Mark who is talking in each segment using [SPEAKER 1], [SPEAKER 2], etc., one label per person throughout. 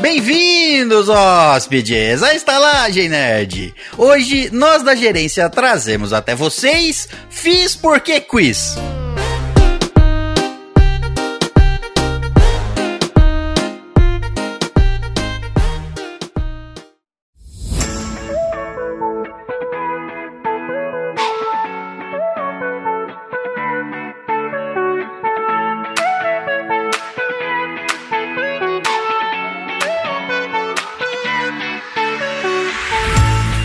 [SPEAKER 1] Bem-vindos, hóspedes, à Estalagem Nerd! Hoje, nós da gerência trazemos até vocês Fiz Porque Quiz.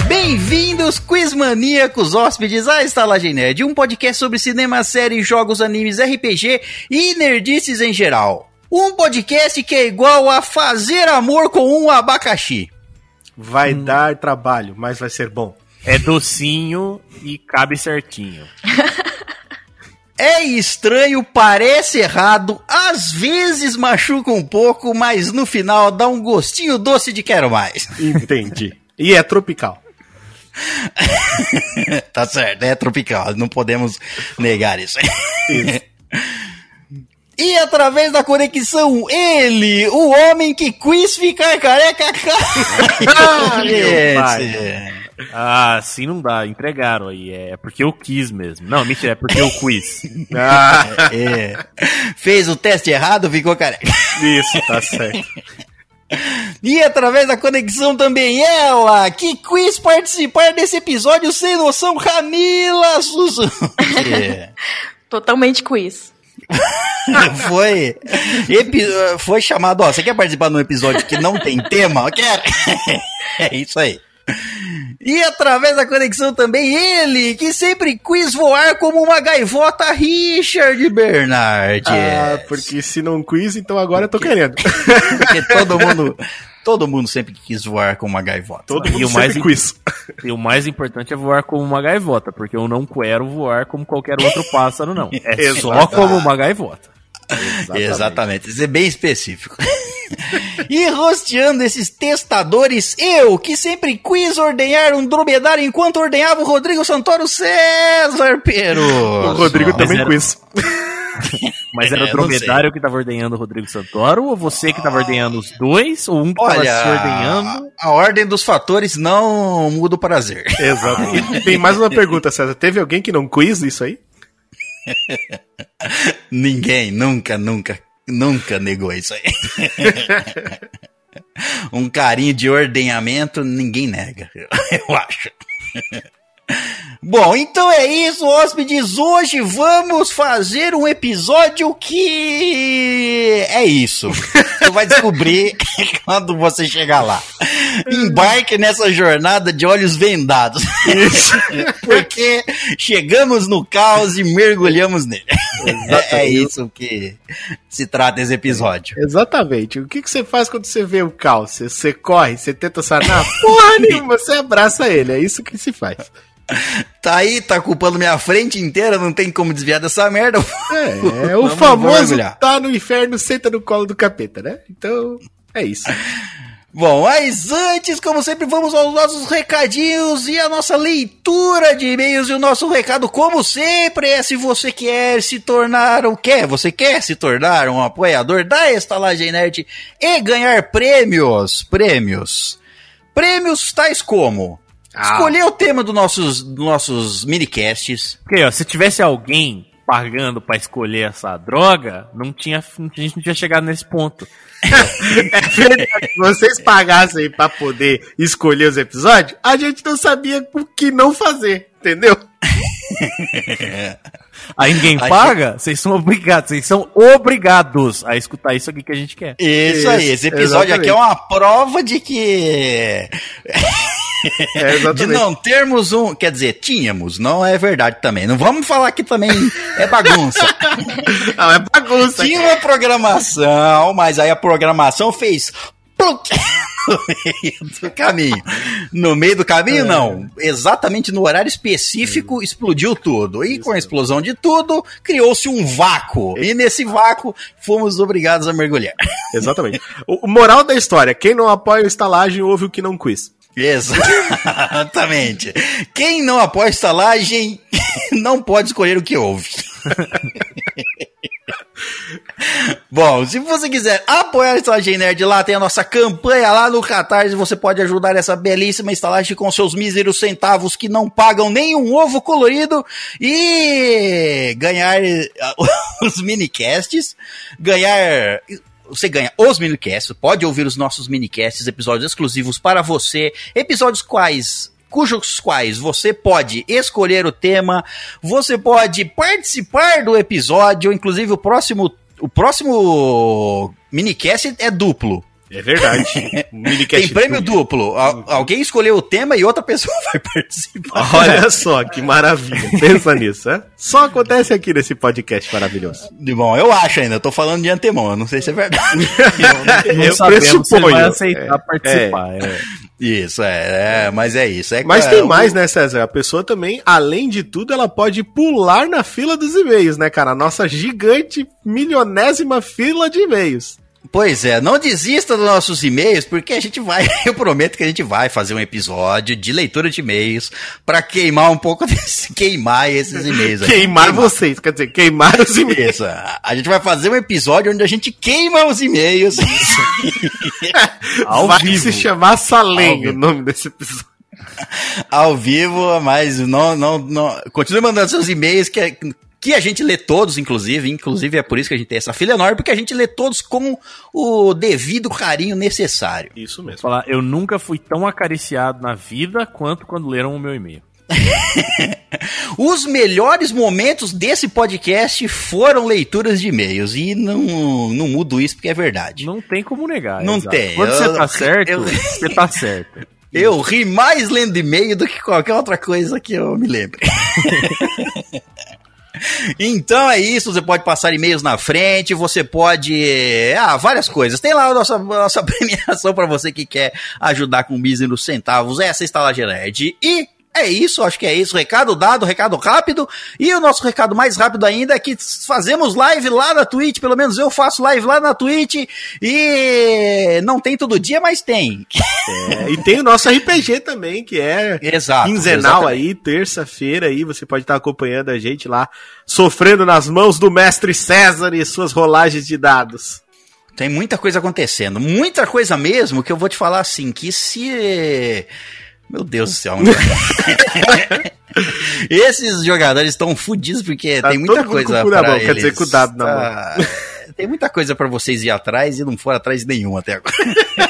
[SPEAKER 1] Bem-vindos, quizmaníacos hóspedes, à Estalagem Nerd, um podcast sobre cinema, séries, jogos, animes, RPG e nerdices em geral. Um podcast que é igual a fazer amor com um abacaxi.
[SPEAKER 2] Vai dar trabalho, mas vai ser bom.
[SPEAKER 3] É docinho e cabe certinho.
[SPEAKER 1] É estranho, parece errado, às vezes machuca um pouco, mas no final dá um gostinho doce de quero mais.
[SPEAKER 2] Entendi. E é tropical.
[SPEAKER 1] tá certo, é tropical, não podemos negar isso.
[SPEAKER 2] Isso.
[SPEAKER 1] E através da conexão, ele, o homem que quis ficar careca, é,
[SPEAKER 2] Ah, meu
[SPEAKER 1] Caio.
[SPEAKER 2] pai.
[SPEAKER 3] Ah, assim não dá, entregaram aí. É porque eu quis mesmo. Não, mentira, é porque eu quis.
[SPEAKER 2] Ah,
[SPEAKER 1] É. Fez o teste errado, ficou careca.
[SPEAKER 2] isso, tá certo.
[SPEAKER 1] E através da conexão também ela, que quis participar desse episódio sem noção, Camila Suzu. É.
[SPEAKER 4] Totalmente quiz.
[SPEAKER 1] Foi, epi- foi chamado, ó, você quer participar de um episódio que não tem tema? Eu quero. É isso aí. E através da conexão também ele, que sempre quis voar como uma gaivota, Richard Bernard. É.
[SPEAKER 2] Ah, porque se não quiz, então agora eu tô querendo.
[SPEAKER 1] Porque todo mundo, todo mundo sempre quis voar como uma gaivota.
[SPEAKER 2] Todo
[SPEAKER 3] E
[SPEAKER 2] mundo
[SPEAKER 3] o mais
[SPEAKER 2] sempre
[SPEAKER 3] in-
[SPEAKER 2] quiz.
[SPEAKER 3] E o mais importante é voar como uma gaivota, porque eu não quero voar como qualquer outro pássaro, não. É só
[SPEAKER 2] Exato.
[SPEAKER 3] como uma gaivota.
[SPEAKER 1] Exatamente. isso é bem específico. e rosteando esses testadores, eu, que sempre quis ordenhar um dromedário enquanto ordenhava o Rodrigo Santoro César Pero.
[SPEAKER 2] O Rodrigo também
[SPEAKER 3] era-
[SPEAKER 2] quiz.
[SPEAKER 3] Mas
[SPEAKER 1] É,
[SPEAKER 3] era
[SPEAKER 1] eu não
[SPEAKER 3] o
[SPEAKER 1] sei.
[SPEAKER 3] dromedário que tava ordenhando o Rodrigo Santoro, ou você que tava ordenhando os dois, ou um que tava se
[SPEAKER 1] é- Olha,
[SPEAKER 3] ordenhando?
[SPEAKER 1] a ordem dos fatores não muda o prazer.
[SPEAKER 2] Exato. E tem mais uma pergunta, César. Teve alguém que não quiz isso aí?
[SPEAKER 1] Ninguém nunca, nunca, nunca negou isso aí. um carinho de ordenhamento, ninguém nega, eu acho. Bom, então é isso, hóspedes. Hoje vamos fazer um episódio que é isso. Você vai descobrir quando você chegar lá. Embarque nessa jornada de olhos vendados. Porque chegamos no caos e mergulhamos nele. É, é isso que se trata esse episódio.
[SPEAKER 2] Exatamente. O que, que você faz quando você vê o caos? Você, você corre, você tenta sanar? Porra nenhuma, você abraça ele. É isso que se faz.
[SPEAKER 1] Tá aí, tá culpando minha frente inteira, não tem como desviar dessa merda.
[SPEAKER 2] É,
[SPEAKER 1] Vamos-
[SPEAKER 2] o
[SPEAKER 1] vamos
[SPEAKER 2] famoso
[SPEAKER 1] mergulhar.
[SPEAKER 2] tá no inferno, senta no colo do capeta, né? Então, é isso.
[SPEAKER 1] Bom, mas antes, como sempre, vamos aos nossos recadinhos e a nossa leitura de e-mails e o nosso recado, como sempre, é se você quer se tornar ou quer, você quer se tornar um apoiador da Estalagem Nerd e ganhar prêmios, prêmios, prêmios tais como escolher o tema dos nossos, dos nossos minicasts,
[SPEAKER 3] Porque, ó, se tivesse alguém pagando pra escolher essa droga, não tinha, a gente não tinha chegado nesse ponto.
[SPEAKER 2] Se vocês pagassem pra poder escolher os episódios, a gente não sabia o que não fazer, entendeu?
[SPEAKER 3] Aí ninguém
[SPEAKER 1] Aí-
[SPEAKER 3] paga, vocês são obrigados, vocês são obrigados a escutar isso aqui que a gente quer.
[SPEAKER 1] Isso,
[SPEAKER 2] Isso,
[SPEAKER 1] aí, esse episódio aqui
[SPEAKER 2] exatamente.
[SPEAKER 1] é uma prova de que.
[SPEAKER 2] É,
[SPEAKER 1] de não termos um. Quer dizer, tínhamos, não é verdade também. Não vamos falar que também é bagunça.
[SPEAKER 2] Não, é bagunça.
[SPEAKER 1] Tinha uma programação, mas aí a programação fez. pluc No meio do caminho. No meio do caminho, não. Exatamente no horário específico, explodiu tudo. E com a explosão de tudo, criou-se um vácuo. E nesse vácuo, fomos obrigados a mergulhar.
[SPEAKER 2] Exatamente. O o moral da história, quem não apoia o estalagem ouve o que não quis.
[SPEAKER 1] Exatamente. Quem não apoia a estalagem não pode escolher o que ouve. Bom, se você quiser apoiar a Estalagem Nerd lá, tem a nossa campanha lá no Catarse, você pode ajudar essa belíssima estalagem com seus míseros centavos que não pagam nenhum ovo colorido e ganhar eh, os minicasts, ganhar você ganha os minicasts, pode ouvir os nossos minicasts, episódios exclusivos para você, episódios quais cujos quais você pode escolher o tema, você pode participar do episódio, inclusive o próximo o próximo minicast é duplo.
[SPEAKER 2] É verdade. Um minicast
[SPEAKER 1] Tem prêmio
[SPEAKER 2] duplo.
[SPEAKER 1] duplo. Al- alguém escolheu o tema e outra pessoa vai participar.
[SPEAKER 2] Olha só, que maravilha. Pensa nisso, é? Só acontece aqui nesse podcast maravilhoso.
[SPEAKER 1] Bom, eu acho ainda, eu tô falando de antemão, eu não sei se é verdade.
[SPEAKER 3] Não
[SPEAKER 2] Eu
[SPEAKER 3] sabemos se ele
[SPEAKER 2] pressuponho.
[SPEAKER 3] vai aceitar participar. é.
[SPEAKER 1] Isso, é, é, mas é isso. É,
[SPEAKER 2] Mas
[SPEAKER 1] é,
[SPEAKER 2] tem mais, né, César? A pessoa também, além de tudo, ela pode pular na fila dos e-mails, né, cara? A nossa gigante milionésima fila de e-mails.
[SPEAKER 1] Pois é, não desista dos nossos e-mails, porque a gente vai, eu prometo que a gente vai fazer um episódio de leitura de e-mails pra queimar um pouco desse, queimar esses e-mails aí.
[SPEAKER 2] Queimar vocês, quer dizer, queimar os e-mails.
[SPEAKER 1] Isso, a a gente vai fazer um episódio onde a gente queima os e-mails.
[SPEAKER 3] Ao
[SPEAKER 2] Vai
[SPEAKER 3] vivo.
[SPEAKER 2] se chamar
[SPEAKER 1] Ao
[SPEAKER 2] Salem o
[SPEAKER 1] vivo.
[SPEAKER 2] nome desse episódio.
[SPEAKER 1] ao vivo, mas não, não, não. Continue mandando seus e-mails que, que a gente lê todos, inclusive. Inclusive é por isso que a gente tem essa filha enorme, porque a gente lê todos com o devido carinho necessário.
[SPEAKER 2] Isso mesmo.
[SPEAKER 3] Falar, eu nunca fui tão acariciado na vida quanto quando leram o meu e-mail.
[SPEAKER 1] Os melhores momentos desse podcast foram leituras de e-mails. E não, não mudo isso porque é verdade.
[SPEAKER 3] Não tem como negar.
[SPEAKER 1] Não tem.
[SPEAKER 3] Quando
[SPEAKER 1] Eu-
[SPEAKER 3] você tá certo,
[SPEAKER 1] eu-
[SPEAKER 3] você tá certo.
[SPEAKER 1] Eu ri mais lendo e-mail do que qualquer outra coisa que eu me lembre. Então é isso, você pode passar e-mails na frente, você pode. Ah, várias coisas. Tem lá a nossa, a nossa premiação para você que quer ajudar com míseros centavos. Essa estalagem nerd. E é isso, acho que é isso. Recado dado, recado rápido. E o nosso recado mais rápido ainda é que fazemos live lá na Twitch, pelo menos eu faço live lá na Twitch. E não tem todo dia, mas tem.
[SPEAKER 2] É, e tem o nosso RPG também, que é
[SPEAKER 1] Exato.
[SPEAKER 2] quinzenal aí, terça-feira aí, você pode estar acompanhando a gente lá, sofrendo nas mãos do mestre César e suas rolagens de dados.
[SPEAKER 1] Tem muita coisa acontecendo. Muita coisa mesmo que eu vou te falar assim, que se. Meu Deus do céu. Esses jogadores estão fodidos porque
[SPEAKER 2] Tá
[SPEAKER 1] tem muita
[SPEAKER 2] todo mundo com
[SPEAKER 1] coisa
[SPEAKER 2] o cu na
[SPEAKER 1] pra
[SPEAKER 2] mão,
[SPEAKER 1] eles.
[SPEAKER 2] quer dizer, com o dado na
[SPEAKER 1] Tá- Tem muita coisa pra vocês ir atrás e não foram atrás de nenhum até agora.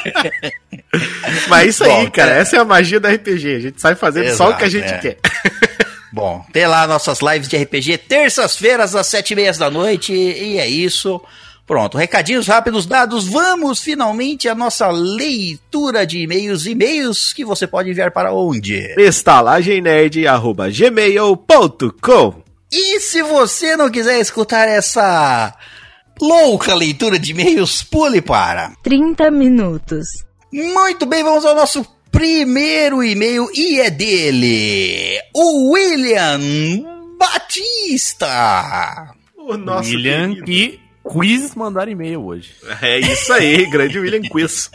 [SPEAKER 2] Mas é isso aí,
[SPEAKER 1] Bom,
[SPEAKER 2] cara,
[SPEAKER 1] é-
[SPEAKER 2] essa é a magia do RPG, a gente sai fazendo só o que a gente
[SPEAKER 1] Exato, é.
[SPEAKER 2] quer.
[SPEAKER 1] Bom, tem lá nossas lives de RPG terças-feiras às sete e meia da noite e é isso. Pronto, recadinhos rápidos dados, vamos finalmente à nossa leitura de e-mails, e-mails que você pode enviar para onde?
[SPEAKER 2] estalagemnerd.gmail.com
[SPEAKER 1] E se você não quiser escutar essa louca leitura de e-mails, pule para.
[SPEAKER 5] 30 minutos.
[SPEAKER 1] Muito bem, vamos ao nosso primeiro e-mail e é dele, o William Batista.
[SPEAKER 2] O
[SPEAKER 3] William
[SPEAKER 2] querido.
[SPEAKER 3] que quis mandar e-mail hoje.
[SPEAKER 2] É isso aí, grande William Quiz.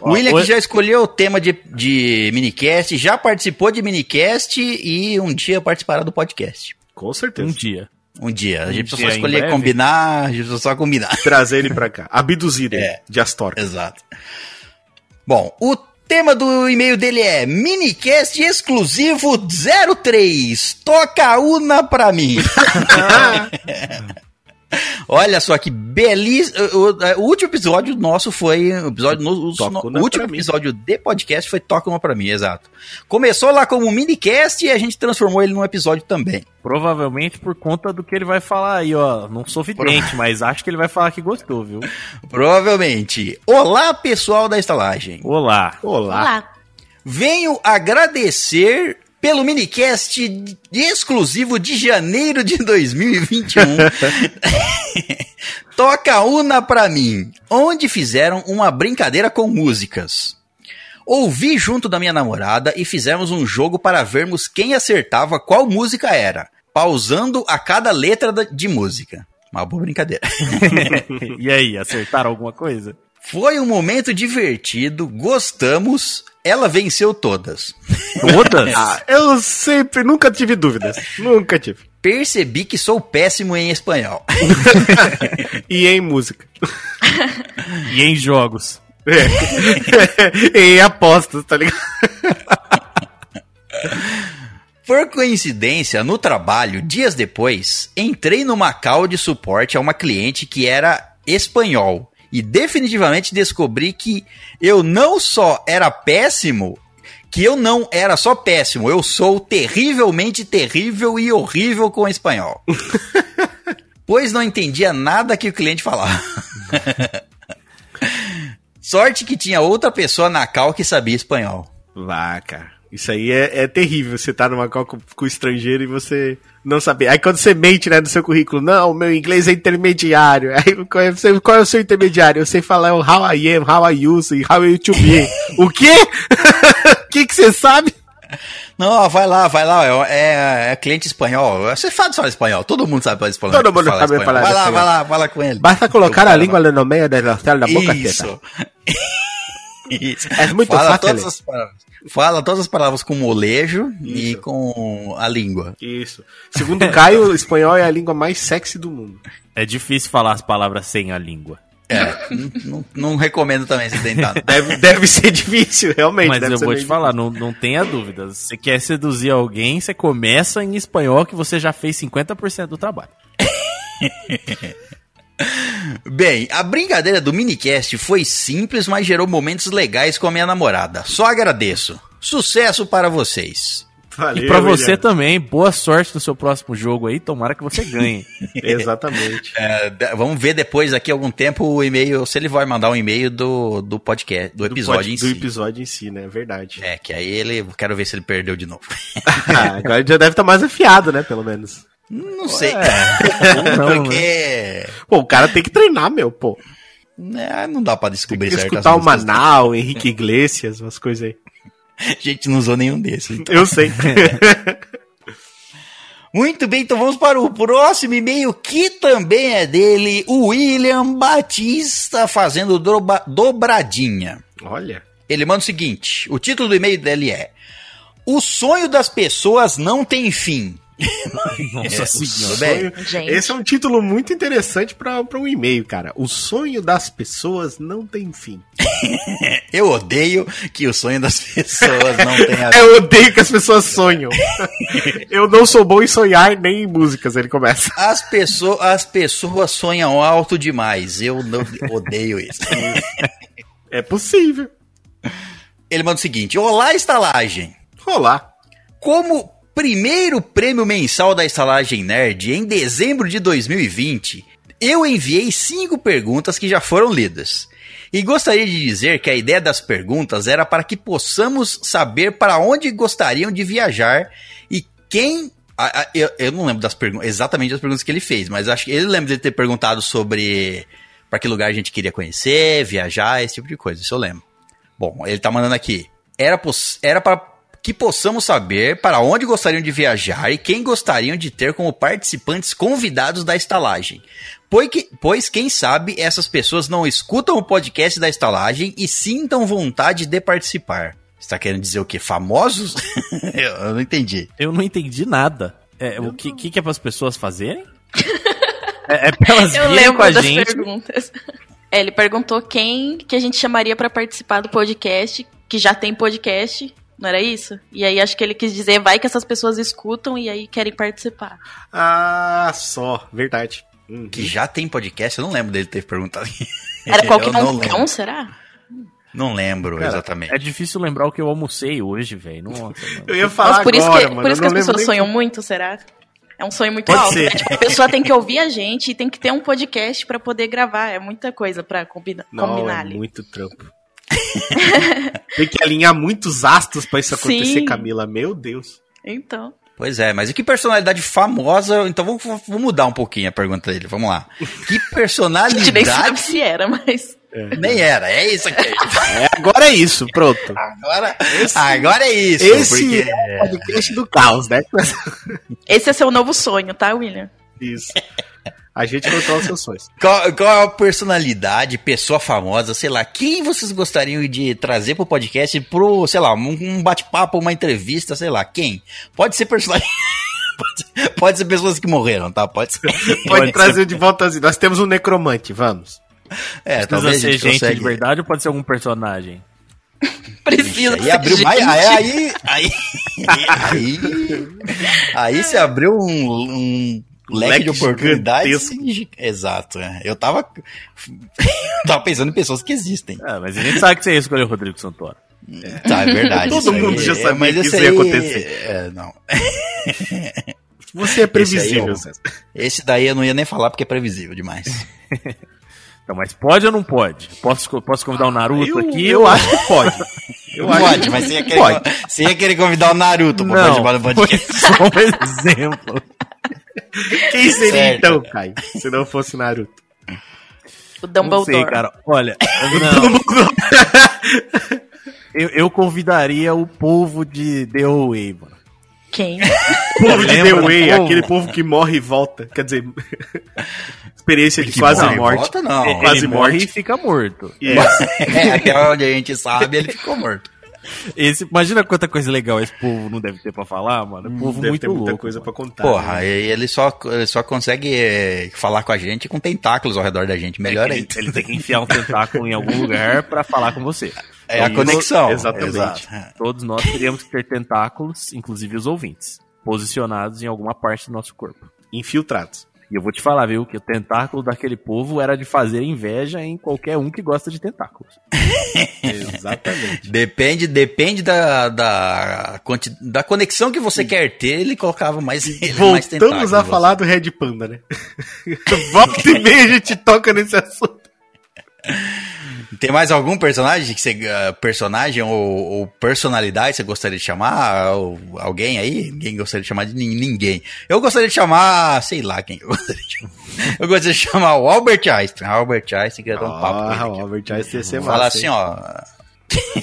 [SPEAKER 1] O William
[SPEAKER 3] Ó,
[SPEAKER 1] que já escolheu o tema de, de minicast, já participou de minicast e um dia participará do podcast.
[SPEAKER 2] Com
[SPEAKER 3] Um
[SPEAKER 2] certeza.
[SPEAKER 3] dia.
[SPEAKER 1] Um dia. A gente
[SPEAKER 3] Um
[SPEAKER 1] precisa
[SPEAKER 3] dia,
[SPEAKER 1] só
[SPEAKER 3] em
[SPEAKER 1] escolher
[SPEAKER 3] breve.
[SPEAKER 1] combinar, a gente precisa só combinar.
[SPEAKER 2] Trazer ele pra cá. Abduzido
[SPEAKER 1] É.
[SPEAKER 2] de Astorga.
[SPEAKER 1] Exato. Bom, o tema do e-mail dele é minicast exclusivo 03. Toca una pra mim. Olha só que belíssimo. O, o último episódio nosso foi. O, episódio, no- o-
[SPEAKER 2] Toca
[SPEAKER 1] no-
[SPEAKER 2] Una
[SPEAKER 1] o último
[SPEAKER 2] Pra Mim.
[SPEAKER 1] episódio de podcast foi Toca Uma Pra mim, exato. Começou lá como um minicast e a gente transformou ele num episódio também.
[SPEAKER 3] Provavelmente por conta do que ele vai falar aí, ó. Não sou vidente, mas acho que ele vai falar que gostou, viu?
[SPEAKER 1] Provavelmente. Olá, pessoal da estalagem.
[SPEAKER 3] Olá.
[SPEAKER 2] Olá.
[SPEAKER 4] Olá.
[SPEAKER 1] Venho agradecer pelo minicast de- exclusivo de janeiro de 2021. Toca Una pra mim, onde fizeram uma brincadeira com músicas. Ouvi junto da minha namorada e fizemos um jogo para vermos quem acertava qual música era, pausando a cada letra da- de música. Uma boa brincadeira.
[SPEAKER 3] e aí, acertaram alguma coisa?
[SPEAKER 1] Foi um momento divertido, gostamos, ela venceu todas.
[SPEAKER 3] Todas?
[SPEAKER 2] Ah, eu sempre, nunca tive dúvidas. Nunca tive.
[SPEAKER 1] Percebi que sou péssimo em espanhol.
[SPEAKER 2] E em música.
[SPEAKER 3] e em jogos?
[SPEAKER 2] É. em apostas, tá ligado?
[SPEAKER 1] Por coincidência, no trabalho, dias depois, entrei numa call de suporte a uma cliente que era espanhol. E definitivamente descobri que eu não só era péssimo, que eu não era só péssimo, eu sou terrivelmente terrível e horrível com espanhol. pois não entendia nada que o cliente falava. Sorte que tinha outra pessoa na call que sabia espanhol.
[SPEAKER 2] Vá, cara. Isso aí é, é terrível, você tá numa call com, com estrangeiro e você não saber. Aí quando você mente, né, no seu currículo, não, meu inglês é intermediário. Aí qual é, você- qual é o seu intermediário? Eu sei falar o how I am, how I use, e how you to be. o quê? o que que você sabe?
[SPEAKER 1] Não, ó, vai lá, vai lá, ó, é, é cliente espanhol. Você fala, fala espanhol, todo mundo sabe falar espanhol.
[SPEAKER 2] Todo mundo sabe falar
[SPEAKER 1] Vai lá,
[SPEAKER 2] espanhol.
[SPEAKER 1] vai lá, fala com ele.
[SPEAKER 2] Basta colocar a língua no meio da nossa da boca, teta.
[SPEAKER 1] Isso. Isso.
[SPEAKER 2] É muito
[SPEAKER 1] fala
[SPEAKER 2] fácil.
[SPEAKER 1] Todas as palavras. Fala todas as palavras com molejo e com a língua.
[SPEAKER 2] Isso. Segundo o Caio, o espanhol é a língua mais sexy do mundo.
[SPEAKER 3] É difícil falar as palavras sem a língua.
[SPEAKER 1] É, n- não, não recomendo também você tentar.
[SPEAKER 2] Deve, deve ser difícil, realmente.
[SPEAKER 3] Mas
[SPEAKER 2] deve
[SPEAKER 3] eu
[SPEAKER 2] ser
[SPEAKER 3] vou
[SPEAKER 2] meio
[SPEAKER 3] te falar, não, não tenha dúvida. Se você quer seduzir alguém, você começa em espanhol que você já fez 50% do trabalho.
[SPEAKER 1] Bem, a brincadeira do minicast foi simples, mas gerou momentos legais com a minha namorada. Só agradeço. Sucesso para vocês.
[SPEAKER 2] Valeu,
[SPEAKER 3] e pra você
[SPEAKER 2] Guilherme.
[SPEAKER 3] também, boa sorte no seu próximo jogo aí, tomara que você ganhe.
[SPEAKER 2] Exatamente.
[SPEAKER 1] É, d- vamos ver depois, daqui a algum tempo, o e-mail, se ele vai mandar um e-mail do, do podcast, do episódio
[SPEAKER 2] pod-
[SPEAKER 1] em
[SPEAKER 2] do
[SPEAKER 1] si.
[SPEAKER 2] episódio em si, né? Verdade.
[SPEAKER 1] É, que aí ele, quero ver se ele perdeu de novo.
[SPEAKER 2] Ah, agora ele já deve estar mais afiado, né? Pelo menos.
[SPEAKER 1] Não sei.
[SPEAKER 2] É,
[SPEAKER 3] Ou não, né?
[SPEAKER 1] Porque.
[SPEAKER 2] Pô, o cara tem que treinar, meu, pô.
[SPEAKER 1] né, não dá pra descobrir
[SPEAKER 2] Tem que
[SPEAKER 1] certas
[SPEAKER 2] escutar o
[SPEAKER 1] músicas.
[SPEAKER 2] Manal, Henrique Iglesias, umas coisas aí.
[SPEAKER 1] A gente não usou nenhum desses. então.
[SPEAKER 2] Eu sei.
[SPEAKER 1] Muito bem, então vamos para o próximo e-mail, que também é dele, o William Batista fazendo droba- dobradinha.
[SPEAKER 2] Olha.
[SPEAKER 1] Ele manda o seguinte: o título do e-mail dele é O sonho das pessoas não tem fim.
[SPEAKER 3] Nossa
[SPEAKER 1] Tudo
[SPEAKER 3] senhora.
[SPEAKER 1] bem?
[SPEAKER 2] sonho-
[SPEAKER 4] Gente.
[SPEAKER 2] Esse é um título muito interessante pra pra um e-mail, cara. O sonho das pessoas não tem fim.
[SPEAKER 1] Eu odeio que o sonho das pessoas não tenha
[SPEAKER 4] É.
[SPEAKER 1] fim.
[SPEAKER 2] Eu odeio que as pessoas sonham. Eu não sou bom em sonhar nem em músicas, ele começa.
[SPEAKER 1] As, pesso- as pessoas sonham alto demais. Eu não odeio isso.
[SPEAKER 2] É possível.
[SPEAKER 1] Ele manda o seguinte: Olá, estalagem.
[SPEAKER 2] Olá.
[SPEAKER 1] Como primeiro prêmio mensal da estalagem nerd em dezembro de 2020, eu enviei cinco perguntas que já foram lidas. E gostaria de dizer que a ideia das perguntas era para que possamos saber para onde gostariam de viajar e quem. a- a- eu, eu não lembro das perguntas, exatamente das perguntas que ele fez, mas acho que ele lembra de ter perguntado sobre para que lugar a gente queria conhecer, viajar, esse tipo de coisa, isso eu lembro. Bom, ele tá mandando aqui. Era, poss- era para que possamos saber para onde gostariam de viajar e quem gostariam de ter como participantes convidados da estalagem. Pois, que- pois quem sabe essas pessoas não escutam o podcast da estalagem e sintam vontade de participar. Você tá querendo dizer o quê? Famosos? eu, eu não entendi.
[SPEAKER 3] Eu não entendi nada. É, o que, que, que é pras pessoas fazerem? É, é pra elas
[SPEAKER 4] Eu
[SPEAKER 3] virem
[SPEAKER 4] lembro
[SPEAKER 3] com a
[SPEAKER 4] das
[SPEAKER 3] gente.
[SPEAKER 4] perguntas. É, ele perguntou quem que a gente chamaria pra participar do podcast, que já tem podcast, não era isso? E aí acho que ele quis dizer, vai que essas pessoas escutam e aí querem participar.
[SPEAKER 2] Ah, só. Verdade. Uhum.
[SPEAKER 1] Que já tem podcast? Eu não lembro dele ter perguntado.
[SPEAKER 2] É,
[SPEAKER 4] Era
[SPEAKER 1] Eu
[SPEAKER 4] qualquer
[SPEAKER 1] não
[SPEAKER 4] um,
[SPEAKER 1] lembro.
[SPEAKER 4] será?
[SPEAKER 1] Não lembro
[SPEAKER 2] Cara,
[SPEAKER 1] exatamente.
[SPEAKER 3] É difícil lembrar o que eu almocei hoje, velho. Nossa, mano.
[SPEAKER 2] Eu ia falar
[SPEAKER 4] Nossa, por
[SPEAKER 2] agora,
[SPEAKER 4] isso que,
[SPEAKER 2] mano.
[SPEAKER 4] por isso
[SPEAKER 2] eu
[SPEAKER 4] que as
[SPEAKER 2] não lembro
[SPEAKER 4] pessoas
[SPEAKER 2] nem-
[SPEAKER 4] sonham muito, será? É um sonho muito
[SPEAKER 2] Pode
[SPEAKER 4] alto.
[SPEAKER 2] ser.
[SPEAKER 4] né? Tipo, a pessoa tem que ouvir a gente e tem que ter um podcast pra poder gravar. É muita coisa pra combina-
[SPEAKER 2] Não,
[SPEAKER 4] combinar
[SPEAKER 2] é
[SPEAKER 4] ali.
[SPEAKER 2] muito trampo. Tem que alinhar muitos astros pra isso acontecer,
[SPEAKER 4] Sim.
[SPEAKER 2] Camila. Meu Deus.
[SPEAKER 4] Então.
[SPEAKER 1] Pois é, mas e que personalidade famosa? Então vou, vou- vou mudar um pouquinho a pergunta dele. Vamos lá. Que
[SPEAKER 4] A gente nem sabe
[SPEAKER 1] personalidade.
[SPEAKER 4] se era, mas.
[SPEAKER 1] Nem era, é isso aqui.
[SPEAKER 2] É, agora é isso, pronto.
[SPEAKER 1] Agora, agora é isso.
[SPEAKER 2] Esse
[SPEAKER 1] porque-
[SPEAKER 2] é o podcast do caos, né?
[SPEAKER 4] Esse é seu novo sonho, tá, William?
[SPEAKER 2] Isso. A gente controla os seus sonhos.
[SPEAKER 1] Qual, qual é a personalidade, pessoa famosa, sei lá, quem vocês gostariam de trazer pro podcast pro, sei lá, um, um bate-papo, uma entrevista, sei lá, quem? Pode ser personalidade. Pode, pode ser pessoas que morreram, tá? Pode ser.
[SPEAKER 2] Pode trazer de volta assim. Nós temos um necromante, vamos.
[SPEAKER 1] É,
[SPEAKER 3] Precisa
[SPEAKER 1] talvez a
[SPEAKER 3] ser
[SPEAKER 1] gente,
[SPEAKER 3] gente
[SPEAKER 1] consegue.
[SPEAKER 3] de verdade ou pode ser algum personagem?
[SPEAKER 4] Precisa.
[SPEAKER 1] Aí abriu
[SPEAKER 4] gente.
[SPEAKER 1] mais. Aí. Aí. Aí. Aí, aí se abriu um. um Leque,
[SPEAKER 2] Leque
[SPEAKER 1] de oportunidades. Exato. é. Eu tava. eu tava pensando em pessoas que existem.
[SPEAKER 3] É, mas a gente sabe que você ia escolher o Rodrigo Santoro.
[SPEAKER 1] Tá, é verdade.
[SPEAKER 2] Todo
[SPEAKER 1] isso
[SPEAKER 2] mundo já
[SPEAKER 1] é,
[SPEAKER 2] sabia
[SPEAKER 1] mas
[SPEAKER 2] que
[SPEAKER 1] esse
[SPEAKER 2] isso ia
[SPEAKER 1] aí-
[SPEAKER 2] acontecer.
[SPEAKER 1] É, não. Esse
[SPEAKER 2] Você é
[SPEAKER 1] aí é
[SPEAKER 2] previsível,
[SPEAKER 1] o-
[SPEAKER 2] César.
[SPEAKER 1] Esse daí eu não ia nem falar porque é previsível demais.
[SPEAKER 3] Então, mas pode ou não pode? Posso, posso convidar o Naruto
[SPEAKER 2] Eu,
[SPEAKER 3] aqui?
[SPEAKER 2] eu acho que pode. Eu acho
[SPEAKER 1] pode,
[SPEAKER 2] que
[SPEAKER 1] mas você ia, querer,
[SPEAKER 2] pode.
[SPEAKER 1] você ia querer convidar o Naruto pra
[SPEAKER 3] Não,
[SPEAKER 1] participar do
[SPEAKER 3] foi
[SPEAKER 1] podcast.
[SPEAKER 3] só um exemplo.
[SPEAKER 2] Quem seria
[SPEAKER 1] Certo.
[SPEAKER 2] então, Caio? Se não fosse Naruto.
[SPEAKER 4] O
[SPEAKER 3] Não sei,
[SPEAKER 4] Dumbledore.
[SPEAKER 3] cara. Olha,
[SPEAKER 1] Então,
[SPEAKER 3] não. eu, eu convidaria o povo de The Way, mano.
[SPEAKER 4] Quem?
[SPEAKER 2] povo de The
[SPEAKER 3] Lembra do
[SPEAKER 2] Way,
[SPEAKER 3] povo?
[SPEAKER 2] aquele povo que morre e volta. Quer dizer, experiência de
[SPEAKER 1] Que
[SPEAKER 2] quase
[SPEAKER 1] morre,
[SPEAKER 2] morte.
[SPEAKER 1] volta não.
[SPEAKER 2] É, Quase
[SPEAKER 3] ele morre
[SPEAKER 2] morte.
[SPEAKER 3] e fica morto.
[SPEAKER 2] Isso.
[SPEAKER 1] É, até onde a gente sabe, ele ficou morto.
[SPEAKER 3] Esse, imagina quanta coisa legal esse povo não deve ter pra falar, mano. É povo
[SPEAKER 2] Deve
[SPEAKER 3] muito
[SPEAKER 2] ter muita
[SPEAKER 3] louco.
[SPEAKER 2] coisa
[SPEAKER 3] mano.
[SPEAKER 2] pra contar. né?
[SPEAKER 1] Porra, e- ele só, ele só consegue é, falar com a gente com tentáculos ao redor da gente. Melhor
[SPEAKER 2] É
[SPEAKER 3] ele,
[SPEAKER 1] ainda.
[SPEAKER 3] ele tem que enfiar um tentáculo em algum lugar pra falar com você.
[SPEAKER 1] É a
[SPEAKER 3] Então,
[SPEAKER 1] conexão.
[SPEAKER 2] exatamente.
[SPEAKER 1] Exato.
[SPEAKER 3] Todos nós teríamos que ter tentáculos, inclusive os ouvintes, posicionados em alguma parte do nosso corpo.
[SPEAKER 2] infiltrados.
[SPEAKER 3] E eu vou te falar, viu, que o tentáculo daquele povo era de fazer inveja em qualquer um que gosta de tentáculos.
[SPEAKER 2] Exatamente.
[SPEAKER 1] Depende, depende da, da, quanti- da conexão que você quer ter, ele colocava mais, ele é mais
[SPEAKER 2] Voltamos a falar do Red Panda, né? Volta e meia a gente toca nesse assunto.
[SPEAKER 1] Tem mais algum personagem que você. ah, personagem ou, ou personalidade que você gostaria de chamar? Ou alguém aí? Ninguém gostaria de chamar de nin- ninguém. Eu gostaria de chamar. Sei lá quem que eu gostaria de chamar. Eu gostaria de chamar o Albert Einstein. Albert Einstein, que ia dar um papo. com ele
[SPEAKER 2] Ah,
[SPEAKER 1] aqui.
[SPEAKER 2] o Albert Einstein ia ser
[SPEAKER 1] Falar
[SPEAKER 2] massa,
[SPEAKER 1] assim,
[SPEAKER 2] hein?
[SPEAKER 1] ó.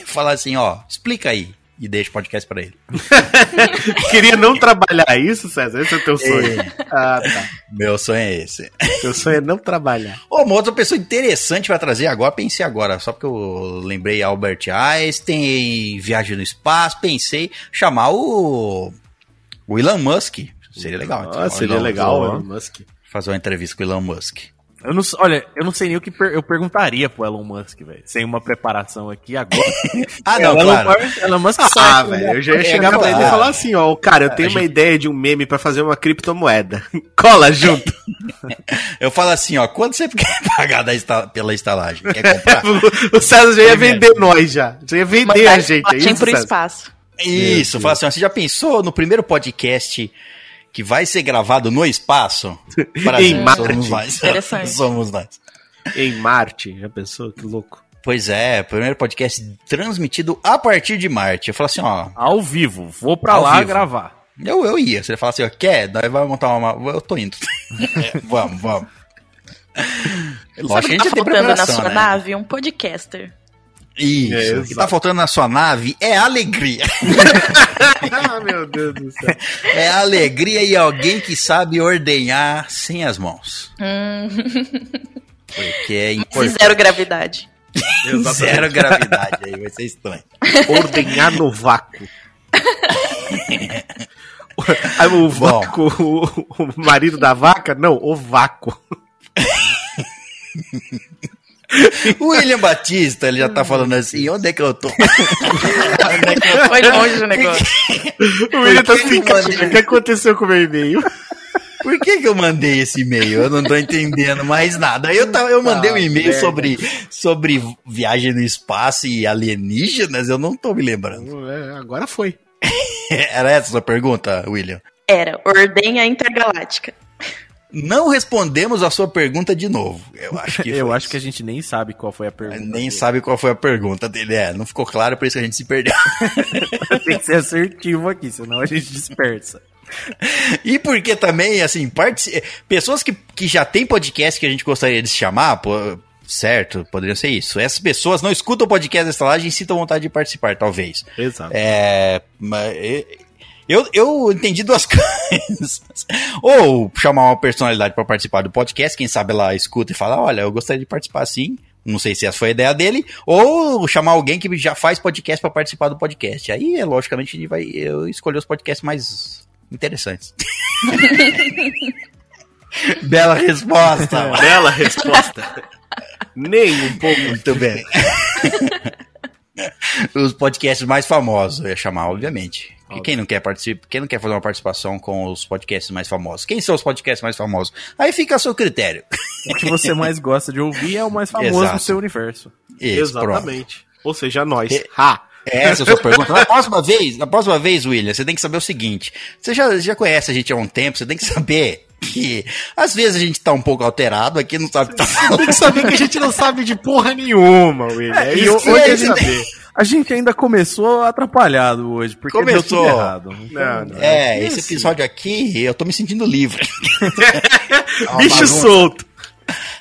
[SPEAKER 1] falar assim, ó, explica aí. E deixa o podcast pra ele.
[SPEAKER 2] Queria não trabalhar isso, César? Esse é o teu sonho. ah, tá.
[SPEAKER 1] Meu sonho é esse.
[SPEAKER 2] Teu sonho é não trabalhar.
[SPEAKER 1] Ô, uma outra pessoa interessante pra trazer agora, pensei agora, só porque eu lembrei Albert Einstein, Viagem no Espaço, pensei chamar o, o Elon Musk. Seria legal.
[SPEAKER 2] Ah,
[SPEAKER 1] então,
[SPEAKER 2] seria
[SPEAKER 1] Elon-
[SPEAKER 2] legal,
[SPEAKER 3] boa.
[SPEAKER 2] Elon Musk.
[SPEAKER 1] Fazer uma entrevista com o Elon Musk.
[SPEAKER 3] Eu não, s- olha, eu não sei nem o que per- eu perguntaria pro Elon Musk, velho. Sem uma preparação aqui agora.
[SPEAKER 1] Ah,
[SPEAKER 2] É,
[SPEAKER 1] não,
[SPEAKER 3] Elon
[SPEAKER 1] claro.
[SPEAKER 3] Musk- Elon Musk
[SPEAKER 2] Ah,
[SPEAKER 3] sabe, né?
[SPEAKER 2] velho, eu já ia
[SPEAKER 1] É,
[SPEAKER 2] chegar pra ele e
[SPEAKER 1] claro.
[SPEAKER 2] falar assim, ó, cara,
[SPEAKER 1] É,
[SPEAKER 2] eu tenho uma ideia de um meme pra fazer uma criptomoeda. Cola junto.
[SPEAKER 1] Eu falo assim, ó, quanto você quer pagar da insta- pela estalagem? Quer comprar?
[SPEAKER 2] o César já ia vender nós já. Já ia vender
[SPEAKER 4] Mandar
[SPEAKER 2] a gente. É
[SPEAKER 4] imagem
[SPEAKER 2] isso,
[SPEAKER 4] pro
[SPEAKER 2] César?
[SPEAKER 4] espaço.
[SPEAKER 1] Isso, fala assim, ó, você já pensou no primeiro podcast que vai ser gravado no espaço? Brasil,
[SPEAKER 2] Em Marte.
[SPEAKER 1] somos nós.
[SPEAKER 4] Interessante.
[SPEAKER 1] somos nós.
[SPEAKER 2] Em Marte, já pensou? Que louco.
[SPEAKER 1] Pois é, primeiro podcast transmitido a partir de Marte. Eu falo assim, ó,
[SPEAKER 3] Ao vivo, vou pra
[SPEAKER 1] Ao
[SPEAKER 3] lá
[SPEAKER 1] vivo.
[SPEAKER 3] gravar.
[SPEAKER 1] eu, eu ia. Você fala assim, ó, quer? Nós vamos montar uma... Eu tô indo. vamos, vamos.
[SPEAKER 4] É. Sabe o que tá
[SPEAKER 1] já tem
[SPEAKER 4] faltando na
[SPEAKER 1] preparação,
[SPEAKER 4] sua
[SPEAKER 1] né?
[SPEAKER 4] nave? Um podcaster.
[SPEAKER 1] Isso.
[SPEAKER 2] É,
[SPEAKER 1] o que
[SPEAKER 2] exato.
[SPEAKER 1] tá faltando na sua nave é alegria.
[SPEAKER 2] ah, meu Deus do céu.
[SPEAKER 1] É alegria e alguém que sabe ordenhar sem as mãos. Porque é
[SPEAKER 4] Se
[SPEAKER 1] importante.
[SPEAKER 4] zero gravidade.
[SPEAKER 1] Zero gravidade aí, vai ser estranho.
[SPEAKER 2] Ordenhar no vácuo. Aí o vácuo, o, o marido da vaca? Não, o vácuo.
[SPEAKER 1] O William Batista, ele já tá falando assim, onde é que eu tô? onde é que eu
[SPEAKER 4] Foi longe o negócio.
[SPEAKER 2] O menino tá
[SPEAKER 1] que que
[SPEAKER 2] ficando.
[SPEAKER 1] manda-
[SPEAKER 2] O que aconteceu com o meu e-mail?
[SPEAKER 1] Por que, que eu mandei esse e-mail? Eu não tô entendendo mais nada. Eu, tava, eu mandei um e-mail sobre, sobre viagem no espaço e alienígenas, eu não tô me lembrando.
[SPEAKER 2] É, Agora foi.
[SPEAKER 1] Era essa a sua pergunta, William?
[SPEAKER 4] Era, ordenha intergaláctica.
[SPEAKER 1] Não respondemos a sua pergunta de novo. Eu acho que
[SPEAKER 3] eu
[SPEAKER 1] foi
[SPEAKER 3] acho que a gente nem sabe qual foi a
[SPEAKER 1] isso.
[SPEAKER 3] pergunta.
[SPEAKER 1] Nem sabe qual foi a pergunta dele. É, não ficou claro, por isso que a gente se perdeu.
[SPEAKER 3] Tem que ser assertivo aqui, senão a gente dispersa.
[SPEAKER 1] E porque também, assim, parte, pessoas que, que já têm podcast que a gente gostaria de chamar, pô, certo, poderia ser isso. Essas pessoas não escutam o podcast da estalagem e sintam vontade de participar, talvez.
[SPEAKER 2] Exato.
[SPEAKER 1] É, ma- e- Eu, eu entendi duas coisas. Ou chamar uma personalidade para participar do podcast, quem sabe ela escuta e fala: olha, eu gostaria de participar sim. Não sei se essa foi a ideia dele, ou chamar alguém que já faz podcast para participar do podcast. Aí, é, logicamente, ele vai eu escolher os podcasts mais interessantes. Bela resposta.
[SPEAKER 2] Bela é resposta. Nem um pouco.
[SPEAKER 1] Muito bem. Os podcasts mais famosos, eu ia chamar, obviamente. Porque quem não quer participar, quem não quer fazer uma participação com os podcasts mais famosos? Quem são os podcasts mais famosos? Aí fica a seu critério.
[SPEAKER 3] O que você mais gosta de ouvir é o mais famoso
[SPEAKER 1] Exato.
[SPEAKER 3] do seu universo.
[SPEAKER 1] Isso, pronto.
[SPEAKER 2] Exatamente. Ou seja, nós.
[SPEAKER 1] É.
[SPEAKER 2] Ha.
[SPEAKER 1] Essa é a sua pergunta. Na próxima vez, na próxima vez, William, você tem que saber o seguinte. Você já, já conhece a gente há um tempo, você tem que saber que às vezes a gente tá um pouco alterado aqui, não sabe o que tá falando.
[SPEAKER 2] Tem que saber que a gente não sabe de porra nenhuma, William. É, e
[SPEAKER 1] isso
[SPEAKER 2] hoje
[SPEAKER 1] é
[SPEAKER 2] é
[SPEAKER 1] isso.
[SPEAKER 2] saber.
[SPEAKER 3] A gente ainda começou atrapalhado hoje, porque
[SPEAKER 1] Começou.
[SPEAKER 3] deu tudo errado.
[SPEAKER 2] Não, não.
[SPEAKER 1] É,
[SPEAKER 2] Isso.
[SPEAKER 1] esse episódio aqui, eu tô me sentindo livre. Tá uma
[SPEAKER 2] Bicho
[SPEAKER 1] bagunça.
[SPEAKER 2] solto.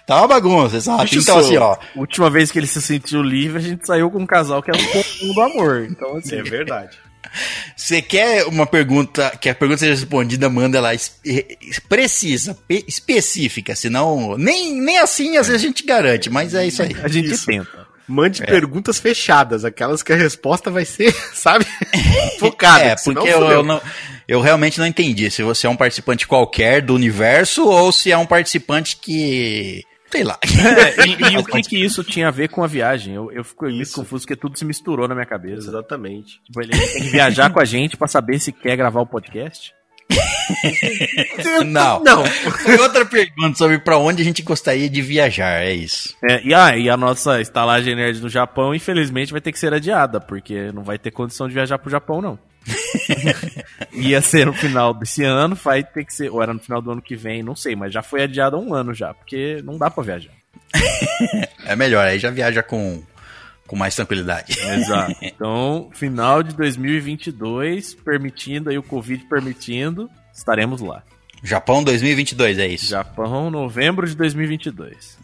[SPEAKER 1] Tá uma bagunça, exato.
[SPEAKER 2] Bicho
[SPEAKER 1] então,
[SPEAKER 2] solto.
[SPEAKER 1] assim, ó.
[SPEAKER 3] Última vez que ele se sentiu livre, a gente saiu com um casal que era um comum do amor. Então, assim,
[SPEAKER 2] É verdade.
[SPEAKER 1] Você quer uma pergunta, que a pergunta seja respondida, manda ela es- e- e- precisa, pe- específica, senão nem, nem assim às vezes a gente garante, mas é isso aí.
[SPEAKER 3] a gente
[SPEAKER 2] Isso.
[SPEAKER 3] tenta.
[SPEAKER 1] É.
[SPEAKER 2] Mande perguntas fechadas, aquelas que a resposta vai ser, sabe? Focada.
[SPEAKER 1] É,
[SPEAKER 2] que senão
[SPEAKER 1] porque eu,
[SPEAKER 2] fudeu.
[SPEAKER 1] eu não, eu realmente não entendi se você é um participante qualquer do universo ou se é um participante que, sei lá.
[SPEAKER 3] É, e, e o que que isso tinha a ver com a viagem? Eu, eu fico muito
[SPEAKER 2] Isso.
[SPEAKER 3] confuso, porque tudo se misturou na minha cabeça.
[SPEAKER 2] Exatamente.
[SPEAKER 3] Tipo, ele tem que viajar com a gente pra saber se quer gravar o podcast.
[SPEAKER 1] não.
[SPEAKER 2] Não.
[SPEAKER 1] Foi outra pergunta sobre pra onde a gente gostaria de viajar, é isso.
[SPEAKER 3] É, e, ah, e a nossa estalagem nerd no Japão, infelizmente, vai ter que ser adiada, porque não vai ter condição de viajar pro Japão, não. Ia ser no final desse ano, vai ter que ser, ou era no final do ano que vem, não sei, mas já foi adiada há um ano já, porque não dá pra viajar.
[SPEAKER 1] É melhor, aí já viaja com, com mais tranquilidade.
[SPEAKER 2] É.
[SPEAKER 3] Exato. Então, final de 2022, permitindo aí o Covid permitindo, estaremos lá.
[SPEAKER 1] Japão 2022, é isso.
[SPEAKER 3] Japão, novembro de 2022.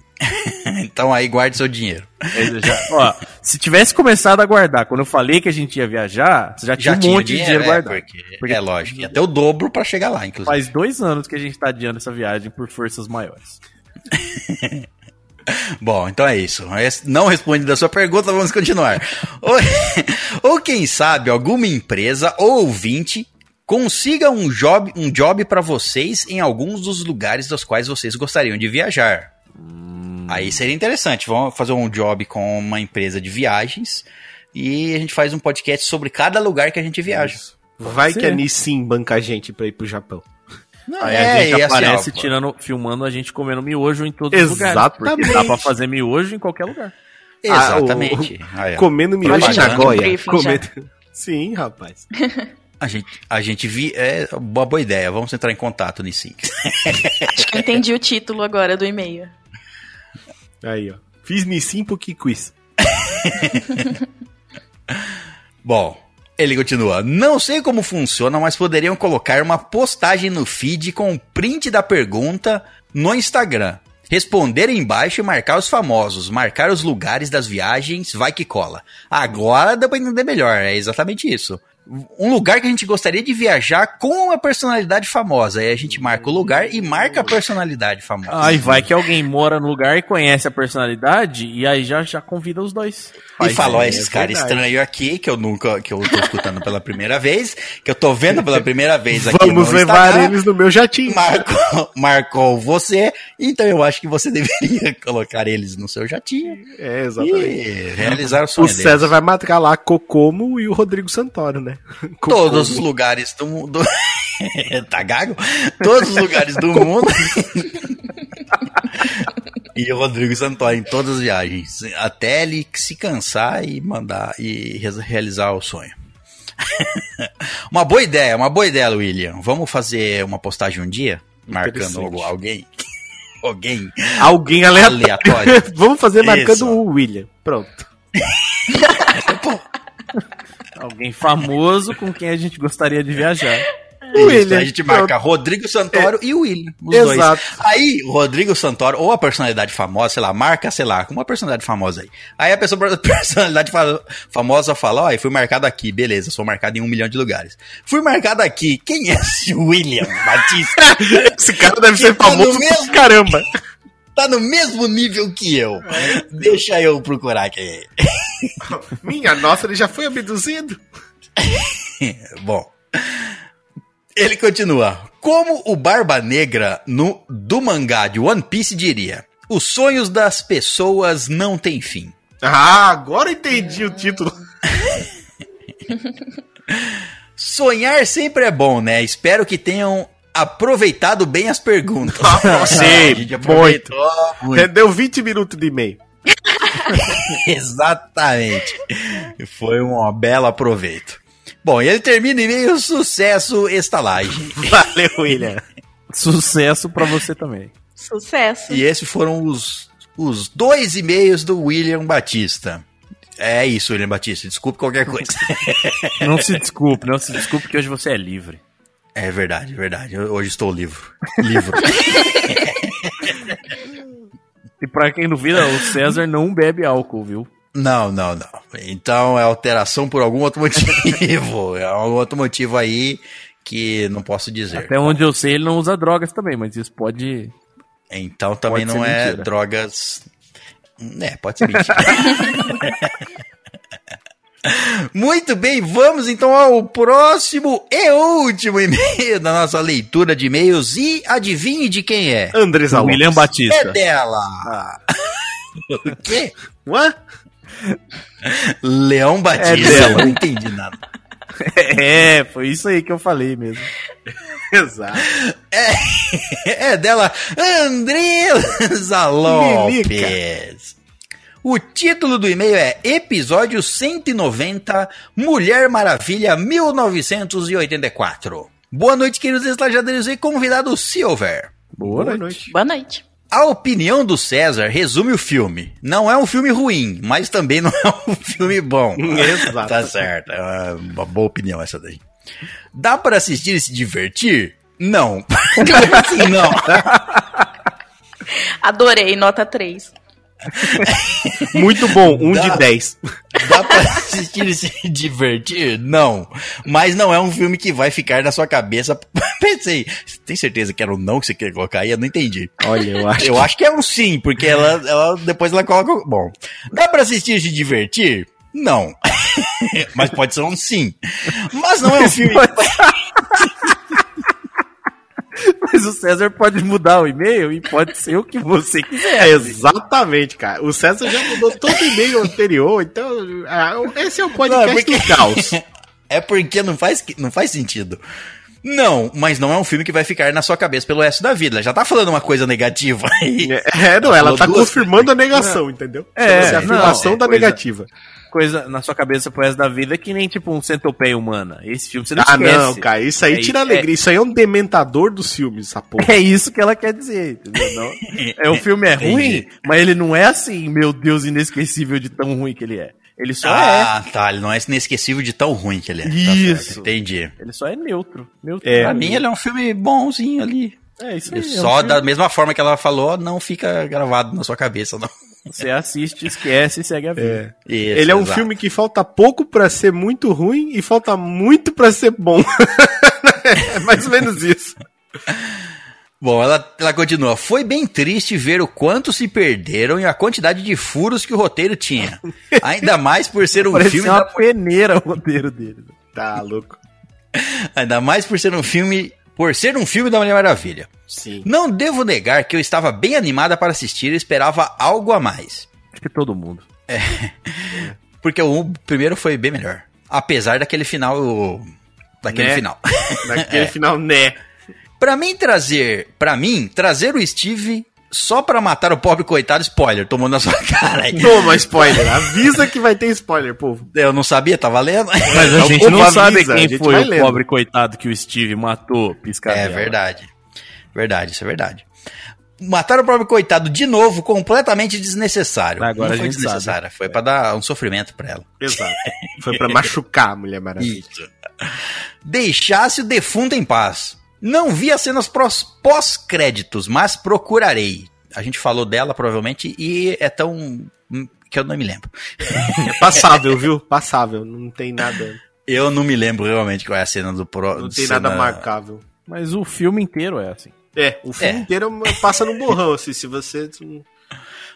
[SPEAKER 1] Então aí guarde seu dinheiro.
[SPEAKER 3] Ele já- ó, se tivesse começado a guardar quando eu falei que a gente ia viajar, você já tinha
[SPEAKER 1] Já
[SPEAKER 3] um
[SPEAKER 1] tinha
[SPEAKER 3] monte de dinheiro
[SPEAKER 1] é,
[SPEAKER 3] guardado.
[SPEAKER 1] Porque,
[SPEAKER 3] Porque-
[SPEAKER 1] é lógico, ia ter o dobro pra chegar lá, inclusive.
[SPEAKER 3] Faz dois anos que a gente tá adiando essa viagem por forças maiores.
[SPEAKER 1] Bom, então é isso. Esse- Não responde da sua pergunta, vamos continuar. ou, ou quem sabe alguma empresa ou ouvinte consiga um job, um job para vocês em alguns dos lugares dos quais vocês gostariam de viajar.
[SPEAKER 3] Hum.
[SPEAKER 1] Aí seria interessante. Vamos fazer um job com uma empresa de viagens e a gente faz um podcast sobre cada lugar que a gente viaja.
[SPEAKER 2] É Vai
[SPEAKER 3] ser.
[SPEAKER 2] que a Nissin banca a gente pra ir pro Japão.
[SPEAKER 1] Não,
[SPEAKER 3] Aí É, a gente
[SPEAKER 1] e assim, ó,
[SPEAKER 3] aparece tirando, filmando a gente comendo miojo em todos os lugares.
[SPEAKER 2] Exatamente.
[SPEAKER 3] Porque dá pra fazer miojo em qualquer lugar. Ah,
[SPEAKER 1] Exatamente. Aí, ó.
[SPEAKER 2] Comendo miojo em
[SPEAKER 1] Propaganda.
[SPEAKER 2] Nagoya.
[SPEAKER 4] Briefing já.
[SPEAKER 2] Comendo- Sim, rapaz.
[SPEAKER 1] A gente, a gente vi. É uma boa ideia. Vamos entrar em contato nisso.
[SPEAKER 4] Acho que eu entendi o título agora do e-mail.
[SPEAKER 2] Aí, ó. Fiz Nissin porque quis.
[SPEAKER 1] Bom, ele continua. Não sei como funciona, mas poderiam colocar uma postagem no feed com o print da pergunta no Instagram. Responder embaixo e marcar os famosos, marcar os lugares das viagens, vai que cola. Agora dá pra entender melhor, é exatamente isso. Um lugar que a gente gostaria de viajar com uma personalidade famosa. Aí a gente marca o lugar e marca a personalidade famosa.
[SPEAKER 3] Aí vai que alguém mora no lugar e conhece a personalidade, e aí já, já convida os dois.
[SPEAKER 1] E falou,
[SPEAKER 3] é,
[SPEAKER 1] esses caras
[SPEAKER 2] verdade.
[SPEAKER 1] estranhos aqui, que eu nunca, que eu tô escutando pela primeira vez, que eu tô vendo pela primeira vez aqui
[SPEAKER 2] Vamos
[SPEAKER 1] no
[SPEAKER 2] levar
[SPEAKER 1] Instagram,
[SPEAKER 2] eles no meu jatinho.
[SPEAKER 1] Marcou, marcou você, então eu acho que você deveria colocar eles no seu jatinho
[SPEAKER 2] É, exatamente.
[SPEAKER 1] e realizar o sonho
[SPEAKER 2] O
[SPEAKER 1] deles.
[SPEAKER 2] César vai marcar lá Cocomo e o Rodrigo Santoro, né? Cocomo.
[SPEAKER 1] Todos os lugares do mundo... tá gago? Todos os lugares do mundo... e o Rodrigo Santoro em todas as viagens, até ele se cansar e mandar, e re- realizar o sonho. Uma boa ideia, uma boa ideia, William. Vamos fazer uma postagem um dia? Marcando
[SPEAKER 2] Interessante.
[SPEAKER 1] alguém? alguém
[SPEAKER 2] Alguém
[SPEAKER 3] É
[SPEAKER 2] aleatório.
[SPEAKER 1] aleatório?
[SPEAKER 2] Vamos fazer marcando
[SPEAKER 1] Isso.
[SPEAKER 2] o William. Pronto.
[SPEAKER 3] Alguém famoso com quem a gente gostaria de viajar.
[SPEAKER 1] Isso,
[SPEAKER 2] William. É.
[SPEAKER 1] a gente marca Rodrigo Santoro e o William, os dois.
[SPEAKER 2] Exato.
[SPEAKER 1] Aí, o Rodrigo Santoro, ou a personalidade famosa, sei lá, marca, sei lá, com uma personalidade famosa aí. Aí a pessoa, a personalidade fa- famosa fala, ó, eu fui marcado aqui, beleza, sou marcado em um milhão de lugares. Fui marcado aqui, quem é esse William Batista?
[SPEAKER 2] Esse cara deve ser
[SPEAKER 1] Que tá no
[SPEAKER 2] famoso
[SPEAKER 1] mesmo-
[SPEAKER 2] pra caramba.
[SPEAKER 1] Tá no mesmo nível que eu. Deixa eu procurar é aqui.
[SPEAKER 2] Minha nossa, ele já foi abduzido.
[SPEAKER 1] Bom. Ele continua. Como o Barba Negra no, do mangá de One Piece diria: Os sonhos das pessoas não têm fim.
[SPEAKER 2] Ah, agora eu entendi o título.
[SPEAKER 1] Sonhar sempre é bom, né? Espero que tenham aproveitado bem as perguntas.
[SPEAKER 2] Ah, sim,
[SPEAKER 1] A gente aproveitou muito.
[SPEAKER 2] É, Deu 20 minutos de e-mail.
[SPEAKER 1] Exatamente. Foi um belo aproveito. Bom, e ele termina e meio sucesso estalagem.
[SPEAKER 2] Valeu, William.
[SPEAKER 3] Sucesso pra você também.
[SPEAKER 4] Sucesso.
[SPEAKER 1] E esses foram os, os dois e-mails do William Batista. É isso, William Batista. Desculpe qualquer coisa.
[SPEAKER 3] Não se desculpe, não se desculpe que hoje você é livre.
[SPEAKER 1] É verdade, é verdade. Eu- hoje estou livro. Livro.
[SPEAKER 3] E pra quem não vira, o César não bebe álcool, viu?
[SPEAKER 1] não, não, não. Então é alteração por algum outro motivo. É um outro motivo aí que não posso dizer.
[SPEAKER 3] Até onde eu sei, ele não usa drogas também, mas isso pode.
[SPEAKER 1] Então também
[SPEAKER 3] Pode ser
[SPEAKER 1] não é
[SPEAKER 3] mentira.
[SPEAKER 1] drogas. É, pode ser mentira. Muito bem, vamos então ao próximo e último e-mail da nossa leitura de e-mails. E adivinhe de quem é?
[SPEAKER 2] Andres Alonso. Ah,
[SPEAKER 3] William
[SPEAKER 1] É
[SPEAKER 3] Batista.
[SPEAKER 1] dela! o quê?
[SPEAKER 2] Hã?
[SPEAKER 1] Leão Batista.
[SPEAKER 3] dela.
[SPEAKER 1] Não entendi nada.
[SPEAKER 3] É, foi isso aí que eu falei mesmo.
[SPEAKER 2] Exato.
[SPEAKER 1] É dela, Andresa Lopes. O título do e-mail é Episódio 190, Mulher Maravilha 1984. Boa noite, queridos estalajadeiros e convidados, se houver.
[SPEAKER 3] Boa, né?
[SPEAKER 2] Boa
[SPEAKER 3] noite.
[SPEAKER 2] noite.
[SPEAKER 4] Boa noite.
[SPEAKER 1] A opinião do César resume o filme. Não é um filme ruim, mas também não é um filme bom.
[SPEAKER 2] Exato.
[SPEAKER 1] Tá certo. É uma boa opinião essa daí. Dá pra assistir e se divertir? Não. Claro que não.
[SPEAKER 4] Adorei, nota 3.
[SPEAKER 3] assim.
[SPEAKER 2] Muito bom, um
[SPEAKER 1] Dá.
[SPEAKER 2] de 10.
[SPEAKER 1] Dá pra assistir e se divertir? Não. Mas não é um filme que vai ficar na sua cabeça. Pensei, tem certeza que era um não que você queria colocar aí? Eu não entendi.
[SPEAKER 2] Olha, eu acho.
[SPEAKER 1] Eu acho que é um sim, porque ela, ela- depois ela coloca. o- Bom, dá pra assistir e se divertir? Não. Mas pode ser um sim. Mas não é um filme.
[SPEAKER 3] Mas o César pode mudar o e-mail e pode ser o que você quiser.
[SPEAKER 2] É, exatamente, cara. O César já mudou todo o e-mail anterior, então ah, esse é o podcast
[SPEAKER 1] Não, porque-
[SPEAKER 2] do caos.
[SPEAKER 1] É porque não faz, que- não faz sentido. Não, mas não é um filme que vai ficar na sua cabeça pelo resto da vida. Ela já tá falando uma coisa negativa aí.
[SPEAKER 2] É, não, ela tá
[SPEAKER 1] Falou duas
[SPEAKER 2] confirmando a negação, entendeu?
[SPEAKER 3] É,
[SPEAKER 2] Essa a
[SPEAKER 3] não,
[SPEAKER 2] afirmação
[SPEAKER 3] é
[SPEAKER 2] da
[SPEAKER 3] coisa-
[SPEAKER 2] negativa.
[SPEAKER 3] Coisa na sua cabeça pro resto da vida é que nem tipo um centopeia humana. Esse filme você não
[SPEAKER 2] Ah,
[SPEAKER 3] esquece.
[SPEAKER 2] não, cara, isso aí
[SPEAKER 3] É,
[SPEAKER 2] tira
[SPEAKER 3] é-
[SPEAKER 2] alegria. Isso aí é um dementador dos filmes, essa porra.
[SPEAKER 3] É isso que ela quer dizer, entendeu? Não- é, o filme é ruim, mas ele não é assim, meu Deus, inesquecível de tão ruim que ele é. Ele só é.
[SPEAKER 1] Ah, tá. Ele não é inesquecível de tão ruim que ele é. Tá certo,
[SPEAKER 3] Isso.
[SPEAKER 1] entendi.
[SPEAKER 3] Ele só é neutro. neutro
[SPEAKER 2] É.
[SPEAKER 1] Pra mim, ele é um filme bonzinho ali.
[SPEAKER 3] é isso
[SPEAKER 1] Ele
[SPEAKER 3] aí. é um
[SPEAKER 1] Só
[SPEAKER 3] filme-
[SPEAKER 1] da mesma forma que ela falou, não fica gravado na sua cabeça, não.
[SPEAKER 3] Você assiste, esquece e segue a vida.
[SPEAKER 2] É. Ele é um filme que falta pouco pra ser muito ruim e falta muito pra ser bom. é mais ou menos isso.
[SPEAKER 1] Bom, ela, ela continua. Foi bem triste ver o quanto se perderam e a quantidade de furos que o roteiro tinha. Ainda mais por ser um
[SPEAKER 3] Parece
[SPEAKER 1] filme
[SPEAKER 3] uma
[SPEAKER 1] da-
[SPEAKER 3] peneira o roteiro dele.
[SPEAKER 2] Tá louco.
[SPEAKER 1] ainda mais por ser um filme por ser um filme da Mulher Maravilha.
[SPEAKER 2] Sim.
[SPEAKER 1] Não devo negar que eu estava bem animada para assistir e esperava algo a mais.
[SPEAKER 3] Acho que todo mundo.
[SPEAKER 1] Porque o um- primeiro foi bem melhor. Apesar daquele final. o- Daquele
[SPEAKER 2] Né?
[SPEAKER 1] final.
[SPEAKER 2] Naquele
[SPEAKER 3] É.
[SPEAKER 2] final, né?
[SPEAKER 1] Pra mim trazer. Pra mim, trazer o Steve só pra matar o pobre coitado, spoiler, tomou na sua cara. aí.
[SPEAKER 2] Toma spoiler. Avisa que vai ter spoiler, povo.
[SPEAKER 1] Eu não sabia, tá É tava lendo.
[SPEAKER 3] Mas a
[SPEAKER 2] Então,
[SPEAKER 3] gente não
[SPEAKER 2] avisa,
[SPEAKER 3] sabe
[SPEAKER 2] a
[SPEAKER 3] quem
[SPEAKER 2] gente
[SPEAKER 3] foi
[SPEAKER 2] vai
[SPEAKER 3] o
[SPEAKER 2] lendo.
[SPEAKER 3] pobre coitado que o Steve matou, piscadela.
[SPEAKER 1] É verdade. Verdade, isso é verdade. Matar o pobre coitado de novo, completamente desnecessário.
[SPEAKER 3] Agora
[SPEAKER 1] não foi
[SPEAKER 3] a gente É.
[SPEAKER 1] desnecessária, foi pra dar um sofrimento pra ela.
[SPEAKER 2] Exato. Foi pra machucar a Mulher Maravilha.
[SPEAKER 1] Isso. deixasse É. o defunto em paz. Não vi as cenas pros- pós-créditos, mas procurarei. A gente falou dela, provavelmente, e é tão. hum, que eu não me lembro.
[SPEAKER 2] É passável, viu? Passável. Não tem nada.
[SPEAKER 1] Eu não me lembro realmente qual é a cena do pro.
[SPEAKER 2] Não tem
[SPEAKER 1] cena-
[SPEAKER 2] nada marcável.
[SPEAKER 3] Mas o filme inteiro é assim.
[SPEAKER 2] É, o filme
[SPEAKER 1] É.
[SPEAKER 2] inteiro passa no borrão, assim, se você. não-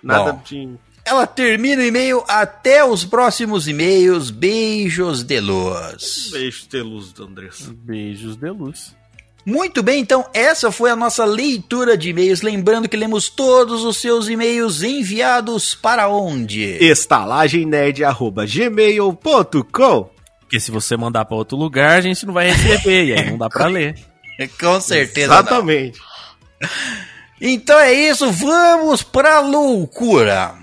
[SPEAKER 2] Nada
[SPEAKER 1] Bom.
[SPEAKER 2] de.
[SPEAKER 1] Ela termina o e-mail. Até os próximos e-mails. Beijos de luz.
[SPEAKER 2] Beijo ter luz, Andressa.
[SPEAKER 3] Beijos de luz.
[SPEAKER 1] Muito bem, então essa foi a nossa leitura de e-mails. Lembrando que lemos todos os seus e-mails enviados para onde?
[SPEAKER 2] Estalagemnerd.gmail.com
[SPEAKER 3] Porque se você mandar pra outro lugar, a gente não vai receber, e aí não dá pra ler.
[SPEAKER 1] Com certeza. não.
[SPEAKER 2] Exatamente.
[SPEAKER 1] Então é isso, vamos pra loucura.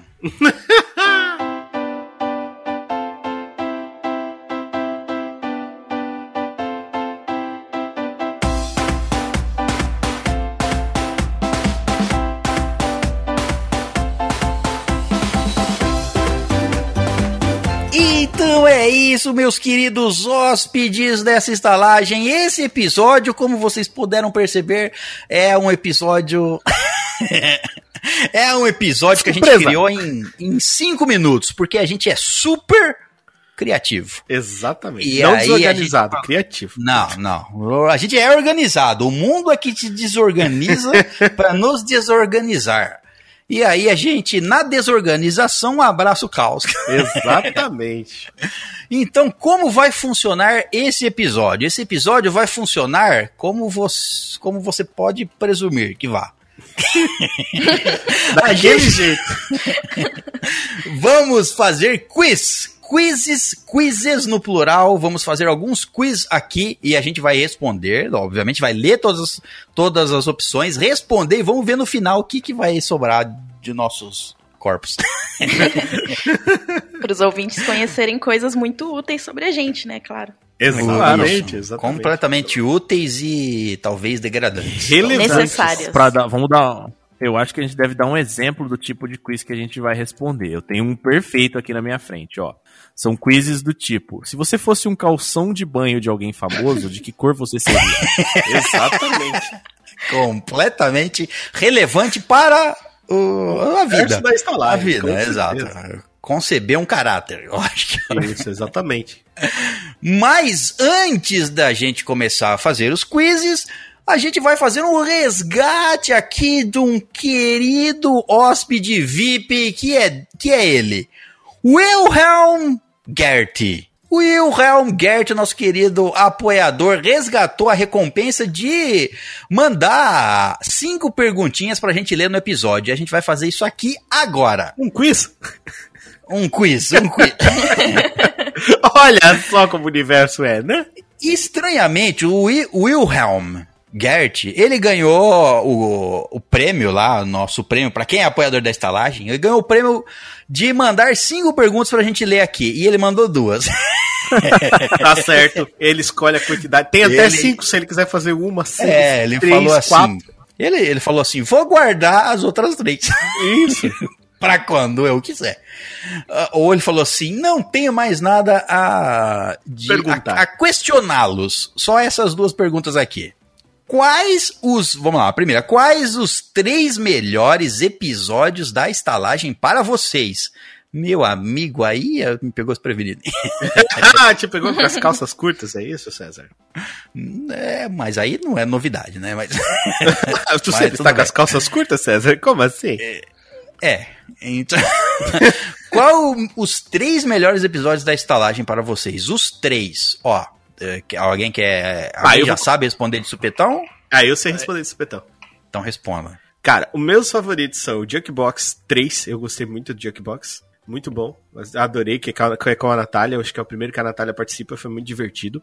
[SPEAKER 1] Então é isso, meus queridos hóspedes dessa estalagem. Esse episódio, como vocês puderam perceber, é um episódio. é um episódio que a gente
[SPEAKER 2] Surpresa.
[SPEAKER 1] criou em, em cinco minutos, porque a gente é super criativo.
[SPEAKER 2] Exatamente.
[SPEAKER 1] E
[SPEAKER 2] não
[SPEAKER 1] aí a
[SPEAKER 2] desorganizado, criativo.
[SPEAKER 1] Não, não. A gente é organizado. O mundo é que te desorganiza para nos desorganizar. E aí a gente, na desorganização, abraça o caos.
[SPEAKER 2] Exatamente.
[SPEAKER 1] Então, como vai funcionar esse episódio? Esse episódio vai funcionar como você, como você pode presumir que vá. A
[SPEAKER 2] Daquele
[SPEAKER 1] gente-
[SPEAKER 2] jeito.
[SPEAKER 1] Vamos fazer quiz. Quizzes, quizzes no plural. Vamos fazer alguns quiz aqui e a gente vai responder. Obviamente, vai ler todas, as- todas as opções, responder e vamos ver no final o que, que vai sobrar de nossos corpos.
[SPEAKER 4] Para os ouvintes conhecerem coisas muito úteis sobre a gente, né? Claro.
[SPEAKER 2] Exatamente,
[SPEAKER 1] Isso.
[SPEAKER 2] exatamente.
[SPEAKER 1] Completamente úteis e talvez degradantes.
[SPEAKER 4] Necessárias.
[SPEAKER 3] Pra dar, vamos dar. Eu acho que a gente deve dar um exemplo do tipo de quiz que a gente vai responder. Eu tenho um perfeito aqui na minha frente, ó. São quizzes do tipo: se você fosse um calção de banho de alguém famoso, de que cor você seria?
[SPEAKER 2] Exatamente.
[SPEAKER 1] Então, completamente relevante para o- a vida.
[SPEAKER 2] Isso da
[SPEAKER 1] A
[SPEAKER 2] estalagem. com
[SPEAKER 1] vida,
[SPEAKER 2] certeza.
[SPEAKER 1] exato. Conceber um caráter, eu acho. que-
[SPEAKER 2] Isso, exatamente.
[SPEAKER 1] Mas antes da gente começar a fazer os quizzes, a gente vai fazer um resgate aqui de um querido hóspede VIP que é, que é ele, Wilhelm Gerty. Wilhelm Gert, nosso querido apoiador, resgatou a recompensa de mandar cinco perguntinhas pra gente ler no episódio. E A gente vai fazer isso aqui agora.
[SPEAKER 2] Um quiz?
[SPEAKER 1] Um quiz, um quiz.
[SPEAKER 2] Olha só como o universo é, né?
[SPEAKER 1] Estranhamente, o Wi- Wilhelm Gert, ele ganhou o, o prêmio lá, o nosso prêmio, pra quem é apoiador da estalagem, ele ganhou o prêmio de mandar cinco perguntas pra gente ler aqui. E ele mandou duas.
[SPEAKER 2] Tá certo. Ele escolhe a quantidade. Tem até
[SPEAKER 1] Ele-
[SPEAKER 2] cinco, se ele quiser fazer uma, seis,
[SPEAKER 1] é, ele
[SPEAKER 2] três,
[SPEAKER 1] falou assim.
[SPEAKER 2] quatro.
[SPEAKER 1] Ele, ele falou assim: vou guardar as outras três.
[SPEAKER 2] Isso.
[SPEAKER 1] pra quando eu quiser. Ah, Ou ele falou assim: não tenho mais nada a, de-
[SPEAKER 2] Perguntar.
[SPEAKER 1] a, a questioná-los. Só essas duas perguntas aqui. Quais os. Vamos lá, a primeira. Quais os três melhores episódios da estalagem para vocês? Meu amigo, aí eh, me pegou desprevenido.
[SPEAKER 2] Ah, te pegou com as calças curtas, é isso, César?
[SPEAKER 1] É, mas aí não é novidade, né? Mas.
[SPEAKER 2] Ah, tu
[SPEAKER 1] Mas
[SPEAKER 2] sempre
[SPEAKER 1] tudo
[SPEAKER 2] tá com
[SPEAKER 1] bem.
[SPEAKER 2] as calças curtas, César? Como assim?
[SPEAKER 1] É. Então, qual os três melhores episódios da estalagem para vocês? Os três. Ó, é, que- alguém quer. Alguém
[SPEAKER 2] Ah, eu
[SPEAKER 1] já
[SPEAKER 2] vou-
[SPEAKER 1] sabe responder de supetão?
[SPEAKER 2] Aí eu sei responder isso, Betão.
[SPEAKER 1] Então responda.
[SPEAKER 2] Cara, os meus favoritos são o Junkbox 3, eu gostei muito do Junkbox, muito bom, mas adorei, que é com a- que é com a Natália, eu acho que é o primeiro que a Natália participa, foi muito divertido.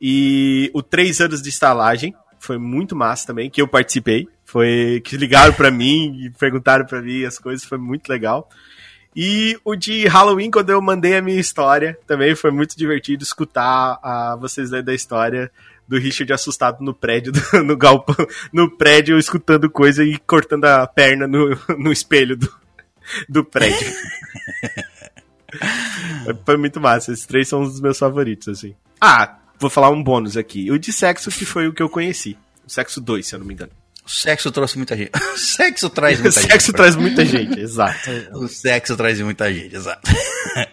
[SPEAKER 2] E o 3 anos de estalagem, foi muito massa também, que eu participei, foi que ligaram pra mim e perguntaram pra mim as coisas, foi muito legal. E o de Halloween, quando eu mandei a minha história, também foi muito divertido escutar a, vocês lendo a história do Richard assustado no prédio, do- no galpão, no prédio escutando coisa e cortando a perna no, no espelho do, do prédio. um Foi muito massa. Esses três são os meus favoritos, assim. Ah, Vou falar um bônus aqui. O de sexo, que foi o que eu conheci. O sexo 2, se eu não me engano.
[SPEAKER 1] O sexo trouxe muita gente. O sexo traz
[SPEAKER 2] O
[SPEAKER 1] muita gente.
[SPEAKER 2] sexo traz muita gente, exato.
[SPEAKER 1] O sexo traz muita gente, exato.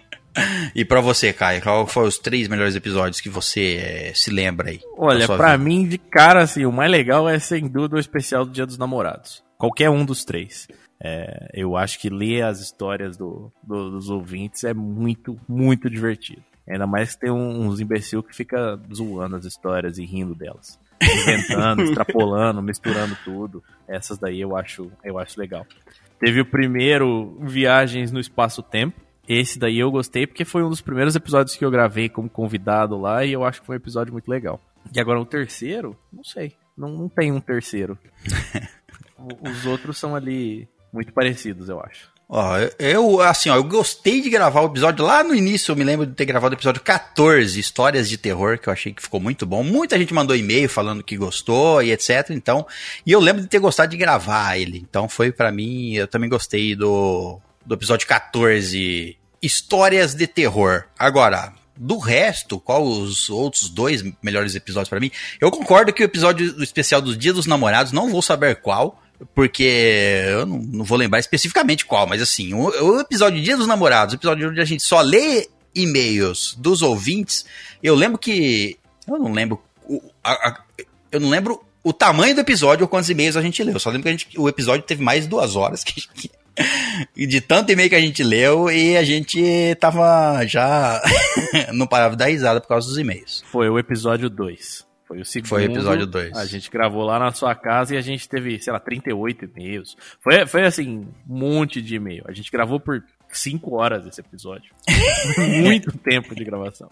[SPEAKER 1] e pra você, Caio, qual foi os três melhores episódios que você eh, se lembra aí?
[SPEAKER 3] Olha,
[SPEAKER 1] da sua
[SPEAKER 3] pra
[SPEAKER 1] vida?
[SPEAKER 3] mim, de cara, assim, o mais legal é, sem dúvida, o especial do Dia dos Namorados. Qualquer um dos três. É, eu acho que ler as histórias do- do- dos ouvintes é muito, muito divertido. Ainda mais que tem um- uns imbecil que fica zoando as histórias e rindo delas. Inventando, extrapolando, misturando tudo. Essas daí eu acho, eu acho legal. Teve o primeiro Viagens no Espaço-Tempo. Esse daí eu gostei porque foi um dos primeiros episódios que eu gravei como convidado lá e eu acho que foi um episódio muito legal. E agora o terceiro, não sei. Não, não tem um terceiro. O- Os outros são ali muito parecidos, eu acho.
[SPEAKER 1] Ó, eu- eu, assim, ó, eu gostei de gravar o episódio lá no início, eu me lembro de ter gravado o episódio 14, Histórias de Terror, que eu achei que ficou muito bom. Muita gente mandou e-mail falando que gostou e etc, então, e eu lembro de ter gostado de gravar ele. Então foi pra mim, eu também gostei do do episódio 14, Histórias de Terror. Agora, do resto, qual os outros dois melhores episódios pra mim? Eu concordo que o episódio do especial do Dia dos Namorados, não vou saber qual, porque eu não, não vou lembrar especificamente qual, mas assim, o, o episódio Dia dos Namorados, o episódio onde a gente só lê e-mails dos ouvintes, eu lembro que. Eu não lembro. o- a- a- eu não lembro o tamanho do episódio ou quantos e-mails a gente leu. Eu só lembro que a gente- o episódio teve mais de duas horas que, que- e de tanto e-mail que a gente leu e a gente tava já. não parava de dar risada por causa dos e-mails.
[SPEAKER 3] Foi o episódio 2. Foi o segundo.
[SPEAKER 1] Foi o episódio dois.
[SPEAKER 3] A gente gravou lá na sua casa e a gente teve, sei lá, 38 e-mails. Foi, foi assim, um monte de e-mail. A gente gravou por 5 horas esse episódio. muito tempo de gravação.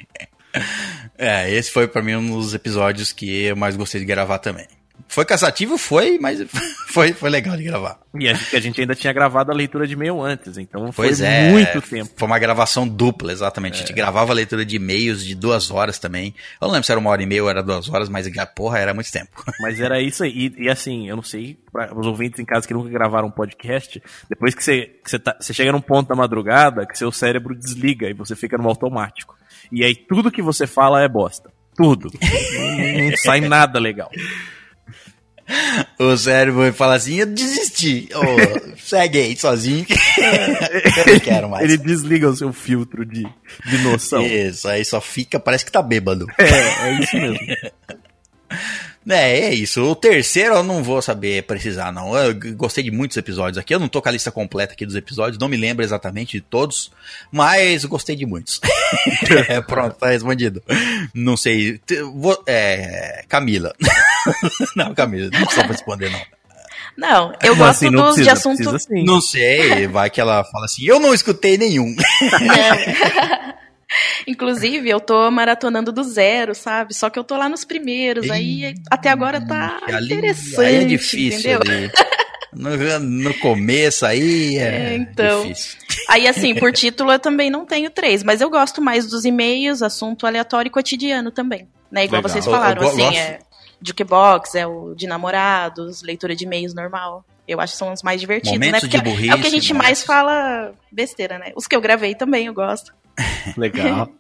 [SPEAKER 1] É, esse foi pra mim um dos episódios que eu mais gostei de gravar também. Foi cansativo, foi, mas foi, foi legal de gravar.
[SPEAKER 3] E a gente, a gente ainda tinha gravado a leitura de e-mail antes, então
[SPEAKER 1] Pois
[SPEAKER 3] foi
[SPEAKER 1] é.
[SPEAKER 3] muito tempo. É.
[SPEAKER 1] Foi uma gravação dupla, exatamente. A gente gravava a leitura de e-mails de duas horas também. Eu não lembro se era uma hora e meia ou era duas horas, mas porra, era muito tempo.
[SPEAKER 3] Mas era isso aí. E, e assim, eu não sei, para os ouvintes em casa que nunca gravaram um podcast, depois que você, que você, tá- você chega num ponto da madrugada que seu cérebro desliga e você fica no automático. E aí tudo que você fala é bosta. Tudo. não, não sai nada legal.
[SPEAKER 1] O cérebro fala assim: eu desisti. Ô, segue aí sozinho. eu não quero mais.
[SPEAKER 3] É. Ele desliga o seu filtro de, de noção. É,
[SPEAKER 1] Isso, aí só fica, parece que tá bêbado.
[SPEAKER 3] é isso mesmo.
[SPEAKER 1] É, é isso. O terceiro eu não vou saber precisar, não. Eu g- gostei de muitos episódios aqui. Eu não tô com a lista completa aqui dos episódios, não me lembro exatamente de todos, mas gostei de muitos. é, pronto, tá respondido. Não sei. te- vou- é, Camila. não, Camila, não precisa responder, não.
[SPEAKER 4] Não, eu
[SPEAKER 3] Não,
[SPEAKER 4] gosto
[SPEAKER 3] assim, não
[SPEAKER 4] dos
[SPEAKER 3] precisa,
[SPEAKER 4] de assunto. assim.
[SPEAKER 3] precisa sim.
[SPEAKER 1] Não sei, vai que ela fala assim, eu não escutei nenhum.
[SPEAKER 4] Inclusive, eu tô maratonando do zero, sabe? Só que eu tô lá nos primeiros. Aí até agora tá
[SPEAKER 1] Hum, Que ali-
[SPEAKER 4] interessante.
[SPEAKER 1] Aí é difícil.
[SPEAKER 4] entendeu?
[SPEAKER 1] ali. No, no começo aí é,
[SPEAKER 4] É, então.
[SPEAKER 1] difícil.
[SPEAKER 4] Aí, assim, por título eu também não tenho três, mas eu gosto mais dos e-mails, assunto aleatório e cotidiano também. Né? Igual
[SPEAKER 3] Legal.
[SPEAKER 4] vocês
[SPEAKER 1] Eu- eu
[SPEAKER 4] falaram,
[SPEAKER 1] go-
[SPEAKER 4] assim,
[SPEAKER 1] gosto.
[SPEAKER 4] é jukebox, é o de namorados, leitura de e-mails normal. Eu acho que são os mais divertidos,
[SPEAKER 1] Momentos
[SPEAKER 4] né? Porque
[SPEAKER 1] de burrice. né?
[SPEAKER 4] é o que a gente mais
[SPEAKER 1] momentos-
[SPEAKER 4] fala besteira, né? Os que eu gravei também eu gosto.
[SPEAKER 3] Legal.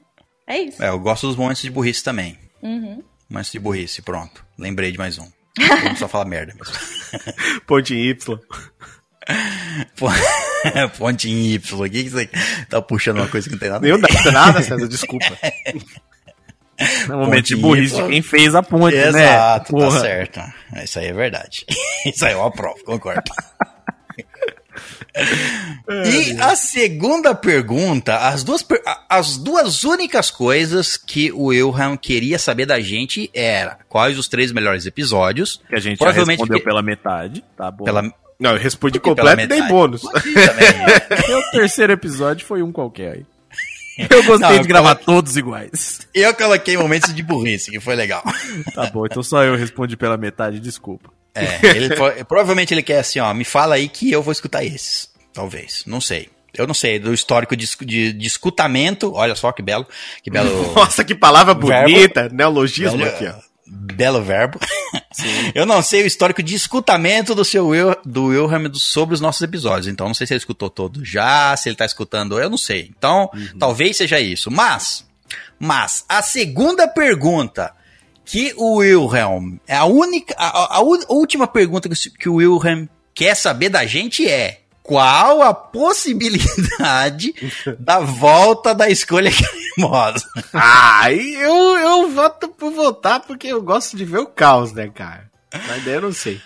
[SPEAKER 4] É isso.
[SPEAKER 1] É, eu gosto dos momentos de burrice também.
[SPEAKER 4] Uhum.
[SPEAKER 1] Momentos de burrice, pronto. Lembrei de mais um. Vamos só falar merda mesmo.
[SPEAKER 2] Ponte Y.
[SPEAKER 1] Ponte em Y, o que que você tá puxando uma coisa que não tem nada a
[SPEAKER 2] Eu não dá nada, César, desculpa.
[SPEAKER 3] É um momento de
[SPEAKER 1] Pontinho.
[SPEAKER 3] burrice de quem fez a ponte,
[SPEAKER 1] ver.
[SPEAKER 3] né?
[SPEAKER 1] Exato, tá
[SPEAKER 3] Porra.
[SPEAKER 1] certo. Isso aí é verdade. Isso aí eu aprovo, concordo. E a segunda pergunta, as duas, per- a- as duas únicas coisas que o Wilhelm queria saber da gente era quais os três melhores episódios,
[SPEAKER 3] Que a gente já
[SPEAKER 1] Provavelmente
[SPEAKER 3] respondeu
[SPEAKER 1] porque-
[SPEAKER 3] pela metade, tá bom?
[SPEAKER 1] pela,
[SPEAKER 2] Não, eu respondi
[SPEAKER 1] Pela
[SPEAKER 2] completo e dei
[SPEAKER 1] metade.
[SPEAKER 2] bônus.
[SPEAKER 1] também,
[SPEAKER 3] Até o terceiro episódio foi um qualquer aí. Eu gostei
[SPEAKER 1] Não, eu
[SPEAKER 3] de gravar todos iguais.
[SPEAKER 1] eu coloquei momentos de burrice, que foi legal.
[SPEAKER 3] Tá bom, então só eu respondi pela metade, desculpa.
[SPEAKER 1] É, ele pro- provavelmente ele quer assim, ó, me fala aí que eu vou escutar esses. Talvez, não sei. Eu não sei, do histórico de, escu- de, de escutamento, olha só que belo, que belo,
[SPEAKER 2] Nossa, que palavra
[SPEAKER 1] Verbo.
[SPEAKER 2] bonita. Neologismo
[SPEAKER 1] Belo-
[SPEAKER 2] aqui, ó.
[SPEAKER 1] belo verbo. Eu não sei o histórico de escutamento do seu Wil, do Wilhelm do- sobre os nossos episódios, então não sei se ele escutou todo já, se ele tá escutando, eu não sei. Então, talvez seja isso, mas Mas a segunda pergunta que o Wilhelm, a única, a, a u- última pergunta que o- que o Wilhelm quer saber da gente é qual a possibilidade da volta da escolha cremosa?
[SPEAKER 2] Ah, e eu, eu voto por votar porque eu gosto de ver o caos, né, cara? Mas daí eu não sei.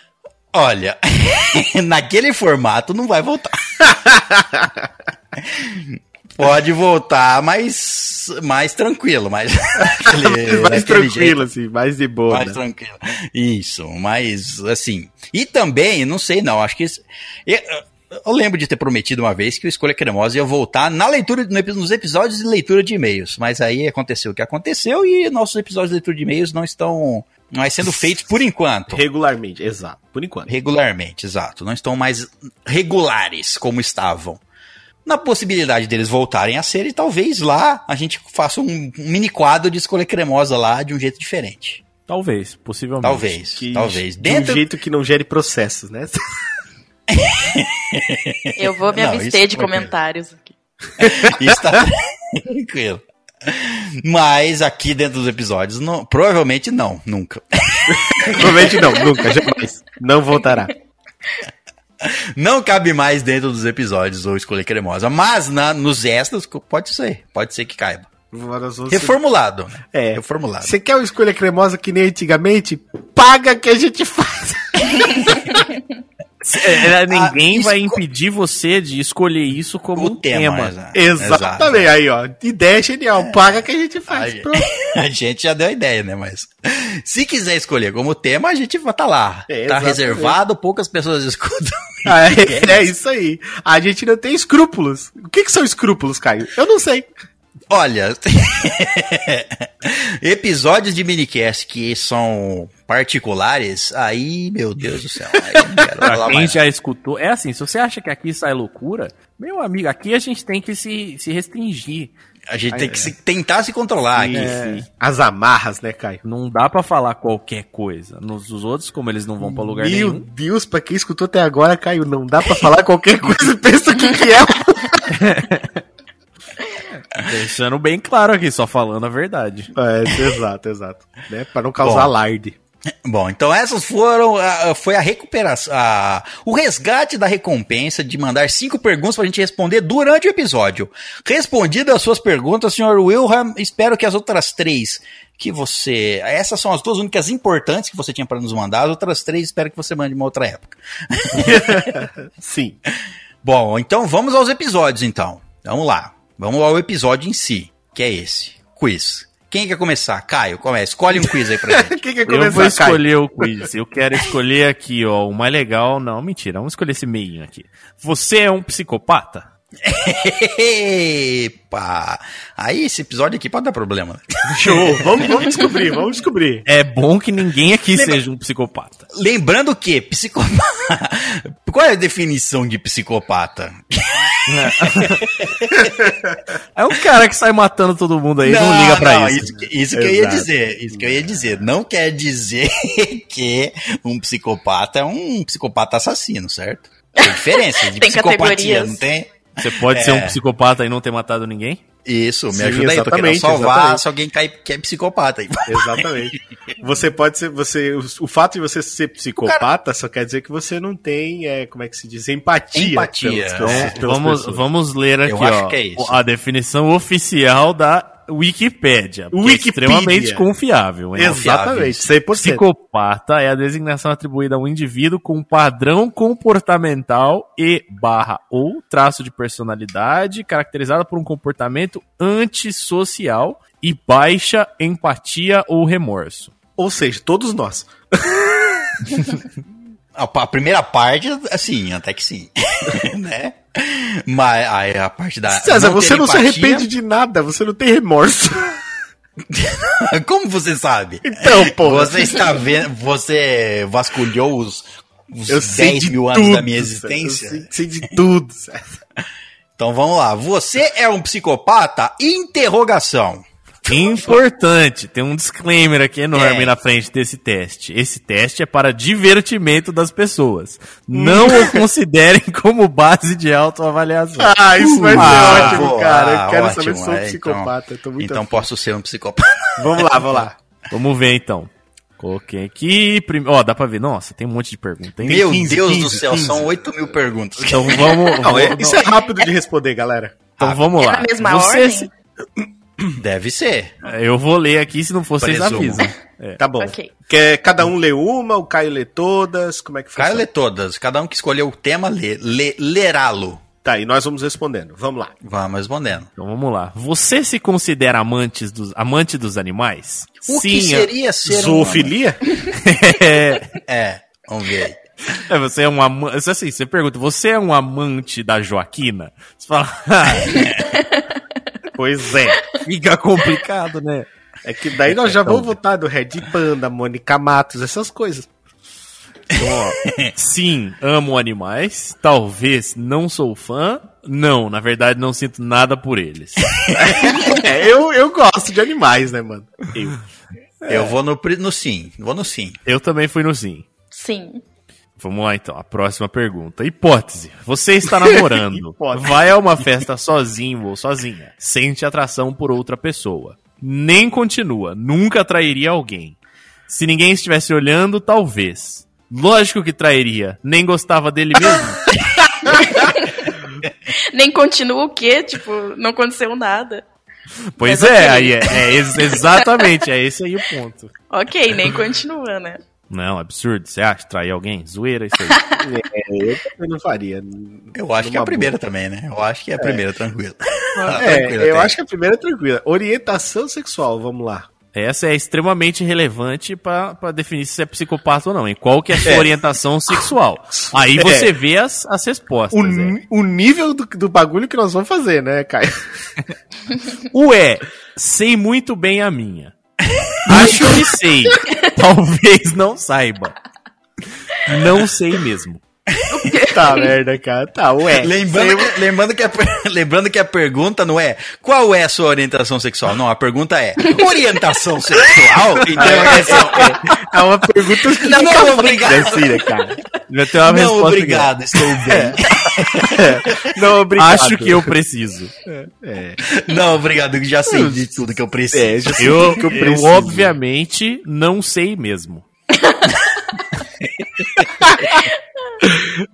[SPEAKER 1] Olha, naquele formato não vai voltar. Pode voltar, mas mais tranquilo, mais, É,
[SPEAKER 2] mais tranquilo, assim, mais de boa.
[SPEAKER 1] mais
[SPEAKER 2] né?
[SPEAKER 1] tranquilo. Isso, mas assim. E também, não sei não, acho que. isso- eu, eu lembro de ter prometido uma vez que o Escolha Cremosa ia voltar na leitura, no epi- nos episódios de leitura de e-mails. Mas aí aconteceu o que aconteceu e nossos episódios de leitura de e-mails não estão mais sendo feitos por enquanto.
[SPEAKER 2] Regularmente, exato. Por enquanto.
[SPEAKER 1] Regularmente, exato. Não estão mais regulares como estavam. Na possibilidade deles voltarem a ser, e talvez lá a gente faça um, um mini quadro de escolha cremosa lá de um jeito diferente.
[SPEAKER 3] Talvez, possivelmente.
[SPEAKER 1] Talvez,
[SPEAKER 2] Que-
[SPEAKER 1] talvez.
[SPEAKER 2] De
[SPEAKER 1] Dentro
[SPEAKER 2] um jeito que não gere processos, né?
[SPEAKER 4] Eu vou me
[SPEAKER 1] Não,
[SPEAKER 4] abster
[SPEAKER 1] isso
[SPEAKER 4] de
[SPEAKER 1] foi bem.
[SPEAKER 4] comentários. aqui.
[SPEAKER 1] Isso tá tranquilo. Mas aqui dentro dos episódios, não- provavelmente não, nunca.
[SPEAKER 2] Provavelmente não, nunca, jamais. Não voltará.
[SPEAKER 1] Não cabe mais dentro dos episódios ou escolher cremosa, mas na, nos extras pode ser, pode ser que caiba. Reformulado, né?
[SPEAKER 2] É.
[SPEAKER 1] reformulado.
[SPEAKER 2] Você quer uma escolha cremosa que nem antigamente? Paga que a gente faz.
[SPEAKER 3] É, ninguém
[SPEAKER 1] Ah,
[SPEAKER 3] vai
[SPEAKER 1] esco-
[SPEAKER 3] impedir você de escolher isso como um
[SPEAKER 1] o tema. né? exa-
[SPEAKER 3] tema.
[SPEAKER 2] é Exatamente. Aí, ó. Ideia genial. Paga que a gente faz.
[SPEAKER 1] É. Aí.
[SPEAKER 2] Pronto.
[SPEAKER 1] A gente já deu a ideia, né? Mas se quiser escolher como tema, a gente vai tá lá.
[SPEAKER 2] É,
[SPEAKER 1] tá
[SPEAKER 2] exatamente.
[SPEAKER 1] reservado, poucas pessoas escutam.
[SPEAKER 2] Ah, É, é isso aí. A gente não tem escrúpulos. O que, que são escrúpulos, Caio? Eu não sei.
[SPEAKER 1] Olha, episódios de minicast que são particulares, aí, meu Deus do céu. Aí eu não quero
[SPEAKER 3] Pra
[SPEAKER 1] falar
[SPEAKER 3] quem
[SPEAKER 1] mais.
[SPEAKER 3] já escutou, é assim, se você acha que aqui sai loucura, meu amigo, aqui a gente tem que se, se restringir.
[SPEAKER 1] A gente
[SPEAKER 2] é.
[SPEAKER 1] tem que se- tentar se controlar aqui.
[SPEAKER 2] As amarras, né, Caio?
[SPEAKER 3] Não dá pra falar qualquer coisa. Nos os outros, como eles não vão pra lugar
[SPEAKER 2] Meu
[SPEAKER 3] nenhum.
[SPEAKER 2] Deus, pra quem escutou até agora, Caio, não dá pra falar qualquer coisa. Pensa o que, que é.
[SPEAKER 3] Deixando bem claro aqui, só falando a verdade.
[SPEAKER 2] é. Exato, exato. Né? Pra não causar
[SPEAKER 1] Bom.
[SPEAKER 2] alarde.
[SPEAKER 1] Bom, então essas foram. a- a- foi a recuperação. a- o resgate da recompensa de mandar cinco perguntas pra gente responder durante o episódio. Respondidas as suas perguntas, senhor Wilhelm, espero que as outras três que você. Essas são as duas únicas importantes que você tinha pra nos mandar. As outras três espero que você mande em uma outra época.
[SPEAKER 2] Sim.
[SPEAKER 1] Bom, então vamos aos episódios, então. Vamos lá. Vamos ao episódio em si, que é esse. Quiz. Quem quer começar? Caio, começa. Escolhe um quiz aí pra gente.
[SPEAKER 2] Quem quer
[SPEAKER 3] Eu vou
[SPEAKER 2] começar, Caio?
[SPEAKER 3] escolher o quiz. Eu quero escolher aqui, ó, o mais legal. Não, mentira, vamos escolher esse meio aqui. Você é um psicopata?
[SPEAKER 1] Epa! Aí esse episódio aqui pode dar problema.
[SPEAKER 2] Show. Vamos, vamos descobrir, vamos descobrir.
[SPEAKER 3] É bom que ninguém aqui seja um psicopata.
[SPEAKER 1] Lembrando que psicopata. Qual é a definição de psicopata?
[SPEAKER 3] É um cara que sai matando todo mundo aí, não, liga pra
[SPEAKER 1] não,
[SPEAKER 3] isso.
[SPEAKER 1] que- isso que eu ia
[SPEAKER 2] Exato.
[SPEAKER 1] dizer. Isso que eu ia dizer. Não quer dizer que um psicopata é um psicopata assassino, certo? Tem diferença de
[SPEAKER 4] Tem
[SPEAKER 1] psicopatia,
[SPEAKER 4] categorias.
[SPEAKER 1] não tem?
[SPEAKER 3] Você pode ser
[SPEAKER 1] É.
[SPEAKER 3] um psicopata e não ter matado ninguém?
[SPEAKER 1] Isso, me
[SPEAKER 2] Sim,
[SPEAKER 1] ajuda aí, tô querendo
[SPEAKER 2] exatamente,
[SPEAKER 1] salvar
[SPEAKER 2] exatamente.
[SPEAKER 1] se alguém cai, que é psicopata aí.
[SPEAKER 2] Exatamente. Você pode ser. Você, o, o fato de você ser psicopata só quer dizer que você não tem, é, como é que se diz? Empatia.
[SPEAKER 1] Empatia, né?
[SPEAKER 2] pelas
[SPEAKER 3] é. Vamos,
[SPEAKER 2] pessoas.
[SPEAKER 3] vamos ler aqui,
[SPEAKER 1] Eu acho
[SPEAKER 3] ó,
[SPEAKER 1] que é isso.
[SPEAKER 3] a definição oficial da Wikipédia, que é
[SPEAKER 2] Wikipídia.
[SPEAKER 3] extremamente confiável. hein?
[SPEAKER 2] Exatamente, 100%.
[SPEAKER 3] Psicopata é a designação atribuída a um indivíduo com padrão comportamental e barra ou traço de personalidade caracterizado por um comportamento antissocial e baixa empatia ou remorso.
[SPEAKER 2] Ou seja, todos nós.
[SPEAKER 1] A, a primeira parte, assim, até que sim. né? Mas aí a parte da.
[SPEAKER 2] César,
[SPEAKER 1] Ah, ter
[SPEAKER 2] você não se
[SPEAKER 1] empatia-
[SPEAKER 2] arrepende de nada, você não tem remorso.
[SPEAKER 1] Como você sabe?
[SPEAKER 2] Então, pô.
[SPEAKER 1] Você está vendo. Você vasculhou os, os
[SPEAKER 2] Eu
[SPEAKER 1] 10 mil anos da minha existência.
[SPEAKER 2] César, Eu sei, sei de tudo. César.
[SPEAKER 1] Então vamos lá. Você é um psicopata? Interrogação.
[SPEAKER 3] Importante, tem um disclaimer aqui enorme
[SPEAKER 1] É.
[SPEAKER 3] na frente desse teste. Esse teste é para divertimento das pessoas.
[SPEAKER 1] Hum.
[SPEAKER 3] Não o considerem como base de autoavaliação.
[SPEAKER 2] Ah, isso vai ser
[SPEAKER 1] Ah,
[SPEAKER 2] ótimo,
[SPEAKER 1] boa,
[SPEAKER 2] cara. Eu quero
[SPEAKER 1] ótimo,
[SPEAKER 2] saber se sou um
[SPEAKER 1] é,
[SPEAKER 2] psicopata. eu tô muito
[SPEAKER 1] então
[SPEAKER 2] afim.
[SPEAKER 1] posso ser um psicopata.
[SPEAKER 2] Vamos lá, vamos lá.
[SPEAKER 3] Vamos ver então. Coloquei aqui. prim- Ó, dá pra ver. Nossa, tem um monte de pergunta, hein?
[SPEAKER 1] Meu
[SPEAKER 2] 15,
[SPEAKER 1] Deus
[SPEAKER 2] 15,
[SPEAKER 1] do céu,
[SPEAKER 2] 15.
[SPEAKER 1] são 8 mil perguntas.
[SPEAKER 3] Então vamos.
[SPEAKER 2] Não, é-
[SPEAKER 3] vamos-
[SPEAKER 2] isso é rápido de responder, galera.
[SPEAKER 3] então vamos lá.
[SPEAKER 4] É na mesma
[SPEAKER 3] Vocês-
[SPEAKER 1] Deve ser.
[SPEAKER 3] Eu vou ler aqui, se não for, vocês
[SPEAKER 1] Presumo.
[SPEAKER 3] avisam.
[SPEAKER 1] É.
[SPEAKER 2] Tá bom.
[SPEAKER 4] Ok.
[SPEAKER 2] Quer cada um lê uma, o Caio lê todas, como é que
[SPEAKER 1] Caio
[SPEAKER 2] funciona?
[SPEAKER 1] lê todas. Cada um que escolheu o tema, lê, lê, lerá-lo.
[SPEAKER 2] Tá, e nós vamos respondendo. Vamos lá.
[SPEAKER 1] Vamos respondendo.
[SPEAKER 3] Então vamos lá. Você se considera amantes dos, amante dos animais? é
[SPEAKER 1] O que
[SPEAKER 3] eu-
[SPEAKER 1] seria ser
[SPEAKER 2] Zoofilia?
[SPEAKER 3] é,
[SPEAKER 1] um... É, vamos ver aí.
[SPEAKER 3] é, você é um amante. Assim, você pergunta, você é um amante da Joaquina? Você fala, ah,
[SPEAKER 2] pois é.
[SPEAKER 3] fica complicado, né?
[SPEAKER 2] É que daí nós já vamos votar do Red Panda, Mônica Matos, essas coisas.
[SPEAKER 3] Então, ó, sim, amo animais. Talvez não sou fã. Não, na verdade não sinto nada por eles.
[SPEAKER 2] É, eu, eu gosto de animais, né, mano? Eu. É.
[SPEAKER 1] Eu vou no, pri- no sim. Vou no sim.
[SPEAKER 3] Eu também fui no sim.
[SPEAKER 4] Sim.
[SPEAKER 3] Vamos lá então, a próxima pergunta. Hipótese. Você está namorando,
[SPEAKER 2] Hipótese.
[SPEAKER 3] vai a uma festa sozinho ou sozinha, sente atração por outra pessoa. Nem continua, nunca trairia alguém. Se ninguém estivesse olhando, talvez. Lógico que trairia, nem gostava dele mesmo.
[SPEAKER 4] Nem continua o quê? Tipo, não aconteceu nada.
[SPEAKER 3] Pois
[SPEAKER 4] Mas
[SPEAKER 3] é,
[SPEAKER 4] ok.
[SPEAKER 3] aí é, é ex- exatamente, é esse aí o ponto.
[SPEAKER 4] Ok, nem continua, né?
[SPEAKER 3] Não, absurdo, você acha? Trair alguém? Zoeira, isso aí.
[SPEAKER 2] É, eu também não faria.
[SPEAKER 1] Eu acho que é a
[SPEAKER 2] Numa
[SPEAKER 1] primeira também, né? Eu acho que é a primeira, tranquilo. Ah,
[SPEAKER 2] É,
[SPEAKER 1] tranquilo,
[SPEAKER 2] eu
[SPEAKER 1] até.
[SPEAKER 2] acho que a primeira é tranquila. Orientação sexual, vamos lá.
[SPEAKER 3] Essa é extremamente relevante pra pra definir se você é psicopata ou não, em qual que é a sua orientação sexual. Aí
[SPEAKER 2] É.
[SPEAKER 3] você vê as, as respostas. é.
[SPEAKER 2] O, ni- o nível do, do bagulho que nós vamos fazer, né, Caio?
[SPEAKER 3] é. Ué, sei muito bem a minha. Acho que sei. Talvez não saiba. Não sei mesmo.
[SPEAKER 2] Tá merda, cara. Tá, ué.
[SPEAKER 1] Lembrando, que, lembrando, que a, per- lembrando que a pergunta não é qual é a sua orientação sexual. Não, a pergunta é orientação sexual? Então, é só-
[SPEAKER 2] É uma pergunta
[SPEAKER 1] não,
[SPEAKER 4] calma,
[SPEAKER 1] obrigado.
[SPEAKER 2] assim, né, cara?
[SPEAKER 3] Já tem uma
[SPEAKER 1] Não,
[SPEAKER 2] é
[SPEAKER 3] resposta aqui.
[SPEAKER 1] obrigado, estou bem.
[SPEAKER 2] Não, obrigado.
[SPEAKER 3] Acho que eu preciso.
[SPEAKER 2] É,
[SPEAKER 1] Não, obrigado, já sei de tudo que eu preciso.
[SPEAKER 2] é já sei
[SPEAKER 3] Eu,
[SPEAKER 2] o que eu
[SPEAKER 3] eu
[SPEAKER 2] preciso.
[SPEAKER 3] obviamente não sei mesmo.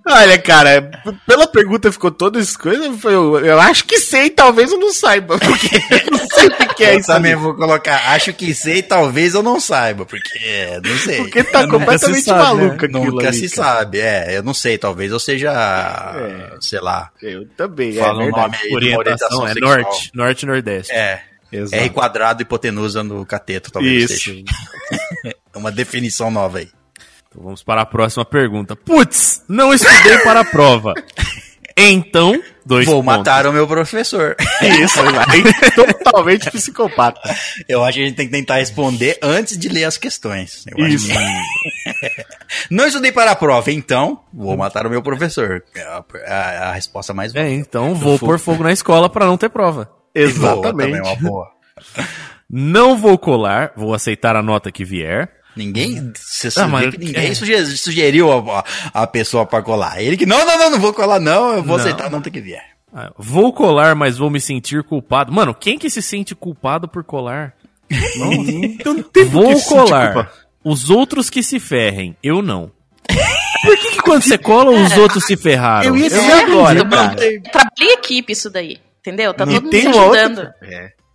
[SPEAKER 2] Olha, cara, p- pela pergunta ficou toda isso coisa. foi Eu, eu acho que sei, talvez eu não saiba. Porque eu não sei o que, que é
[SPEAKER 1] eu
[SPEAKER 2] isso. ali.
[SPEAKER 1] também vou colocar, acho que sei, talvez eu não saiba, porque é, não sei.
[SPEAKER 2] Porque tá
[SPEAKER 3] Nunca
[SPEAKER 2] completamente
[SPEAKER 3] se sabe,
[SPEAKER 2] maluco aquilo
[SPEAKER 1] Nunca
[SPEAKER 2] ali,
[SPEAKER 1] se
[SPEAKER 2] cara. É.
[SPEAKER 1] sabe, é, eu não sei, talvez eu seja, sei lá,
[SPEAKER 2] Eu também,
[SPEAKER 1] Fala
[SPEAKER 2] é
[SPEAKER 1] um
[SPEAKER 2] verdade.
[SPEAKER 1] nome. É, de uma
[SPEAKER 3] Orientação,
[SPEAKER 1] orientação
[SPEAKER 3] é
[SPEAKER 1] sexual.
[SPEAKER 3] norte, norte e nordeste.
[SPEAKER 1] é,
[SPEAKER 2] Exato.
[SPEAKER 1] R quadrado, hipotenusa no cateto, talvez
[SPEAKER 2] Isso.
[SPEAKER 1] seja. É uma definição nova aí.
[SPEAKER 3] Então vamos para a próxima pergunta. Putz, não estudei para a prova. Então, dois
[SPEAKER 1] Vou
[SPEAKER 3] pontos.
[SPEAKER 1] matar o meu professor.
[SPEAKER 2] Isso, aí, totalmente psicopata.
[SPEAKER 1] Eu acho que a gente tem que tentar responder antes de ler as questões. Eu acho
[SPEAKER 2] Isso.
[SPEAKER 1] que- Não estudei para a prova, então vou
[SPEAKER 2] Hum.
[SPEAKER 1] matar o meu professor. É a, a- a resposta mais
[SPEAKER 3] É, então vou pôr fogo na escola para não ter prova.
[SPEAKER 1] Boa também,
[SPEAKER 2] Exatamente.
[SPEAKER 1] uma boa.
[SPEAKER 3] Não vou colar, vou aceitar a nota que vier.
[SPEAKER 1] Ninguém, você
[SPEAKER 3] Ah,
[SPEAKER 1] vê
[SPEAKER 3] mas-
[SPEAKER 1] que ninguém suge- sugeriu a, a- a pessoa para colar. Ele que, não, não, não, não vou colar não, eu vou
[SPEAKER 3] Não.
[SPEAKER 1] aceitar a nota que vier.
[SPEAKER 3] Ah, Vou colar, mas vou me sentir culpado. Mano, quem que se sente culpado por colar?
[SPEAKER 2] Então não tem por que
[SPEAKER 3] Vou
[SPEAKER 2] se sentir
[SPEAKER 3] colar.
[SPEAKER 2] culpa.
[SPEAKER 3] Os outros que se ferrem, eu não. Por que, que quando você cola, os outros se ferraram?
[SPEAKER 2] Eu ia dizer
[SPEAKER 3] agora,
[SPEAKER 2] isso,
[SPEAKER 3] cara.
[SPEAKER 4] Trabalha em equipe isso daí, entendeu? Tá
[SPEAKER 2] Não.
[SPEAKER 4] todo mundo
[SPEAKER 2] E
[SPEAKER 4] se
[SPEAKER 2] tem uma outra-
[SPEAKER 4] ajudando.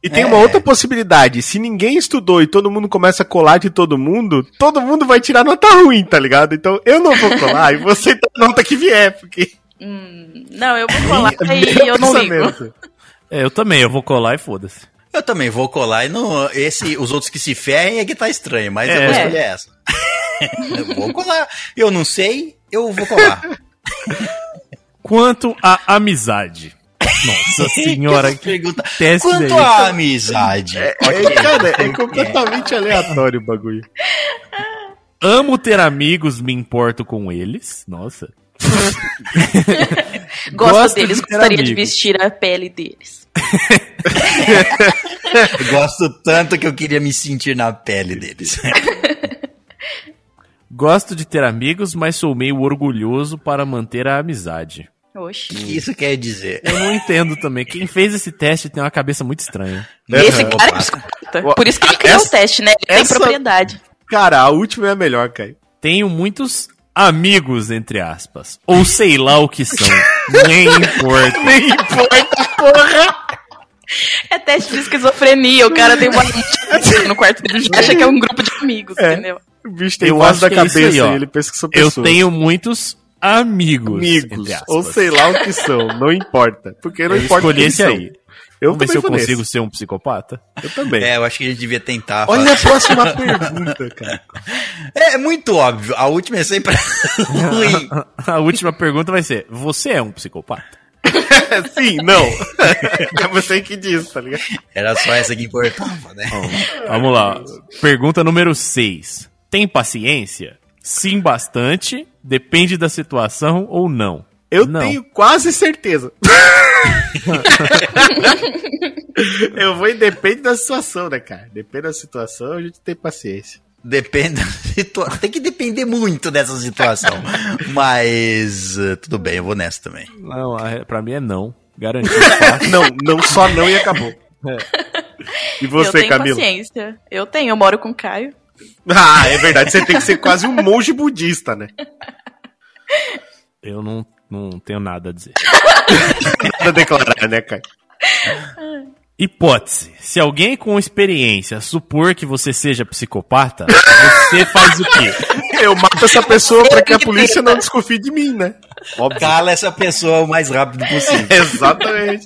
[SPEAKER 2] E tem
[SPEAKER 1] É.
[SPEAKER 2] uma outra possibilidade. Se ninguém estudou e todo mundo começa a colar de todo mundo, todo mundo vai tirar nota ruim, tá ligado? Então eu não vou colar e você dá a nota que vier, porque.
[SPEAKER 4] Hum, não, eu vou falar
[SPEAKER 2] Meu
[SPEAKER 4] e eu não ligo.
[SPEAKER 2] pensamento.
[SPEAKER 3] É, eu também, eu vou colar e foda-se.
[SPEAKER 1] Eu também vou colar e não, esse, os outros que se ferrem é que tá estranho, mas eu
[SPEAKER 3] É.
[SPEAKER 1] vou escolher essa. eu vou colar. Eu não sei, eu vou colar.
[SPEAKER 3] Quanto à amizade. Nossa senhora,
[SPEAKER 1] Que
[SPEAKER 3] que
[SPEAKER 1] pergunta.
[SPEAKER 3] teste é
[SPEAKER 1] Quanto
[SPEAKER 3] daí. tá-"
[SPEAKER 1] à amizade.
[SPEAKER 2] É, cara, é completamente aleatório o bagulho.
[SPEAKER 3] Amo ter amigos, me importo com eles. Nossa.
[SPEAKER 4] Gosto
[SPEAKER 3] Gosto
[SPEAKER 4] deles,
[SPEAKER 3] de ter
[SPEAKER 4] gostaria de
[SPEAKER 3] amigo.
[SPEAKER 4] vestir a pele deles.
[SPEAKER 1] Eu gosto tanto que eu queria me sentir na pele deles.
[SPEAKER 3] Gosto de ter amigos, mas sou meio orgulhoso para manter a amizade.
[SPEAKER 1] O
[SPEAKER 4] Oxi.
[SPEAKER 1] que isso quer dizer?
[SPEAKER 3] Eu não entendo também. Quem fez esse teste tem uma cabeça muito estranha.
[SPEAKER 4] Esse cara é psicopata. Por isso que ele criou
[SPEAKER 2] Essa-
[SPEAKER 4] o teste, né? Ele tem
[SPEAKER 2] essa-
[SPEAKER 4] propriedade.
[SPEAKER 2] Cara, a última é a melhor, cara.
[SPEAKER 3] Tenho muitos amigos, entre aspas. Ou sei lá o que são. Nem importa.
[SPEAKER 2] Nem importa.
[SPEAKER 4] É teste de esquizofrenia. O cara tem uma no quarto dele e acha que é um grupo de amigos,
[SPEAKER 2] É.
[SPEAKER 4] entendeu?
[SPEAKER 2] O bicho tem
[SPEAKER 3] Eu
[SPEAKER 2] voz
[SPEAKER 3] acho
[SPEAKER 2] da
[SPEAKER 3] que é isso
[SPEAKER 2] cabeça
[SPEAKER 3] aí, ó.
[SPEAKER 2] e ele pensa que são
[SPEAKER 3] Eu
[SPEAKER 2] pessoas.
[SPEAKER 3] tenho muitos amigos.
[SPEAKER 2] amigos.
[SPEAKER 3] entre aspas.
[SPEAKER 2] Ou sei lá o que são. Não importa. Porque não
[SPEAKER 3] Eu
[SPEAKER 2] importa
[SPEAKER 3] escolhi
[SPEAKER 2] quem
[SPEAKER 3] esse
[SPEAKER 2] são.
[SPEAKER 3] aí.
[SPEAKER 2] Eu
[SPEAKER 3] Vamos ver se
[SPEAKER 2] também
[SPEAKER 3] eu
[SPEAKER 2] vou nesse.
[SPEAKER 3] consigo ser um psicopata.
[SPEAKER 2] Eu também.
[SPEAKER 1] É, eu acho que a gente devia tentar. falar.
[SPEAKER 2] Olha a próxima pergunta, cara.
[SPEAKER 1] É, é muito óbvio. A última é sempre ruim.
[SPEAKER 3] A última pergunta vai ser: Você é um psicopata?
[SPEAKER 2] Sim, não. é você que diz, tá ligado?
[SPEAKER 1] Era só essa que importava, né?
[SPEAKER 3] Vamos lá. Pergunta número 6. Tem paciência? Sim, bastante. Depende da situação ou não.
[SPEAKER 2] Eu
[SPEAKER 3] Não.
[SPEAKER 2] tenho quase certeza. eu vou e depende da situação, né, cara? Depende da situação, a gente tem paciência.
[SPEAKER 1] Depende da situação. Tem que depender muito dessa situação. Mas eh, tudo bem, eu vou nessa também.
[SPEAKER 3] Não, a- pra mim é não. Garantido.
[SPEAKER 2] não, não só não e acabou. É. E
[SPEAKER 4] eu
[SPEAKER 2] você,
[SPEAKER 4] tenho
[SPEAKER 2] Camilo?
[SPEAKER 4] paciência. Eu tenho, eu moro com o Caio.
[SPEAKER 2] Ah, é verdade, você tem que ser quase um monge budista, né?
[SPEAKER 3] Eu não, não tenho nada a dizer.
[SPEAKER 2] Pra declarar, né, cara?
[SPEAKER 3] Hipótese. Se alguém com experiência supor que você seja psicopata, você faz o quê?
[SPEAKER 2] Eu mato essa pessoa pra que a polícia não desconfie de mim, né? Óbvio.
[SPEAKER 1] Cala essa pessoa o mais rápido possível.
[SPEAKER 2] Exatamente.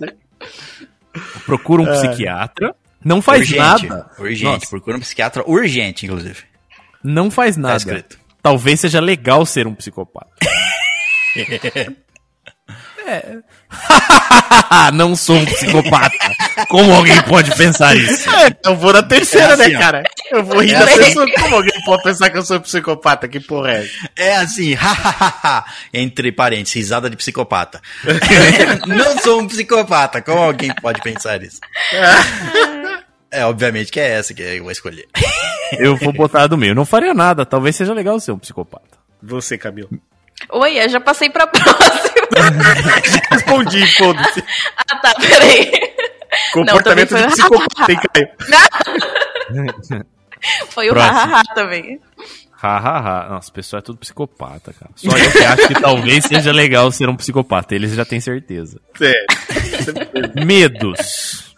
[SPEAKER 3] Procura um psiquiatra. Não faz
[SPEAKER 1] urgente,
[SPEAKER 3] nada.
[SPEAKER 1] Urgente.
[SPEAKER 3] Nossa.
[SPEAKER 1] Procura um psiquiatra urgente, inclusive.
[SPEAKER 3] Não faz
[SPEAKER 1] Tá
[SPEAKER 3] nada.
[SPEAKER 1] escrito.
[SPEAKER 3] Talvez seja legal ser um psicopata. é. não sou um psicopata. Como alguém pode pensar isso?
[SPEAKER 2] É, eu vou na terceira,
[SPEAKER 1] É assim,
[SPEAKER 2] né,
[SPEAKER 1] ó.
[SPEAKER 2] cara? Eu vou rir
[SPEAKER 1] É
[SPEAKER 2] da
[SPEAKER 1] assim.
[SPEAKER 2] pessoa. Como alguém pode pensar que eu sou psicopata? Que porra é essa?
[SPEAKER 1] É assim, hahaha, entre parênteses, risada de psicopata. Não sou um psicopata, como alguém pode pensar isso? É, obviamente que é essa que eu vou escolher.
[SPEAKER 3] Eu vou botar a do meio. Não faria nada. Talvez seja legal ser um psicopata.
[SPEAKER 2] Você, Camilo.
[SPEAKER 4] Oi, eu já passei pra próxima.
[SPEAKER 2] Respondi, foda-se.
[SPEAKER 4] ah, tá, peraí.
[SPEAKER 2] Comportamento de
[SPEAKER 4] também foi-
[SPEAKER 2] psicopata, hein, Caio?
[SPEAKER 4] Foi o
[SPEAKER 3] Próximo.
[SPEAKER 4] hahaha também.
[SPEAKER 3] Ha, ha, ha. Nossa, o pessoal é tudo psicopata, cara. Só eu que acho que talvez seja legal ser um psicopata. Eles já têm certeza.
[SPEAKER 2] Sério.
[SPEAKER 3] Medos.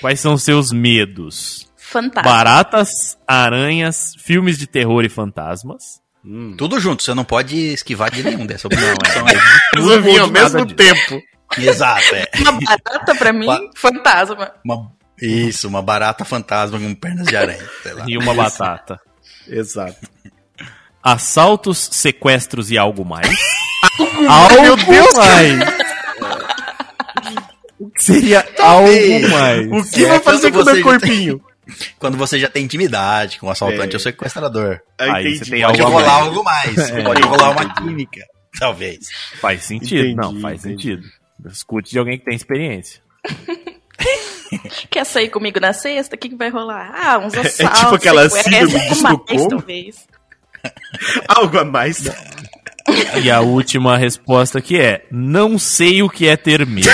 [SPEAKER 3] Quais são os seus medos?
[SPEAKER 4] Fantástico.
[SPEAKER 3] Baratas, aranhas, filmes de terror e fantasmas.
[SPEAKER 1] Tudo junto, você não pode esquivar de nenhum dessa é. opção.
[SPEAKER 2] Resolvi
[SPEAKER 3] Não vou
[SPEAKER 2] ao
[SPEAKER 3] de
[SPEAKER 2] mesmo
[SPEAKER 3] nada disso.
[SPEAKER 2] tempo.
[SPEAKER 1] Exato, é.
[SPEAKER 4] Uma barata pra mim,
[SPEAKER 1] Ba-
[SPEAKER 4] fantasma.
[SPEAKER 1] Uma- isso, uma barata fantasma com pernas de aranha, sei lá.
[SPEAKER 3] E uma batata.
[SPEAKER 2] Exato.
[SPEAKER 3] Assaltos, sequestros e algo mais.
[SPEAKER 2] Meu Deus,
[SPEAKER 3] mais. O que Seria algo
[SPEAKER 1] Talvez.
[SPEAKER 3] mais.
[SPEAKER 2] O que
[SPEAKER 1] É,
[SPEAKER 2] vai fazer com
[SPEAKER 1] quando
[SPEAKER 2] o meu
[SPEAKER 1] você-
[SPEAKER 2] corpinho?
[SPEAKER 1] Quando você já tem intimidade com o assaltante
[SPEAKER 2] É.
[SPEAKER 1] ou sequestrador.
[SPEAKER 2] Ah,
[SPEAKER 3] Aí você
[SPEAKER 2] entendi.
[SPEAKER 3] tem
[SPEAKER 1] Pode
[SPEAKER 3] algo a
[SPEAKER 1] rolar
[SPEAKER 3] mais. É,
[SPEAKER 1] algo mais.
[SPEAKER 2] É.
[SPEAKER 1] Pode rolar uma química, talvez.
[SPEAKER 3] Faz sentido.
[SPEAKER 2] Entendi,
[SPEAKER 3] não, faz
[SPEAKER 2] entendi.
[SPEAKER 3] sentido. Escute de alguém que tem experiência.
[SPEAKER 4] Quer sair comigo na sexta? O que, que vai rolar? Ah, uns assaltos.
[SPEAKER 2] tipo aquela
[SPEAKER 4] sequestro,
[SPEAKER 2] síndrome de
[SPEAKER 4] algo mais,
[SPEAKER 2] Estocolmo?
[SPEAKER 4] talvez.
[SPEAKER 2] Algo a mais.
[SPEAKER 3] E a última resposta que é: não sei o que é ter medo.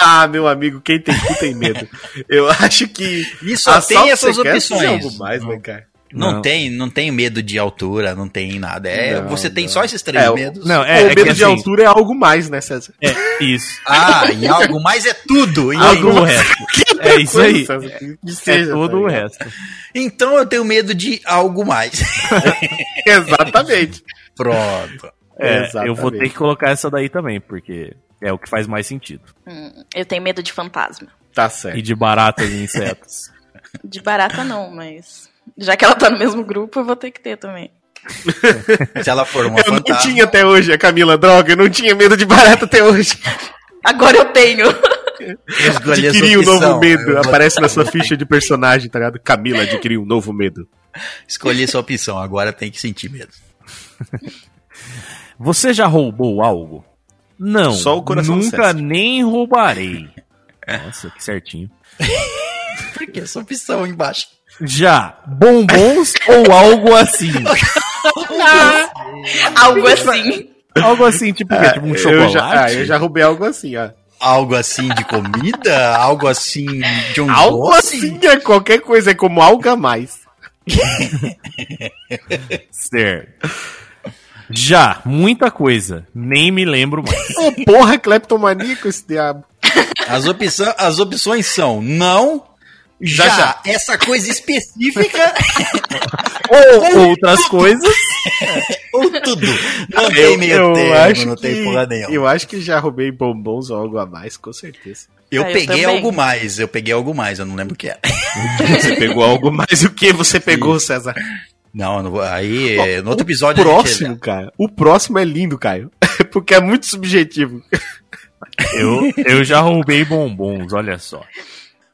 [SPEAKER 2] Ah, meu amigo, quem tem cu tem medo. Eu acho que.
[SPEAKER 1] E só tem
[SPEAKER 2] assalto,
[SPEAKER 1] essas
[SPEAKER 2] sequestro é
[SPEAKER 1] opções.
[SPEAKER 2] Algo mais, né, cara?
[SPEAKER 1] Não,
[SPEAKER 3] Não.
[SPEAKER 1] tem, não tem medo de altura, não tem nada. É,
[SPEAKER 2] Não,
[SPEAKER 1] você tem
[SPEAKER 2] não.
[SPEAKER 1] só esses três
[SPEAKER 2] É, o-
[SPEAKER 1] medos.
[SPEAKER 3] Não, é,
[SPEAKER 2] o
[SPEAKER 3] é
[SPEAKER 2] medo
[SPEAKER 3] que
[SPEAKER 2] de
[SPEAKER 3] assim,
[SPEAKER 2] altura é algo mais, né, César?
[SPEAKER 3] é isso.
[SPEAKER 1] Ah, e algo mais é tudo. E
[SPEAKER 3] Algo
[SPEAKER 1] algo-
[SPEAKER 3] o resto. É isso aí.
[SPEAKER 2] César, que- que
[SPEAKER 3] É
[SPEAKER 2] seja,
[SPEAKER 3] todo
[SPEAKER 2] tá
[SPEAKER 3] o
[SPEAKER 2] ligado?
[SPEAKER 3] resto.
[SPEAKER 1] Então eu tenho medo de algo mais.
[SPEAKER 2] Exatamente.
[SPEAKER 1] Pronto.
[SPEAKER 3] É, eu vou
[SPEAKER 2] Exatamente.
[SPEAKER 3] ter que colocar essa daí também, porque é o que faz mais sentido.
[SPEAKER 4] Hum, eu tenho medo de fantasma.
[SPEAKER 2] Tá
[SPEAKER 3] E
[SPEAKER 2] certo.
[SPEAKER 3] de baratas e insetos.
[SPEAKER 4] De barata não, mas... Já que ela tá no mesmo grupo, eu vou ter que ter também.
[SPEAKER 1] Se ela for uma
[SPEAKER 2] Eu não
[SPEAKER 1] fantasma.
[SPEAKER 2] tinha até hoje, a Camila, droga, eu não tinha medo de barata até hoje.
[SPEAKER 4] Agora eu tenho.
[SPEAKER 1] eu escolhi essa
[SPEAKER 2] Adquiri um
[SPEAKER 1] opção.
[SPEAKER 2] novo medo.
[SPEAKER 1] Eu vou-
[SPEAKER 2] Aparece na
[SPEAKER 1] eu
[SPEAKER 2] sua
[SPEAKER 1] vou-
[SPEAKER 2] ficha de personagem, tá ligado? Camila adquiriu um novo medo.
[SPEAKER 1] Escolhi essa opção, agora tem que sentir medo.
[SPEAKER 3] Você já roubou algo? Não.
[SPEAKER 2] Só o coração do É.
[SPEAKER 3] Nunca
[SPEAKER 2] César.
[SPEAKER 3] nem roubarei. Nossa, que certinho.
[SPEAKER 1] Por que essa opção embaixo?
[SPEAKER 3] Já, bombons ou algo assim?
[SPEAKER 4] Algo assim.
[SPEAKER 3] Algo assim, tipo, o quê? tipo um
[SPEAKER 2] eu
[SPEAKER 3] chocolate?
[SPEAKER 2] já, ah, eu já roubei algo assim, ó.
[SPEAKER 1] Algo assim de comida? algo assim de um
[SPEAKER 2] Algo
[SPEAKER 1] doce?
[SPEAKER 2] assim é qualquer coisa, é como algo a mais.
[SPEAKER 3] Certo. Já, muita coisa. Nem me lembro mais.
[SPEAKER 2] Ô, porra, cleptomaníaco esse diabo.
[SPEAKER 1] As, opção, as opções são não, já,
[SPEAKER 2] Já, já.
[SPEAKER 1] essa coisa específica
[SPEAKER 3] Ou outras coisas.
[SPEAKER 1] ou tudo. Não tem meio termo, É, não tem porra nenhuma. Eu,
[SPEAKER 2] eu acho que já roubei bombons ou algo a mais, com certeza.
[SPEAKER 4] Ah, eu
[SPEAKER 1] peguei
[SPEAKER 4] também.
[SPEAKER 1] algo mais, eu peguei algo mais, eu não lembro o que é.
[SPEAKER 2] Você pegou algo mais o que você pegou, César?
[SPEAKER 1] Não, eu não vou- aí
[SPEAKER 2] Ó,
[SPEAKER 1] é, no outro
[SPEAKER 2] o
[SPEAKER 1] episódio... a gente-
[SPEAKER 2] próximo, cara. O próximo é lindo, Caio. Porque é muito subjetivo.
[SPEAKER 3] Eu, eu já roubei bombons, olha só.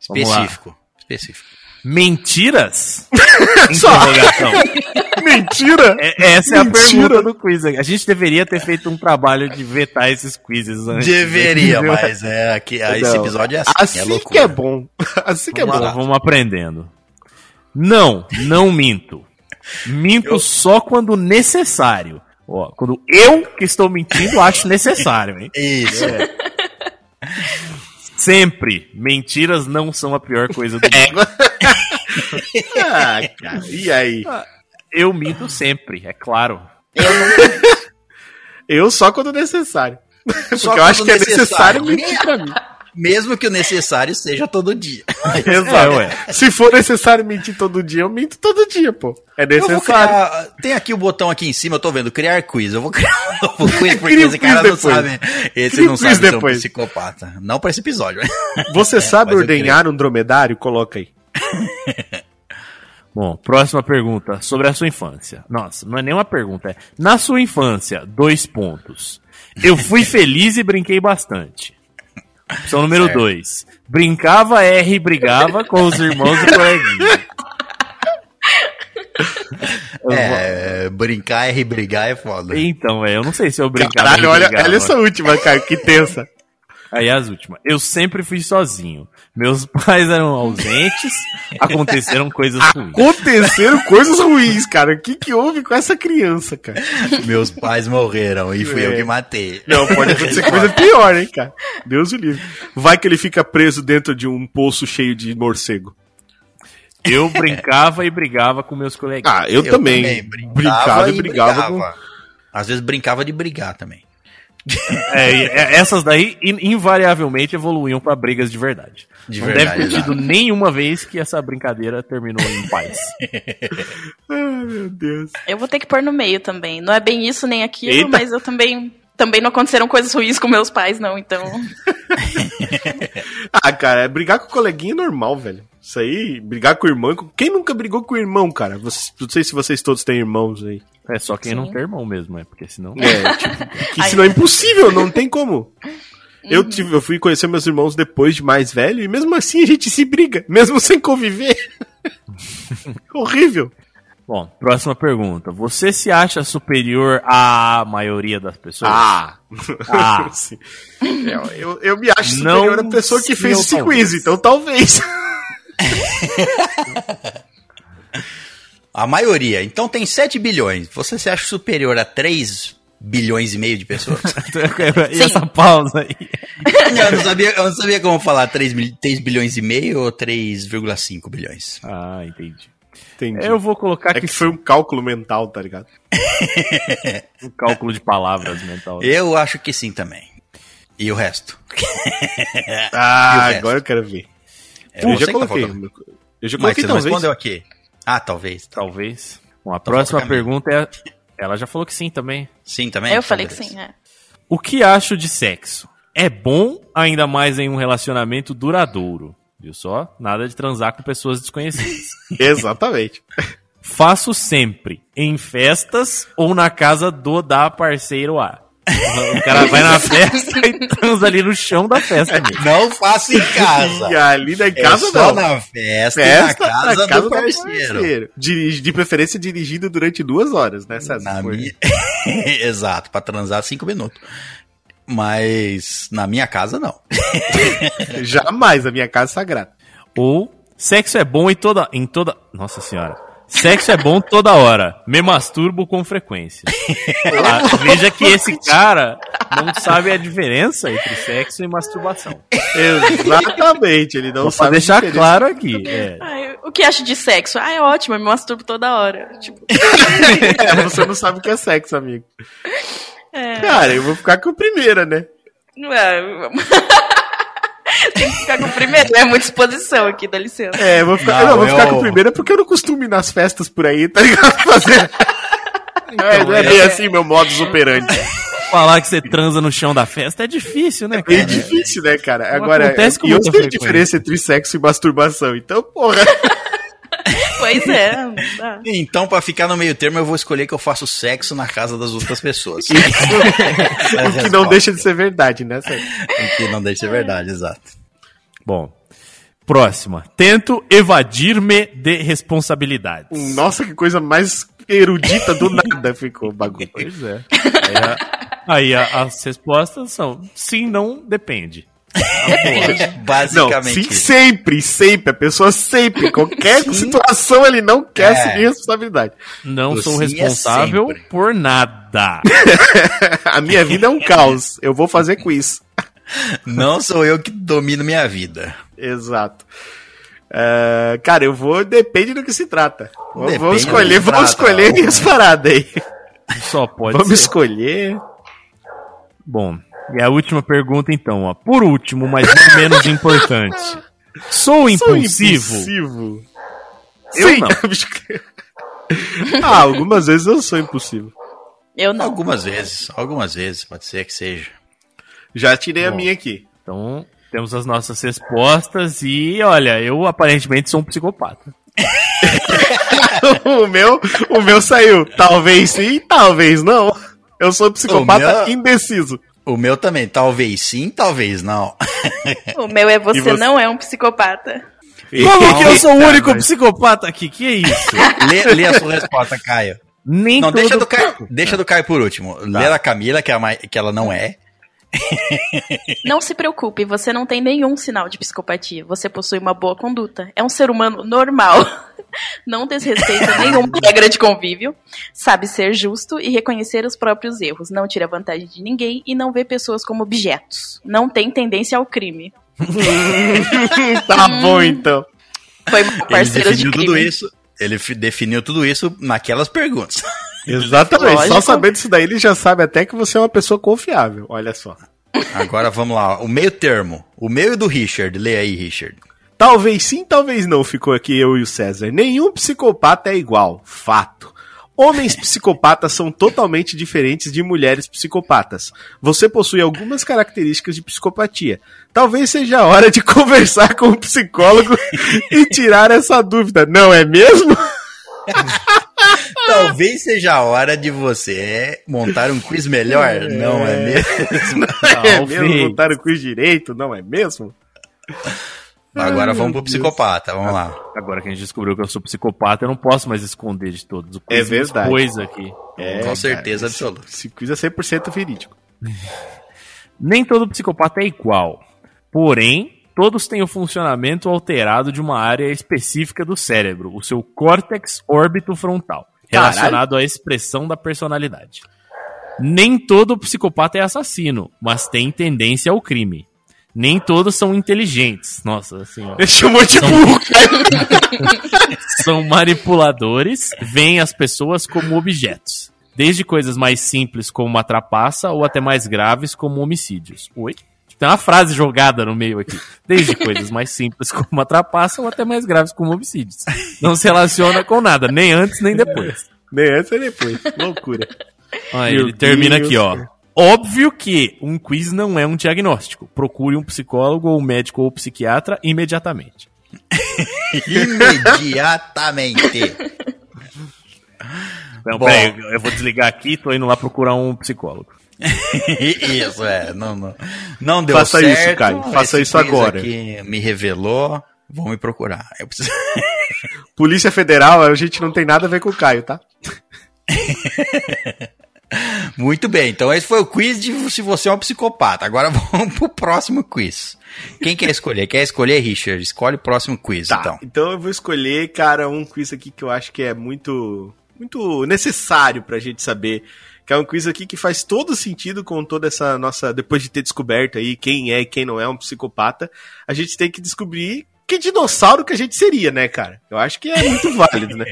[SPEAKER 3] Vamos lá.
[SPEAKER 1] específico, específico.
[SPEAKER 3] Mentiras?
[SPEAKER 2] Só.
[SPEAKER 3] Interrogação.
[SPEAKER 2] Mentira!
[SPEAKER 3] É- essa é a
[SPEAKER 2] Mentira.
[SPEAKER 3] pergunta do quiz. A gente deveria ter feito um trabalho de vetar esses quizzes antes.
[SPEAKER 1] Deveria, mas é aqui, ah, esse
[SPEAKER 2] Não.
[SPEAKER 1] episódio é assim, é
[SPEAKER 2] Assim que
[SPEAKER 1] loucura.
[SPEAKER 2] é bom. Assim que é
[SPEAKER 3] Vamos, lá,
[SPEAKER 2] bom.
[SPEAKER 3] vamos aprendendo. Não, não minto. Minto só quando necessário. Ó, quando eu que estou mentindo, acho necessário, hein?
[SPEAKER 1] Isso, é.
[SPEAKER 3] Sempre. Mentiras não são a pior coisa
[SPEAKER 2] É.
[SPEAKER 3] do mundo.
[SPEAKER 2] Ah, cara. E aí?
[SPEAKER 3] Eu minto sempre, é claro.
[SPEAKER 2] Eu só quando necessário.
[SPEAKER 1] Só
[SPEAKER 2] Porque eu acho
[SPEAKER 1] quando
[SPEAKER 2] que é necessário,
[SPEAKER 1] necessário.
[SPEAKER 2] mentir pra mim.
[SPEAKER 1] mesmo que o necessário seja todo dia.
[SPEAKER 3] É, ué.
[SPEAKER 2] Se for necessário mentir todo dia, eu minto todo dia, pô. É
[SPEAKER 1] Eu vou
[SPEAKER 2] necessário.
[SPEAKER 1] criar, tem aqui o botão aqui em cima, eu tô vendo, criar quiz. Eu vou criar um novo quiz porque
[SPEAKER 2] Cria o
[SPEAKER 1] esse cara
[SPEAKER 2] quiz
[SPEAKER 1] não
[SPEAKER 2] depois.
[SPEAKER 1] sabe. Esse
[SPEAKER 2] Cria o
[SPEAKER 1] não
[SPEAKER 2] quiz
[SPEAKER 1] sabe ser um
[SPEAKER 2] depois.
[SPEAKER 1] psicopata. Não pra esse episódio.
[SPEAKER 2] Você sabe
[SPEAKER 1] É, mas eu
[SPEAKER 2] ordenhar um dromedário? Coloca aí.
[SPEAKER 3] Bom, próxima pergunta sobre a sua infância. Nossa, não é nenhuma pergunta, é. Na sua infância, dois pontos. Eu fui feliz e brinquei bastante. Opção número dois. Brincava, R e brigava com os irmãos e coleguinhas. Eu
[SPEAKER 1] É, brincar e brigar é
[SPEAKER 3] vou-
[SPEAKER 1] foda.
[SPEAKER 3] Então, velho, eu não sei se eu brincava.
[SPEAKER 2] Caralho,
[SPEAKER 3] ou
[SPEAKER 2] olha,
[SPEAKER 3] brigava.
[SPEAKER 2] olha essa última, cara, que tensa.
[SPEAKER 3] Aí as últimas. Eu sempre fui sozinho. Meus pais eram ausentes, aconteceram coisas ruins.
[SPEAKER 2] Aconteceram coisas ruins, cara. O que que houve com essa criança, cara?
[SPEAKER 1] Meus pais morreram e fui
[SPEAKER 2] É.
[SPEAKER 1] eu que matei.
[SPEAKER 2] Não, pode acontecer coisa pior, hein, cara. Deus o livre. Vai que ele fica preso dentro de um poço cheio de morcego.
[SPEAKER 3] Eu brincava e brigava com meus coleguinhas.
[SPEAKER 2] Ah, eu, também. Brincava, e brigava, com...
[SPEAKER 1] Às vezes brincava de brigar também.
[SPEAKER 3] É, e- é, essas daí in- invariavelmente evoluíam pra brigas de verdade.
[SPEAKER 1] De
[SPEAKER 3] não
[SPEAKER 1] verdade.
[SPEAKER 3] deve ter tido
[SPEAKER 1] exato.
[SPEAKER 3] nenhuma vez que essa brincadeira terminou em paz.
[SPEAKER 2] Ai, Ah, meu Deus.
[SPEAKER 4] Eu vou ter que pôr no meio também. Não é bem isso nem aquilo,
[SPEAKER 2] Eita.
[SPEAKER 4] mas eu também. Também não aconteceram coisas ruins com meus pais, não, então.
[SPEAKER 2] Ah, cara, é brigar com coleguinha é normal, velho. Isso aí, brigar com o irmão. com- Quem nunca brigou com o irmão, cara? Vocês- não sei se vocês todos têm irmãos aí.
[SPEAKER 3] É só quem não
[SPEAKER 4] Sim.
[SPEAKER 3] tem irmão mesmo, é porque senão.
[SPEAKER 2] É, tipo, que
[SPEAKER 4] Ai.
[SPEAKER 2] senão é impossível, não tem como. Eu, tive, eu fui conhecer meus irmãos depois de mais velho e mesmo assim a gente se briga, mesmo sem conviver. Horrível.
[SPEAKER 3] Bom, próxima pergunta. Você se acha superior à maioria das pessoas?
[SPEAKER 2] Ah!
[SPEAKER 3] Ah.
[SPEAKER 2] Sim. Eu,
[SPEAKER 1] É,
[SPEAKER 2] eu, eu me acho
[SPEAKER 3] Não
[SPEAKER 2] superior à pessoa que
[SPEAKER 3] se
[SPEAKER 2] fez
[SPEAKER 3] eu
[SPEAKER 2] esse
[SPEAKER 3] talvez.
[SPEAKER 2] quiz, então talvez.
[SPEAKER 1] A maioria. Então tem 7 bilhões. Você se acha superior a 3 bilhões e meio de pessoas?
[SPEAKER 3] e essa pausa aí?
[SPEAKER 1] eu, não sabia, eu não sabia como falar 3, bilhões e meio ou 3,5 bilhões.
[SPEAKER 3] Ah, entendi.
[SPEAKER 2] Entendi.
[SPEAKER 3] Eu vou colocar
[SPEAKER 2] É
[SPEAKER 3] aqui
[SPEAKER 2] que foi um cálculo mental, tá ligado?
[SPEAKER 3] um cálculo de palavras né, mental.
[SPEAKER 1] Eu acho que sim também. E o resto? É. E o
[SPEAKER 2] Ah,
[SPEAKER 1] resto?
[SPEAKER 2] agora eu quero ver.
[SPEAKER 1] É
[SPEAKER 2] eu
[SPEAKER 1] você
[SPEAKER 2] já
[SPEAKER 1] que tá
[SPEAKER 2] coloquei.
[SPEAKER 1] faltando.
[SPEAKER 2] eu já
[SPEAKER 1] Mas
[SPEAKER 2] coloquei
[SPEAKER 1] você não
[SPEAKER 2] talvez.
[SPEAKER 1] respondeu aqui. Ah, talvez. Tal-
[SPEAKER 3] Talvez. Bom, a
[SPEAKER 1] Então
[SPEAKER 3] próxima
[SPEAKER 1] vamos pra
[SPEAKER 3] pergunta é. Ela já falou que sim também.
[SPEAKER 1] Sim, também?
[SPEAKER 4] eu falei que
[SPEAKER 1] Talvez.
[SPEAKER 4] sim, é.
[SPEAKER 3] O que acho de sexo? É bom, ainda mais em um relacionamento duradouro. Viu só? Nada de transar com pessoas desconhecidas.
[SPEAKER 2] Exatamente.
[SPEAKER 3] Faço sempre, em festas ou na casa do da parceiro A. O cara vai na festa e transa ali no chão da festa mesmo.
[SPEAKER 1] Não faça em
[SPEAKER 2] E
[SPEAKER 1] casa.
[SPEAKER 2] ali na
[SPEAKER 1] É
[SPEAKER 2] casa
[SPEAKER 1] só
[SPEAKER 2] não.
[SPEAKER 1] na festa, e
[SPEAKER 2] Festa
[SPEAKER 1] na casa, do parceiro.
[SPEAKER 2] Dirige- de preferência dirigido durante duas horas, né, César?
[SPEAKER 1] Na
[SPEAKER 2] Foi.
[SPEAKER 1] minha- Exato, pra transar cinco minutos. Mas na minha casa, não.
[SPEAKER 2] Jamais a minha casa é sagrada.
[SPEAKER 3] Ou Sexo é bom em toda. Em toda. Nossa senhora. Sexo é bom toda hora. Me masturbo com frequência. Ah, veja que esse cara não sabe a diferença entre sexo e masturbação.
[SPEAKER 2] Exatamente, ele não Então
[SPEAKER 3] Só pra
[SPEAKER 2] sabe.
[SPEAKER 3] deixar
[SPEAKER 2] diferença.
[SPEAKER 3] claro aqui. é.
[SPEAKER 4] Ai, o que acho de sexo? Ah, é ótimo, eu me masturbo toda hora. Tipo,
[SPEAKER 2] É, você não sabe o que é sexo, amigo.
[SPEAKER 4] é.
[SPEAKER 2] Cara, eu vou ficar com a primeira, né?
[SPEAKER 4] Ué, é, vamos- Tem que ficar com o primeiro. É muita exposição aqui, dá licença.
[SPEAKER 2] É, eu vou ficar,
[SPEAKER 1] Não,
[SPEAKER 2] não, eu vou ficar
[SPEAKER 1] eu-
[SPEAKER 2] com a primeira porque eu não costumo ir nas festas por aí, tá ligado? Fazer. é,
[SPEAKER 3] Então,
[SPEAKER 2] não é bem assim meu modus operandi. É
[SPEAKER 3] é. Falar que você transa no chão da festa é difícil, né,
[SPEAKER 2] É
[SPEAKER 3] cara?
[SPEAKER 2] difícil, né, cara?
[SPEAKER 3] Não
[SPEAKER 2] Agora,
[SPEAKER 3] acontece com
[SPEAKER 2] e eu
[SPEAKER 3] muita
[SPEAKER 2] sei a
[SPEAKER 3] frequência.
[SPEAKER 2] diferença entre sexo e masturbação, então, porra.
[SPEAKER 4] Pois é. não dá.
[SPEAKER 1] Então, pra ficar no meio termo, eu vou escolher que eu faço sexo na casa das outras pessoas. é
[SPEAKER 2] o
[SPEAKER 3] é
[SPEAKER 2] que não deixa de ser verdade, né? Sérgio?
[SPEAKER 1] O que não deixa de
[SPEAKER 4] É.
[SPEAKER 1] ser verdade, exato.
[SPEAKER 3] Bom. Próxima. Tento evadir-me de responsabilidades.
[SPEAKER 2] Nossa, que coisa mais erudita do nada ficou o bagulho.
[SPEAKER 3] Pois é. Aí, a- aí a- as respostas são sim, não, depende.
[SPEAKER 4] É.
[SPEAKER 2] Não,
[SPEAKER 1] Basicamente.
[SPEAKER 2] sim, sempre, sempre. A pessoa sempre, qualquer situação, ele não
[SPEAKER 1] É.
[SPEAKER 2] quer assumir responsabilidade.
[SPEAKER 3] Não
[SPEAKER 1] O
[SPEAKER 3] sou
[SPEAKER 1] sim é
[SPEAKER 3] responsável
[SPEAKER 1] sempre.
[SPEAKER 3] por nada.
[SPEAKER 2] A minha vida é um caos. Eu vou fazer quiz.
[SPEAKER 1] Não sou eu que domino minha vida.
[SPEAKER 2] Exato. É, cara, eu vou. Depende do que se trata. Vamos, vamos
[SPEAKER 1] Depende do
[SPEAKER 2] escolher,
[SPEAKER 1] que se
[SPEAKER 2] vamos
[SPEAKER 1] trata.
[SPEAKER 2] escolher minhas paradas aí.
[SPEAKER 3] Só pode
[SPEAKER 2] vamos
[SPEAKER 3] ser.
[SPEAKER 2] escolher.
[SPEAKER 3] Bom, e a última pergunta então, ó. Por último, mas não menos importante. Sou
[SPEAKER 2] Sou
[SPEAKER 3] impulsivo?
[SPEAKER 2] impulsivo.
[SPEAKER 3] Eu
[SPEAKER 2] Sim. ah, algumas vezes eu sou impulsivo.
[SPEAKER 4] Eu não.
[SPEAKER 1] Algumas vezes, algumas vezes, pode ser que seja.
[SPEAKER 2] Já tirei a
[SPEAKER 3] Bom.
[SPEAKER 2] minha aqui.
[SPEAKER 3] Então, temos as nossas respostas e, olha, eu aparentemente sou um psicopata.
[SPEAKER 2] o meu, o meu saiu. Talvez sim, talvez não. Eu sou
[SPEAKER 1] O
[SPEAKER 2] psicopata
[SPEAKER 1] meu-
[SPEAKER 2] indeciso.
[SPEAKER 1] O meu também, talvez sim, talvez não.
[SPEAKER 4] O meu é você,
[SPEAKER 2] E você?
[SPEAKER 4] não é um psicopata.
[SPEAKER 3] Como que eu sou o
[SPEAKER 2] Eita,
[SPEAKER 3] único
[SPEAKER 2] mas-
[SPEAKER 3] psicopata aqui? Que é isso?
[SPEAKER 1] Lê, lê a sua resposta, Caio.
[SPEAKER 3] Nem
[SPEAKER 1] Não,
[SPEAKER 3] todo...
[SPEAKER 1] deixa do Caio, deixa do Caio por último. Lê da Camila, que, é a mai- que ela não é.
[SPEAKER 4] Não se preocupe, você não tem nenhum sinal de psicopatia. Você possui uma boa conduta. É um ser humano normal. Não desrespeita nenhuma regra de convívio. Sabe ser justo e reconhecer os próprios erros. Não tira vantagem de ninguém e não vê pessoas como objetos. Não tem tendência ao crime.
[SPEAKER 2] tá bom então.
[SPEAKER 4] Foi uma
[SPEAKER 1] Ele
[SPEAKER 4] parceira de
[SPEAKER 1] definiu
[SPEAKER 4] crime.
[SPEAKER 1] tudo isso. Ele fi- definiu tudo isso naquelas perguntas.
[SPEAKER 2] Exatamente. Só
[SPEAKER 4] Lógico.
[SPEAKER 2] sabendo isso daí, ele já sabe até que você é uma pessoa confiável. Olha só.
[SPEAKER 1] Agora vamos lá, ó. o meio termo. O meu e do Richard. Lê aí, Richard.
[SPEAKER 2] Talvez sim, talvez não, ficou aqui eu e o César. Nenhum psicopata é igual, fato. Homens psicopatas são totalmente diferentes de mulheres psicopatas. Você possui algumas características de psicopatia. Talvez seja a hora de conversar com o psicólogo e tirar essa dúvida, não é mesmo?
[SPEAKER 4] Ah.
[SPEAKER 1] Talvez seja a hora de você montar um quiz melhor, não é mesmo?
[SPEAKER 2] é
[SPEAKER 3] Talvez.
[SPEAKER 2] mesmo? Voltaram com o direito, não é mesmo?
[SPEAKER 1] Agora vamos pro psicopata, vamos lá.
[SPEAKER 3] Agora que a gente descobriu que eu sou psicopata, eu não posso mais esconder de todos. O
[SPEAKER 2] É
[SPEAKER 3] quiz me
[SPEAKER 2] verdade.
[SPEAKER 3] expôs aqui.
[SPEAKER 2] É,
[SPEAKER 1] Com
[SPEAKER 2] cara,
[SPEAKER 1] certeza
[SPEAKER 2] esse-
[SPEAKER 1] absoluta.
[SPEAKER 2] Esse quiz é 100% verídico.
[SPEAKER 3] Nem todo psicopata é igual. Porém, todos têm o funcionamento alterado de uma área específica do cérebro, o seu córtex órbito-frontal,
[SPEAKER 2] Caralho.
[SPEAKER 3] relacionado à expressão da personalidade. Nem todo psicopata é assassino, mas tem tendência ao crime. Nem todos são inteligentes. Nossa assim, senhora.
[SPEAKER 2] Ele chamou de burro, cara.
[SPEAKER 3] São manipuladores, veem as pessoas como objetos. Desde coisas mais simples como uma trapaça ou até mais graves como homicídios. Oi? Tem uma frase jogada no meio aqui. Desde coisas mais simples como uma trapaça ou até mais graves como homicídios. Não se relaciona com nada, nem antes nem depois.
[SPEAKER 2] Nem antes nem depois. Loucura.
[SPEAKER 3] Ó,
[SPEAKER 2] Meu
[SPEAKER 3] ele termina
[SPEAKER 2] Deus,
[SPEAKER 3] aqui, ó. Óbvio que um quiz não é um diagnóstico. Procure um psicólogo ou um médico ou psiquiatra imediatamente.
[SPEAKER 1] Imediatamente.
[SPEAKER 3] Não,
[SPEAKER 1] Bom.
[SPEAKER 3] peraí, eu vou desligar aqui, tô indo lá procurar um psicólogo.
[SPEAKER 1] isso, é. Não, não, não deu
[SPEAKER 2] Faça
[SPEAKER 1] certo.
[SPEAKER 2] isso, Caio, faça
[SPEAKER 1] esse
[SPEAKER 2] isso
[SPEAKER 1] quiz
[SPEAKER 2] agora.
[SPEAKER 1] aqui me revelou. Vão me procurar. Eu preciso...
[SPEAKER 2] Polícia Federal, a gente não tem nada a ver com o Caio, tá?
[SPEAKER 1] Muito bem, então esse foi o quiz de se você é um psicopata. Agora vamos pro próximo quiz. Quem quer escolher? Quer escolher, Richard? Escolhe o próximo quiz,
[SPEAKER 2] Tá,
[SPEAKER 1] então.
[SPEAKER 2] então. eu vou escolher, cara, um quiz aqui que eu acho que é muito, muito necessário pra gente saber. Que é um quiz aqui que faz todo sentido com toda essa nossa. Depois de ter descoberto aí quem é e quem não é um psicopata, a gente tem que descobrir que dinossauro que a gente seria, né, cara? Eu acho que é muito válido, né?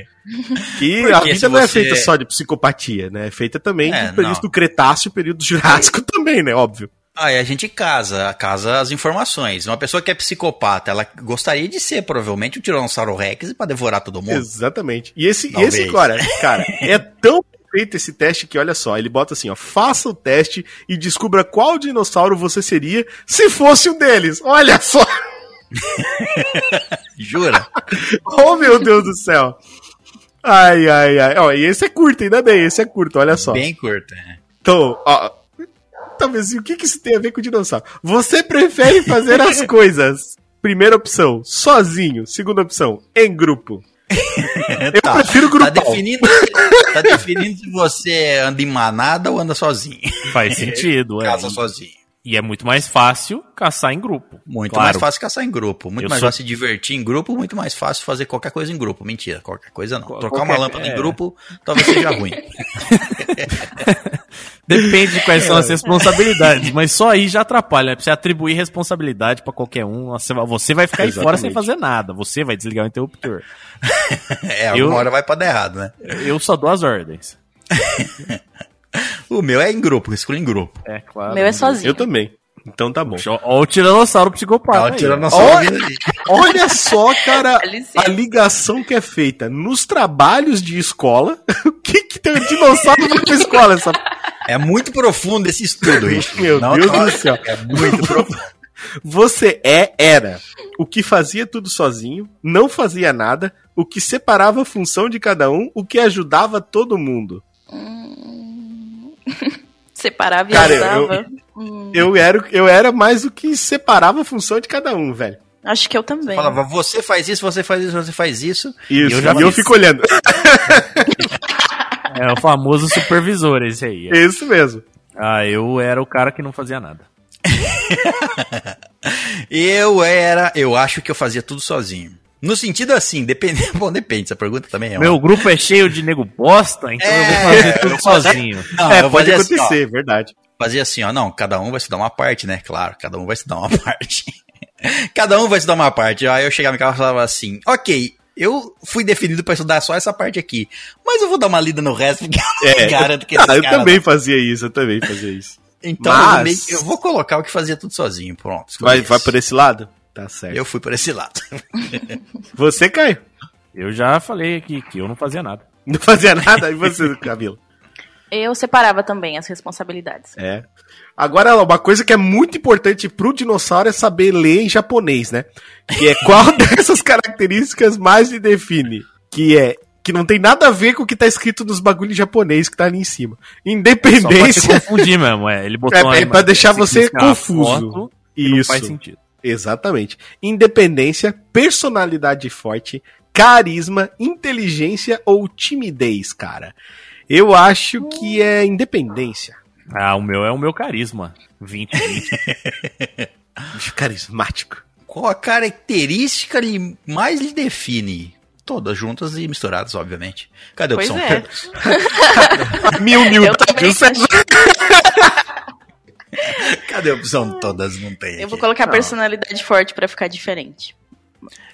[SPEAKER 2] Que
[SPEAKER 1] Porque
[SPEAKER 2] a
[SPEAKER 1] se
[SPEAKER 2] vida não é
[SPEAKER 1] você-
[SPEAKER 2] feita só de psicopatia, né? É feita também
[SPEAKER 1] É,
[SPEAKER 2] do período
[SPEAKER 1] não.
[SPEAKER 2] do Cretáceo, período Jurássico também, né? Óbvio.
[SPEAKER 1] Aí a gente casa, casa as informações. Uma pessoa que é psicopata, ela gostaria de ser provavelmente o Tiranossauro Rex pra devorar todo mundo.
[SPEAKER 2] Exatamente. E esse, e
[SPEAKER 1] Talvez.
[SPEAKER 2] esse cara, cara, é tão perfeito esse teste que, olha só, ele bota assim, ó, faça o teste e descubra qual dinossauro você seria se fosse um deles. Olha só!
[SPEAKER 1] Jura?
[SPEAKER 2] Oh, meu Deus do céu! Ai, ai, ai. Ó, e esse é curto, ainda bem, esse é curto, olha só.
[SPEAKER 1] Bem curta. né?
[SPEAKER 2] Então, ó. Talvez o que, que isso tem a ver com dinossauro? Você prefere fazer as coisas? Primeira opção, sozinho. Segunda opção, em grupo. Eu
[SPEAKER 1] Tá.
[SPEAKER 2] prefiro
[SPEAKER 1] Tá
[SPEAKER 2] grupal.
[SPEAKER 1] definindo, tá definindo se você anda em manada ou anda sozinho.
[SPEAKER 3] Faz sentido, é.
[SPEAKER 1] Casa sozinho.
[SPEAKER 3] E é muito mais fácil caçar em grupo.
[SPEAKER 1] Muito
[SPEAKER 3] Claro.
[SPEAKER 1] mais fácil caçar em grupo. Muito
[SPEAKER 3] Eu
[SPEAKER 1] mais
[SPEAKER 3] sou-
[SPEAKER 1] fácil se divertir em grupo, muito mais fácil fazer qualquer coisa em grupo. Mentira, qualquer coisa não.
[SPEAKER 3] Qual-
[SPEAKER 1] Trocar
[SPEAKER 3] qualquer-
[SPEAKER 1] uma lâmpada
[SPEAKER 3] é.
[SPEAKER 1] em grupo talvez seja ruim.
[SPEAKER 3] Depende de quais são as responsabilidades, mas só aí já atrapalha. Né? Pra você atribuir responsabilidade pra qualquer um, você vai- você vai ficar aí fora sem
[SPEAKER 2] Exatamente.
[SPEAKER 3] fazer nada. Você vai desligar o interruptor.
[SPEAKER 1] É,
[SPEAKER 3] Eu-
[SPEAKER 1] alguma hora vai pra dar errado, né?
[SPEAKER 3] Eu só dou as ordens.
[SPEAKER 1] O meu é em grupo, escolho em grupo.
[SPEAKER 3] É, claro.
[SPEAKER 4] O meu é sozinho.
[SPEAKER 2] Eu também. Então tá bom.
[SPEAKER 3] Ó, o É tiranossauro
[SPEAKER 1] Ela
[SPEAKER 3] psicopata. aí,
[SPEAKER 1] tirou
[SPEAKER 3] ó.
[SPEAKER 1] nossa
[SPEAKER 2] Olha-
[SPEAKER 1] vida ali.
[SPEAKER 2] Olha só, cara,
[SPEAKER 4] Dá licença.
[SPEAKER 2] a ligação que é feita nos trabalhos de escola. O que que tem um dinossauro pra ir pra escola? Essa...
[SPEAKER 1] É muito profundo esse estudo, Richard.
[SPEAKER 2] Meu Deus
[SPEAKER 1] tá-
[SPEAKER 2] do céu.
[SPEAKER 1] É muito profundo.
[SPEAKER 2] Você é, era, o que fazia tudo sozinho, não fazia nada, o que separava a função de cada um, o que ajudava todo mundo.
[SPEAKER 4] Hum. Separava e
[SPEAKER 2] Cara, eu-
[SPEAKER 4] ajudava.
[SPEAKER 2] Eu era, eu era mais o que separava a função de cada um, velho.
[SPEAKER 4] Acho que eu também.
[SPEAKER 1] Falava, você faz isso, você faz isso, você faz isso.
[SPEAKER 2] Isso,
[SPEAKER 3] Eu
[SPEAKER 2] eu
[SPEAKER 3] já
[SPEAKER 2] e eu
[SPEAKER 3] fiz.
[SPEAKER 2] fico olhando.
[SPEAKER 3] É o famoso supervisor, esse aí.
[SPEAKER 2] É isso mesmo.
[SPEAKER 3] Ah, eu era o cara que não fazia nada.
[SPEAKER 1] Eu era, eu acho que eu fazia tudo sozinho. No sentido assim, depende, bom, depende, essa pergunta também é uma-
[SPEAKER 3] Meu grupo é cheio de nego bosta, então eu vou
[SPEAKER 1] É,
[SPEAKER 3] fazer tudo
[SPEAKER 1] eu faço-
[SPEAKER 3] sozinho.
[SPEAKER 1] Não,
[SPEAKER 2] é,
[SPEAKER 1] eu
[SPEAKER 2] pode
[SPEAKER 1] fazia
[SPEAKER 2] acontecer,
[SPEAKER 1] assim, ó.
[SPEAKER 2] verdade.
[SPEAKER 1] fazia assim, ó, não, cada um vai se dar uma parte, né? Claro, cada um vai se dar uma parte. cada um vai se dar uma parte. Aí eu chegava em casa e falava assim, ok, eu fui definido pra estudar só essa parte aqui, mas eu vou dar uma lida no resto, porque eu
[SPEAKER 2] É.
[SPEAKER 1] garanto que esse
[SPEAKER 2] Cara, eu
[SPEAKER 1] cara...
[SPEAKER 2] também fazia isso, eu também fazia isso.
[SPEAKER 1] Então,
[SPEAKER 2] Mas-
[SPEAKER 1] eu, meio que- eu vou colocar o que fazia tudo sozinho, pronto. escolhi
[SPEAKER 2] Vai,
[SPEAKER 1] esse.
[SPEAKER 2] vai por esse lado? Tá certo.
[SPEAKER 1] Eu fui por esse lado.
[SPEAKER 2] Você, Caio?
[SPEAKER 3] Eu já falei aqui que eu não fazia nada.
[SPEAKER 2] Não fazia nada? E você, Camila?
[SPEAKER 4] Eu separava também as responsabilidades.
[SPEAKER 2] É. Agora, uma coisa que é muito importante pro dinossauro é saber ler em japonês, né? Que é qual dessas características mais lhe define? Que é que não tem nada a ver com o que tá escrito nos bagulhos japonês que tá ali em cima.
[SPEAKER 3] Só pra te
[SPEAKER 2] Independência.
[SPEAKER 3] confundir mesmo, é. Ele botou
[SPEAKER 2] É,
[SPEAKER 3] uma
[SPEAKER 2] é pra
[SPEAKER 3] imagem
[SPEAKER 2] deixar
[SPEAKER 3] que
[SPEAKER 2] você
[SPEAKER 3] risca a
[SPEAKER 2] confuso.
[SPEAKER 3] foto e não faz
[SPEAKER 2] Isso.
[SPEAKER 3] sentido.
[SPEAKER 2] Exatamente. Independência, personalidade forte, carisma, inteligência ou timidez, cara. Eu acho que é independência.
[SPEAKER 3] Ah, o meu é o meu carisma. 20, 20.
[SPEAKER 2] Bicho carismático.
[SPEAKER 1] Qual a característica lhe mais lhe define? Todas juntas e misturadas, obviamente. Cadê o
[SPEAKER 4] Pois
[SPEAKER 1] opção?
[SPEAKER 4] é.
[SPEAKER 2] Mil, mil,
[SPEAKER 4] Eu também
[SPEAKER 2] Você-
[SPEAKER 1] Cadê a opção todas? Não tem.
[SPEAKER 4] Eu
[SPEAKER 1] aqui.
[SPEAKER 4] vou colocar personalidade forte pra ficar diferente.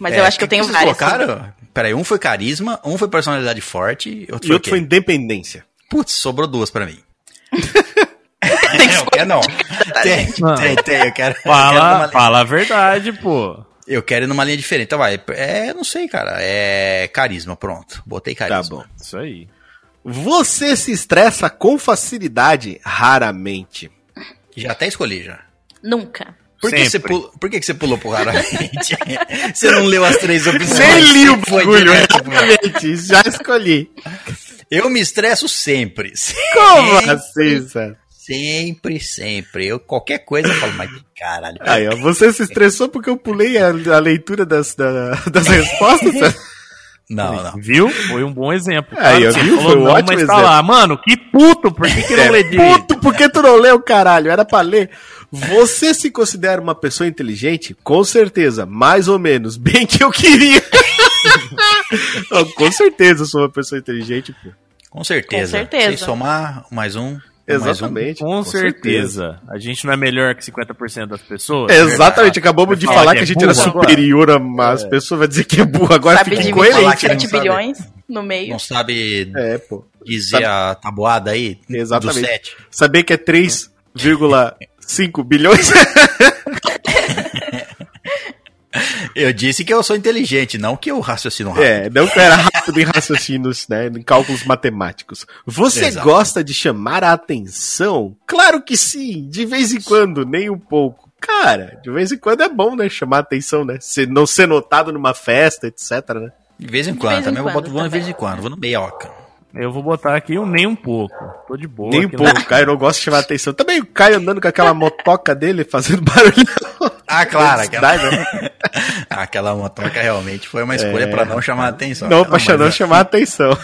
[SPEAKER 4] Mas eu
[SPEAKER 1] É,
[SPEAKER 4] acho que eu tenho
[SPEAKER 1] vocês
[SPEAKER 4] várias.
[SPEAKER 1] Colocaram? Peraí, um foi carisma, um foi personalidade forte, outro
[SPEAKER 2] E
[SPEAKER 1] foi, o
[SPEAKER 2] outro
[SPEAKER 1] quê?
[SPEAKER 2] foi independência.
[SPEAKER 1] Putz, sobrou duas pra mim. É, eu quero não. Tem,
[SPEAKER 3] Não.
[SPEAKER 1] tem, tem, eu quero. eu, quero
[SPEAKER 3] Fala,
[SPEAKER 1] numa,
[SPEAKER 3] fala a verdade, pô.
[SPEAKER 1] eu quero ir numa linha diferente. Então vai, é, não sei, cara. É carisma, pronto. Botei carisma.
[SPEAKER 2] Tá bom.
[SPEAKER 3] É Isso aí.
[SPEAKER 2] Você se estressa com facilidade? Raramente.
[SPEAKER 1] Já até escolhi já.
[SPEAKER 4] Nunca.
[SPEAKER 1] Por que, você
[SPEAKER 3] Sempre.
[SPEAKER 1] pulou, por que que você pulou pro raramente? você não leu as três opções.
[SPEAKER 2] Nem li o
[SPEAKER 1] Foi
[SPEAKER 2] bagulho,
[SPEAKER 3] né?
[SPEAKER 2] né?
[SPEAKER 1] direto pro-
[SPEAKER 2] exatamente. Já escolhi.
[SPEAKER 1] Eu me estresso sempre.
[SPEAKER 2] Como
[SPEAKER 1] Sempre,
[SPEAKER 2] assim, Zé?
[SPEAKER 1] sempre, sempre. Eu, qualquer coisa eu falo, mas que caralho.
[SPEAKER 2] Aí, ó, você se estressou porque eu pulei a, a leitura das, da- das respostas? Zé?
[SPEAKER 1] Não,
[SPEAKER 3] Falei,
[SPEAKER 1] não.
[SPEAKER 3] Viu? Foi um bom exemplo.
[SPEAKER 2] Aí,
[SPEAKER 3] Claro
[SPEAKER 2] ó,
[SPEAKER 3] que
[SPEAKER 2] viu? Foi um
[SPEAKER 3] não,
[SPEAKER 2] ótimo
[SPEAKER 3] mas tá
[SPEAKER 2] exemplo. É,
[SPEAKER 3] lá. Mano, que puto, por que, que não lê direito?
[SPEAKER 2] Puto, por que tu não leu, caralho? Era pra ler. Você se considera uma pessoa inteligente? Com certeza, mais ou menos. Bem que eu queria. Não, com certeza eu sou uma pessoa inteligente, pô.
[SPEAKER 1] Com certeza.
[SPEAKER 4] Com certeza.
[SPEAKER 1] Se somar mais um,
[SPEAKER 2] É
[SPEAKER 1] mais um.
[SPEAKER 2] Exatamente.
[SPEAKER 3] Com certeza. A gente não é melhor que 50% das
[SPEAKER 2] É
[SPEAKER 3] pessoas?
[SPEAKER 2] Exatamente, acabamos de
[SPEAKER 3] Vai
[SPEAKER 2] falar
[SPEAKER 3] falar
[SPEAKER 2] que a
[SPEAKER 3] que é
[SPEAKER 2] gente era
[SPEAKER 3] burro
[SPEAKER 2] superior a mais pessoas, vai dizer que é burro. Agora
[SPEAKER 4] sabe
[SPEAKER 2] fica
[SPEAKER 4] dividir
[SPEAKER 1] falar
[SPEAKER 2] incoerente.
[SPEAKER 1] que não
[SPEAKER 4] 7
[SPEAKER 1] sabe.
[SPEAKER 4] bilhões no meio.
[SPEAKER 1] Não sabe
[SPEAKER 2] É, pô.
[SPEAKER 1] dizer a tabuada aí?
[SPEAKER 2] Exatamente.
[SPEAKER 1] Do 7.
[SPEAKER 2] Saber que é 3,5 bilhões?
[SPEAKER 1] Eu disse que eu sou inteligente, não que eu raciocino rápido.
[SPEAKER 2] É, não que eu era rápido em raciocínios, né? Em cálculos matemáticos. Você
[SPEAKER 1] Exato.
[SPEAKER 2] gosta de chamar a atenção? Claro que sim, de vez em quando, nem um pouco. Cara, de vez em quando é bom, né? Chamar a atenção, né? Se não ser notado numa festa, etc, né?
[SPEAKER 1] De vez em
[SPEAKER 4] De
[SPEAKER 1] quando,
[SPEAKER 4] vez em
[SPEAKER 1] também eu
[SPEAKER 4] quando
[SPEAKER 1] boto vou de vez em
[SPEAKER 4] também.
[SPEAKER 1] quando, vou no meioca.
[SPEAKER 3] Eu vou botar aqui um nem um pouco. Tô de boa. é
[SPEAKER 2] nem um
[SPEAKER 3] aqui
[SPEAKER 2] pouco. O Caio não gosta de chamar a atenção. Também o Caio andando com aquela motoca dele, fazendo barulho.
[SPEAKER 1] Ah, claro, aquela,
[SPEAKER 2] Cidade, né?
[SPEAKER 1] aquela motoca realmente foi uma escolha pra não chamar a atenção.
[SPEAKER 2] É. Não, pra não
[SPEAKER 1] mas é.
[SPEAKER 2] chamar a atenção.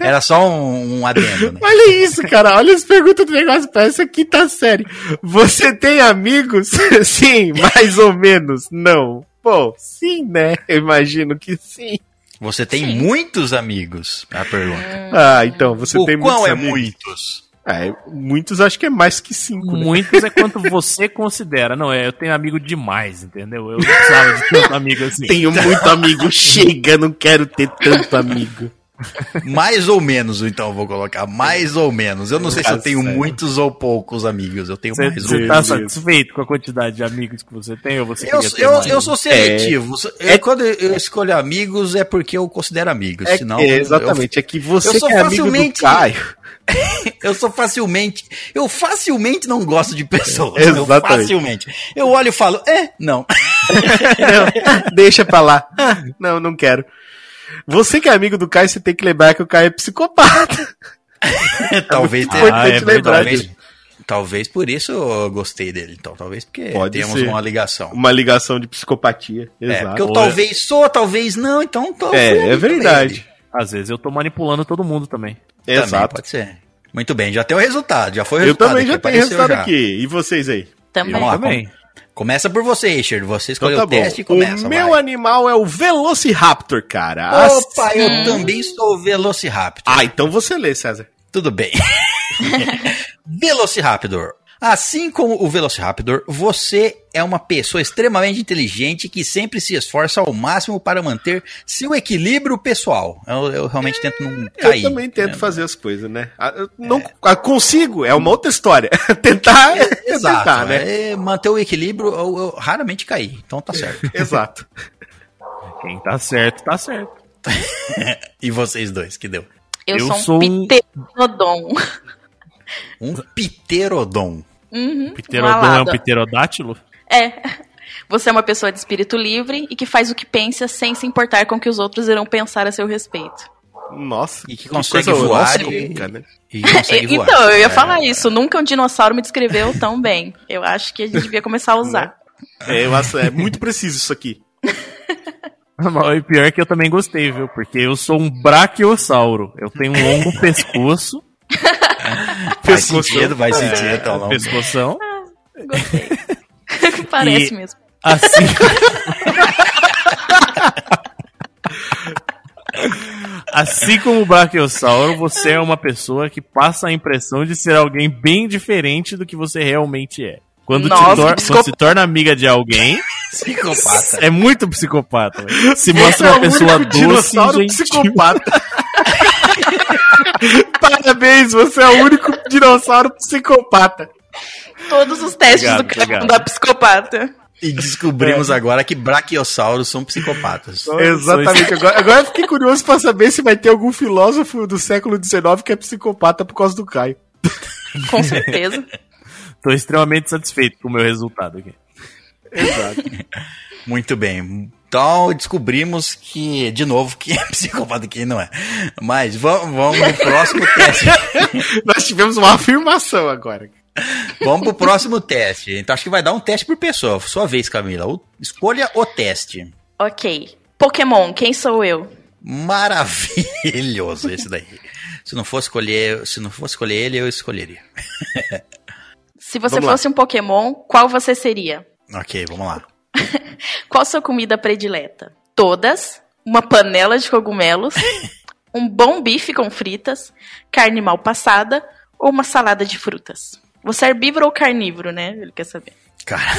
[SPEAKER 1] Era só um, um adendo, né?
[SPEAKER 2] Olha isso, cara. Olha as perguntas do negócio. Parece a quinta série. Você tem amigos? sim, mais ou menos. Não. Pô, sim, né? Eu imagino que sim.
[SPEAKER 1] Você tem muitos amigos? A pergunta.
[SPEAKER 2] Ah, então, você
[SPEAKER 1] o
[SPEAKER 2] tem
[SPEAKER 1] quão é
[SPEAKER 2] amigos?
[SPEAKER 1] muitos?
[SPEAKER 2] É, muitos acho que é mais que cinco, né?
[SPEAKER 3] Muitos é quanto você considera. Não, é, eu tenho amigo demais, entendeu? Eu não precisava de tanto amigo assim.
[SPEAKER 2] Tenho muito amigo. Chega, não quero ter tanto amigo.
[SPEAKER 1] Mais ou menos, então, eu vou colocar. Mais ou menos. Eu não sei se eu
[SPEAKER 2] Nossa,
[SPEAKER 1] tenho
[SPEAKER 2] sério.
[SPEAKER 1] muitos ou poucos amigos. Eu tenho mais ou
[SPEAKER 3] Você
[SPEAKER 1] menos.
[SPEAKER 3] tá satisfeito com a quantidade de amigos que você tem? Ou você
[SPEAKER 1] Eu,
[SPEAKER 3] queria ter
[SPEAKER 1] eu,
[SPEAKER 3] mais?
[SPEAKER 1] eu
[SPEAKER 2] É.
[SPEAKER 1] sou seletivo. Eu- quando eu escolho amigos, é porque eu considero amigos.
[SPEAKER 2] É,
[SPEAKER 1] senão,
[SPEAKER 2] que-
[SPEAKER 1] eu-
[SPEAKER 2] exatamente. é que você
[SPEAKER 1] eu sou
[SPEAKER 2] que é amigo do
[SPEAKER 1] facilmente-
[SPEAKER 2] Caio.
[SPEAKER 1] Eu sou facilmente. Eu facilmente não gosto de pessoas. Eu
[SPEAKER 2] Exatamente.
[SPEAKER 1] facilmente. Eu olho e falo, é, não.
[SPEAKER 2] Não, deixa pra lá. Ah, Não, não quero. Você que é amigo do Caio, você tem que lembrar que o Caio é psicopata.
[SPEAKER 1] talvez
[SPEAKER 2] muito
[SPEAKER 1] tenha.
[SPEAKER 3] Ah, é verdade.
[SPEAKER 1] Talvez, talvez por isso eu gostei dele. Então, talvez porque
[SPEAKER 2] Pode
[SPEAKER 1] temos
[SPEAKER 2] ser.
[SPEAKER 1] uma ligação.
[SPEAKER 2] Uma ligação de psicopatia.
[SPEAKER 1] É, porque
[SPEAKER 2] Exato.
[SPEAKER 1] eu talvez sou, talvez não, então tô
[SPEAKER 2] É,
[SPEAKER 1] fui
[SPEAKER 2] é,
[SPEAKER 1] ali pra
[SPEAKER 2] verdade.
[SPEAKER 3] Às vezes eu tô manipulando todo mundo também.
[SPEAKER 1] ele. Também
[SPEAKER 2] Exato.
[SPEAKER 1] pode ser. Muito bem, já tem o resultado, já foi o
[SPEAKER 2] Eu
[SPEAKER 1] resultado.
[SPEAKER 2] também já
[SPEAKER 1] aqui,
[SPEAKER 2] tenho
[SPEAKER 1] apareceu
[SPEAKER 2] resultado
[SPEAKER 1] já.
[SPEAKER 2] aqui. E vocês aí?
[SPEAKER 4] Também.
[SPEAKER 1] Vamos lá,
[SPEAKER 3] Também.
[SPEAKER 1] come- Começa por você, Richard. Você
[SPEAKER 2] Então
[SPEAKER 1] escolheu
[SPEAKER 2] tá
[SPEAKER 1] o
[SPEAKER 2] bom.
[SPEAKER 1] teste e começa.
[SPEAKER 2] o meu
[SPEAKER 1] vai.
[SPEAKER 2] animal é o Velociraptor, cara. As-
[SPEAKER 1] Opa, eu também sou Velociraptor.
[SPEAKER 2] Ah, então você lê, César.
[SPEAKER 1] Tudo bem. Velociraptor. Assim como o Velociraptor, você é uma pessoa extremamente inteligente que sempre se esforça ao máximo para manter seu equilíbrio pessoal. Eu, eu realmente tento não É.
[SPEAKER 2] Eu
[SPEAKER 1] cair.
[SPEAKER 2] também tento
[SPEAKER 1] né?
[SPEAKER 2] fazer as coisas, né? Ah, eu não ah, consigo, é uma outra história. tentar é
[SPEAKER 1] Exato.
[SPEAKER 2] tentar, né?
[SPEAKER 1] é, manter o equilíbrio, eu, eu raramente caí. Então tá certo.
[SPEAKER 2] Exato.
[SPEAKER 3] Quem tá certo, tá certo.
[SPEAKER 1] e vocês dois, que deu?
[SPEAKER 4] Eu,
[SPEAKER 3] Eu
[SPEAKER 4] sou um
[SPEAKER 3] sou um-
[SPEAKER 4] pterodon.
[SPEAKER 1] Um pterodon.
[SPEAKER 4] Uhum,
[SPEAKER 3] Pterodon
[SPEAKER 4] uma
[SPEAKER 3] é um
[SPEAKER 4] alada.
[SPEAKER 3] pterodátilo?
[SPEAKER 4] É. Você é uma pessoa de espírito livre e que faz o que pensa sem se importar com o que os outros irão pensar a seu respeito.
[SPEAKER 2] Nossa.
[SPEAKER 1] E que consegue
[SPEAKER 2] coisa
[SPEAKER 1] voar
[SPEAKER 2] holográfica, né?
[SPEAKER 1] E consegue voar.
[SPEAKER 4] então, eu ia
[SPEAKER 1] É.
[SPEAKER 4] falar isso. Nunca um dinossauro me descreveu tão bem. Eu acho que a gente devia começar a usar.
[SPEAKER 2] É, eu acho- é muito preciso isso aqui.
[SPEAKER 3] E pior que eu também gostei, viu? Porque eu sou um brachiosauro. Eu tenho um longo pescoço.
[SPEAKER 1] Faz
[SPEAKER 2] Pescoço.
[SPEAKER 1] sentido, vai sentido. Então, não.
[SPEAKER 3] pescoção.
[SPEAKER 1] Né?
[SPEAKER 4] Gostei. Parece
[SPEAKER 3] E-
[SPEAKER 4] mesmo.
[SPEAKER 3] Assim. assim como o Brachiosauro, você é uma pessoa que passa a impressão de ser alguém bem diferente do que você realmente é. Quando,
[SPEAKER 4] Nossa,
[SPEAKER 3] te tor-
[SPEAKER 4] psicopata.
[SPEAKER 3] quando se torna amiga de alguém,
[SPEAKER 1] Psicopata.
[SPEAKER 3] é muito psicopata. velho. Se mostra uma pessoa doce
[SPEAKER 2] é
[SPEAKER 3] e
[SPEAKER 2] dinossauro
[SPEAKER 3] gentil.
[SPEAKER 2] psicopata. Parabéns, você é o único dinossauro psicopata.
[SPEAKER 4] Todos os testes
[SPEAKER 3] Obrigado,
[SPEAKER 4] do cara
[SPEAKER 3] obrigado.
[SPEAKER 4] da psicopata.
[SPEAKER 1] E descobrimos agora que braquiossauros são psicopatas.
[SPEAKER 2] Exatamente. Agora, agora eu fiquei curioso pra saber se vai ter algum filósofo do século XIX que é psicopata por causa do Caio.
[SPEAKER 4] Com certeza.
[SPEAKER 3] Tô extremamente satisfeito com o meu resultado aqui.
[SPEAKER 2] Exato.
[SPEAKER 1] Muito bem. Então descobrimos que, de novo, quem é psicopata e quem não é. Mas vamos, vamos pro próximo teste.
[SPEAKER 2] Nós tivemos uma afirmação agora.
[SPEAKER 1] Vamos pro próximo teste. Então acho que vai dar um teste por pessoa. Sua vez, Camila. O- escolha o teste.
[SPEAKER 4] ok. Pokémon, quem sou eu?
[SPEAKER 1] Maravilhoso esse daí. se não fosse escolher, se não fosse escolher ele, eu escolheria.
[SPEAKER 4] Se você
[SPEAKER 2] Vamos lá.
[SPEAKER 4] fosse um Pokémon, qual você seria?
[SPEAKER 1] ok, vamos lá.
[SPEAKER 4] Qual sua comida predileta? Todas, uma panela de cogumelos, um bom bife com fritas, carne mal passada ou uma salada de frutas? Você é herbívoro ou carnívoro, né? Ele quer saber.
[SPEAKER 1] Caraca,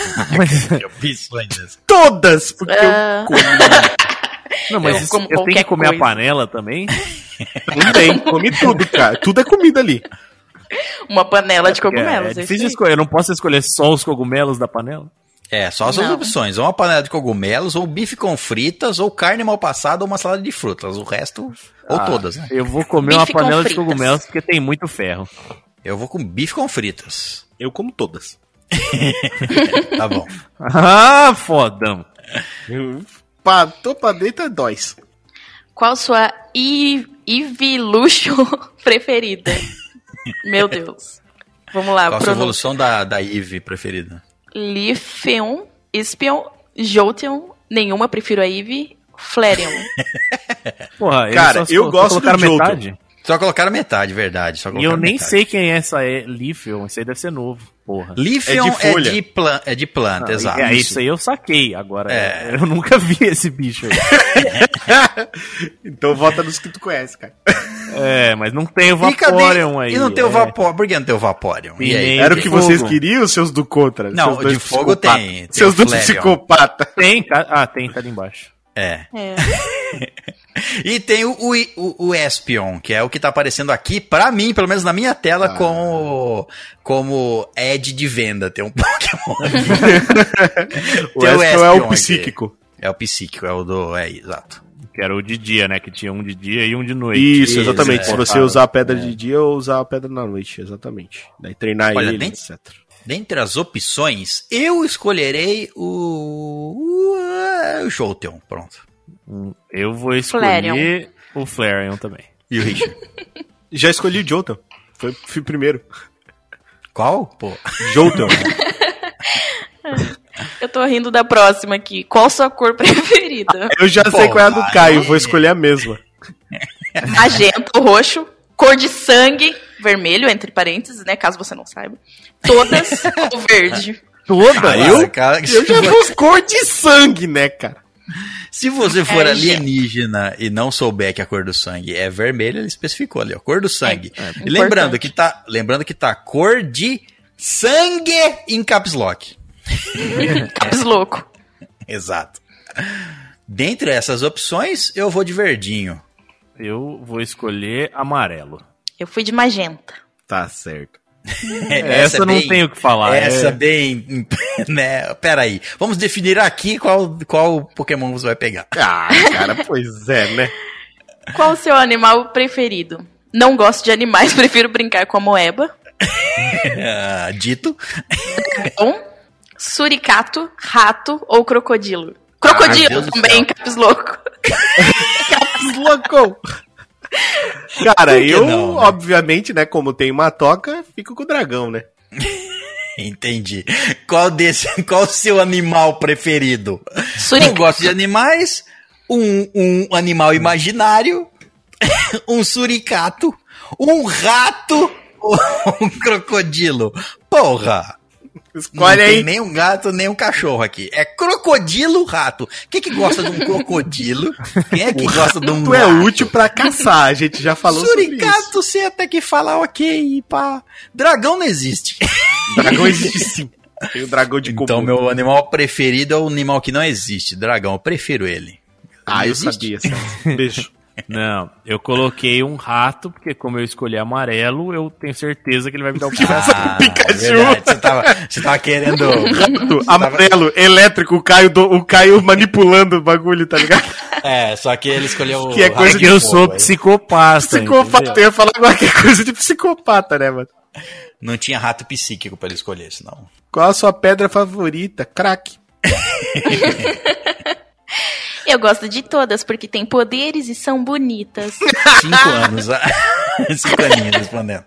[SPEAKER 1] eu piso ainda.
[SPEAKER 2] Todas! Porque
[SPEAKER 4] Ah,
[SPEAKER 3] Não, mas
[SPEAKER 4] Eu
[SPEAKER 3] isso-
[SPEAKER 4] como
[SPEAKER 3] eu tenho que
[SPEAKER 4] qualquer
[SPEAKER 3] comer
[SPEAKER 4] coisa.
[SPEAKER 3] a panela também?
[SPEAKER 2] eu não tenho, comi tudo, cara. Tudo é comida ali.
[SPEAKER 4] uma panela de
[SPEAKER 3] É,
[SPEAKER 4] cogumelos.
[SPEAKER 3] é
[SPEAKER 4] é
[SPEAKER 3] difícil de
[SPEAKER 4] isso aí.
[SPEAKER 3] escolher. Eu não posso escolher só os cogumelos da panela?
[SPEAKER 1] É, só as suas
[SPEAKER 4] Não.
[SPEAKER 1] opções. Ou uma panela de cogumelos, ou bife com fritas, ou carne mal passada, ou uma salada de frutas. O resto, ou
[SPEAKER 3] Ah,
[SPEAKER 1] todas, né?
[SPEAKER 3] Eu vou comer
[SPEAKER 4] Bife
[SPEAKER 3] uma
[SPEAKER 4] com
[SPEAKER 3] panela de
[SPEAKER 4] fritas.
[SPEAKER 3] cogumelos porque tem muito ferro.
[SPEAKER 1] Eu vou com bife com fritas.
[SPEAKER 2] Eu como todas.
[SPEAKER 1] Tá bom.
[SPEAKER 3] Ah, fodão.
[SPEAKER 2] Eu pa, tô pra dentro é dóis.
[SPEAKER 4] Qual sua i- Evilution preferida? Meu Deus. Vamos lá.
[SPEAKER 1] Qual a sua
[SPEAKER 4] pronun-
[SPEAKER 1] evolução da, da Eve preferida?
[SPEAKER 4] Lifeon, Espion, Jolteon, nenhuma, prefiro a Eve, Flareon.
[SPEAKER 3] Porra, eles
[SPEAKER 2] Cara,
[SPEAKER 3] só-
[SPEAKER 2] eu
[SPEAKER 3] só
[SPEAKER 2] gosto
[SPEAKER 3] colocaram
[SPEAKER 2] do Jotun.
[SPEAKER 3] metade.
[SPEAKER 1] Só colocaram metade, verdade. Só
[SPEAKER 3] E eu
[SPEAKER 1] colocaram
[SPEAKER 3] nem
[SPEAKER 1] metade.
[SPEAKER 3] sei quem é essa é Lifion. Isso aí deve ser novo, porra.
[SPEAKER 1] Lifion é
[SPEAKER 2] É de
[SPEAKER 1] de,
[SPEAKER 2] folha.
[SPEAKER 1] plan- é de planta,
[SPEAKER 3] Não,
[SPEAKER 1] exato.
[SPEAKER 3] É, isso aí eu saquei. Agora,
[SPEAKER 1] É.
[SPEAKER 3] eu nunca vi esse bicho aí.
[SPEAKER 2] Então vota nos que tu conhece, cara.
[SPEAKER 3] É, mas não tem o
[SPEAKER 1] E cadê-
[SPEAKER 3] Vaporeon aí.
[SPEAKER 1] E não tem
[SPEAKER 3] é.
[SPEAKER 1] o Vapor. Por que não tem o Vaporion?
[SPEAKER 3] E
[SPEAKER 1] E aí?
[SPEAKER 3] nem-
[SPEAKER 2] Era o
[SPEAKER 3] de
[SPEAKER 2] que vocês
[SPEAKER 3] fogo.
[SPEAKER 2] queriam, seus do contra?
[SPEAKER 1] Não,
[SPEAKER 2] seus
[SPEAKER 1] de
[SPEAKER 2] dois
[SPEAKER 1] fogo
[SPEAKER 2] psicopata?
[SPEAKER 1] tem- tem
[SPEAKER 2] Seus
[SPEAKER 1] o
[SPEAKER 2] dois
[SPEAKER 1] Flareon.
[SPEAKER 2] psicopatas.
[SPEAKER 3] Tem, ca- ah, tem, tá ali embaixo.
[SPEAKER 1] É.
[SPEAKER 4] É.
[SPEAKER 1] E tem o, o, o, o Espion, que é o que tá aparecendo aqui, pra mim, pelo menos na minha tela,
[SPEAKER 2] Ah.
[SPEAKER 1] como, como ad de venda. Tem um Pokémon.
[SPEAKER 2] O
[SPEAKER 1] Tem o
[SPEAKER 2] Esper é
[SPEAKER 1] Espion
[SPEAKER 2] o
[SPEAKER 1] aqui.
[SPEAKER 2] psíquico.
[SPEAKER 1] é o psíquico, é o do. É, exato.
[SPEAKER 3] Que era o de dia, né? Que tinha um de dia e um de noite.
[SPEAKER 2] Isso,
[SPEAKER 1] Isso,
[SPEAKER 2] exatamente.
[SPEAKER 1] é.
[SPEAKER 2] Se você usar a pedra de dia ou usar a pedra na noite, exatamente. Daí treinar
[SPEAKER 1] Olha,
[SPEAKER 2] ele,
[SPEAKER 1] tem-
[SPEAKER 2] etc.
[SPEAKER 1] Dentre as opções, eu escolherei o. o, o Jolteon, pronto.
[SPEAKER 3] Eu vou escolher o Flareon também.
[SPEAKER 1] E o Richard?
[SPEAKER 2] Já escolhi o Jotun. Foi, fui primeiro.
[SPEAKER 1] Qual? Pô.
[SPEAKER 2] Jotun.
[SPEAKER 4] Eu tô rindo da próxima aqui. Qual sua cor preferida?
[SPEAKER 2] Eu já sei
[SPEAKER 1] Pô,
[SPEAKER 2] qual é a do
[SPEAKER 1] vai.
[SPEAKER 2] Caio, vou escolher a mesma.
[SPEAKER 1] Ah, é.
[SPEAKER 4] Magenta, roxo, cor de sangue, vermelho, entre parênteses, né? Caso você não saiba. Todas ou verde.
[SPEAKER 2] Toda?
[SPEAKER 1] Nossa,
[SPEAKER 2] Ah, eu?
[SPEAKER 1] cara,
[SPEAKER 2] Eu já vou cor de sangue, né, cara?
[SPEAKER 1] Se você for
[SPEAKER 4] É,
[SPEAKER 1] alienígena e não souber que a cor do sangue é vermelha, ele especificou ali, ó, cor do sangue. É, e
[SPEAKER 4] É importante.
[SPEAKER 1] lembrando que tá, lembrando que tá cor de sangue em caps lock.
[SPEAKER 4] Caps louco.
[SPEAKER 1] Exato. Dentre essas opções, eu vou de verdinho.
[SPEAKER 3] Eu vou escolher amarelo.
[SPEAKER 4] Eu fui de magenta.
[SPEAKER 2] Tá certo.
[SPEAKER 3] É, Essa, eu não
[SPEAKER 1] é bem-
[SPEAKER 3] tenho o que falar.
[SPEAKER 1] Essa
[SPEAKER 3] é-
[SPEAKER 1] bem, né? Pera aí. Vamos definir aqui qual qual Pokémon você vai pegar.
[SPEAKER 2] Ah, cara, pois é, né?
[SPEAKER 4] Qual o seu animal preferido? Não gosto de animais, prefiro brincar com a moeba.
[SPEAKER 1] Ah, dito.
[SPEAKER 4] Dragão, suricato, rato ou crocodilo? Crocodilo
[SPEAKER 1] Deus do
[SPEAKER 4] também,
[SPEAKER 1] céu.
[SPEAKER 4] caps louco.
[SPEAKER 2] Deslocou. Cara,
[SPEAKER 1] que
[SPEAKER 2] eu,
[SPEAKER 1] não, né?
[SPEAKER 2] obviamente, né, como tem uma toca, fico com o dragão, né?
[SPEAKER 1] Entendi. Qual desse, qual o seu animal preferido? Eu
[SPEAKER 4] Suricato.
[SPEAKER 1] gosto É. de animais, um, um animal imaginário, um suricato, um rato ou um crocodilo. Porra!
[SPEAKER 2] Escolhe
[SPEAKER 1] não
[SPEAKER 2] aí.
[SPEAKER 1] tem nem um gato, nem um cachorro aqui. É crocodilo, rato. Quem que gosta de um crocodilo? Quem é que gosta de um
[SPEAKER 2] Tu é
[SPEAKER 1] rato?
[SPEAKER 2] útil pra caçar, a gente já falou sobre isso.
[SPEAKER 1] Suricato, você até que fala ok, e pá. Dragão não existe.
[SPEAKER 2] É, Dragão existe sim. Tem o dragão de
[SPEAKER 1] Então,
[SPEAKER 2] Komodo.
[SPEAKER 1] meu animal preferido é o animal que não existe. Dragão, eu prefiro ele.
[SPEAKER 2] Ah, eu
[SPEAKER 1] Existe?
[SPEAKER 2] sabia. Celso. Beijo.
[SPEAKER 3] É, Não, eu coloquei um rato, porque como eu escolhi amarelo, eu tenho certeza que ele vai me dar o cara.
[SPEAKER 1] Ah,
[SPEAKER 2] Pikachu.
[SPEAKER 1] verdade, Você tava, você tava querendo.
[SPEAKER 2] Rato, amarelo, elétrico, o Caio, do- o Caio manipulando o bagulho, tá ligado?
[SPEAKER 1] É, só que ele escolheu. o
[SPEAKER 2] Que é
[SPEAKER 1] rato
[SPEAKER 2] coisa
[SPEAKER 1] de
[SPEAKER 3] que eu
[SPEAKER 1] fogo,
[SPEAKER 3] sou
[SPEAKER 1] aí.
[SPEAKER 3] psicopata.
[SPEAKER 2] Psicopata, eu ia falar qualquer coisa de psicopata, né, mano?
[SPEAKER 1] Não tinha rato psíquico pra ele escolher, senão.
[SPEAKER 2] Qual a sua pedra favorita? Crack.
[SPEAKER 4] Eu gosto de todas, porque tem poderes e são bonitas.
[SPEAKER 1] Cinco anos. ah, Cinco aninhos respondendo.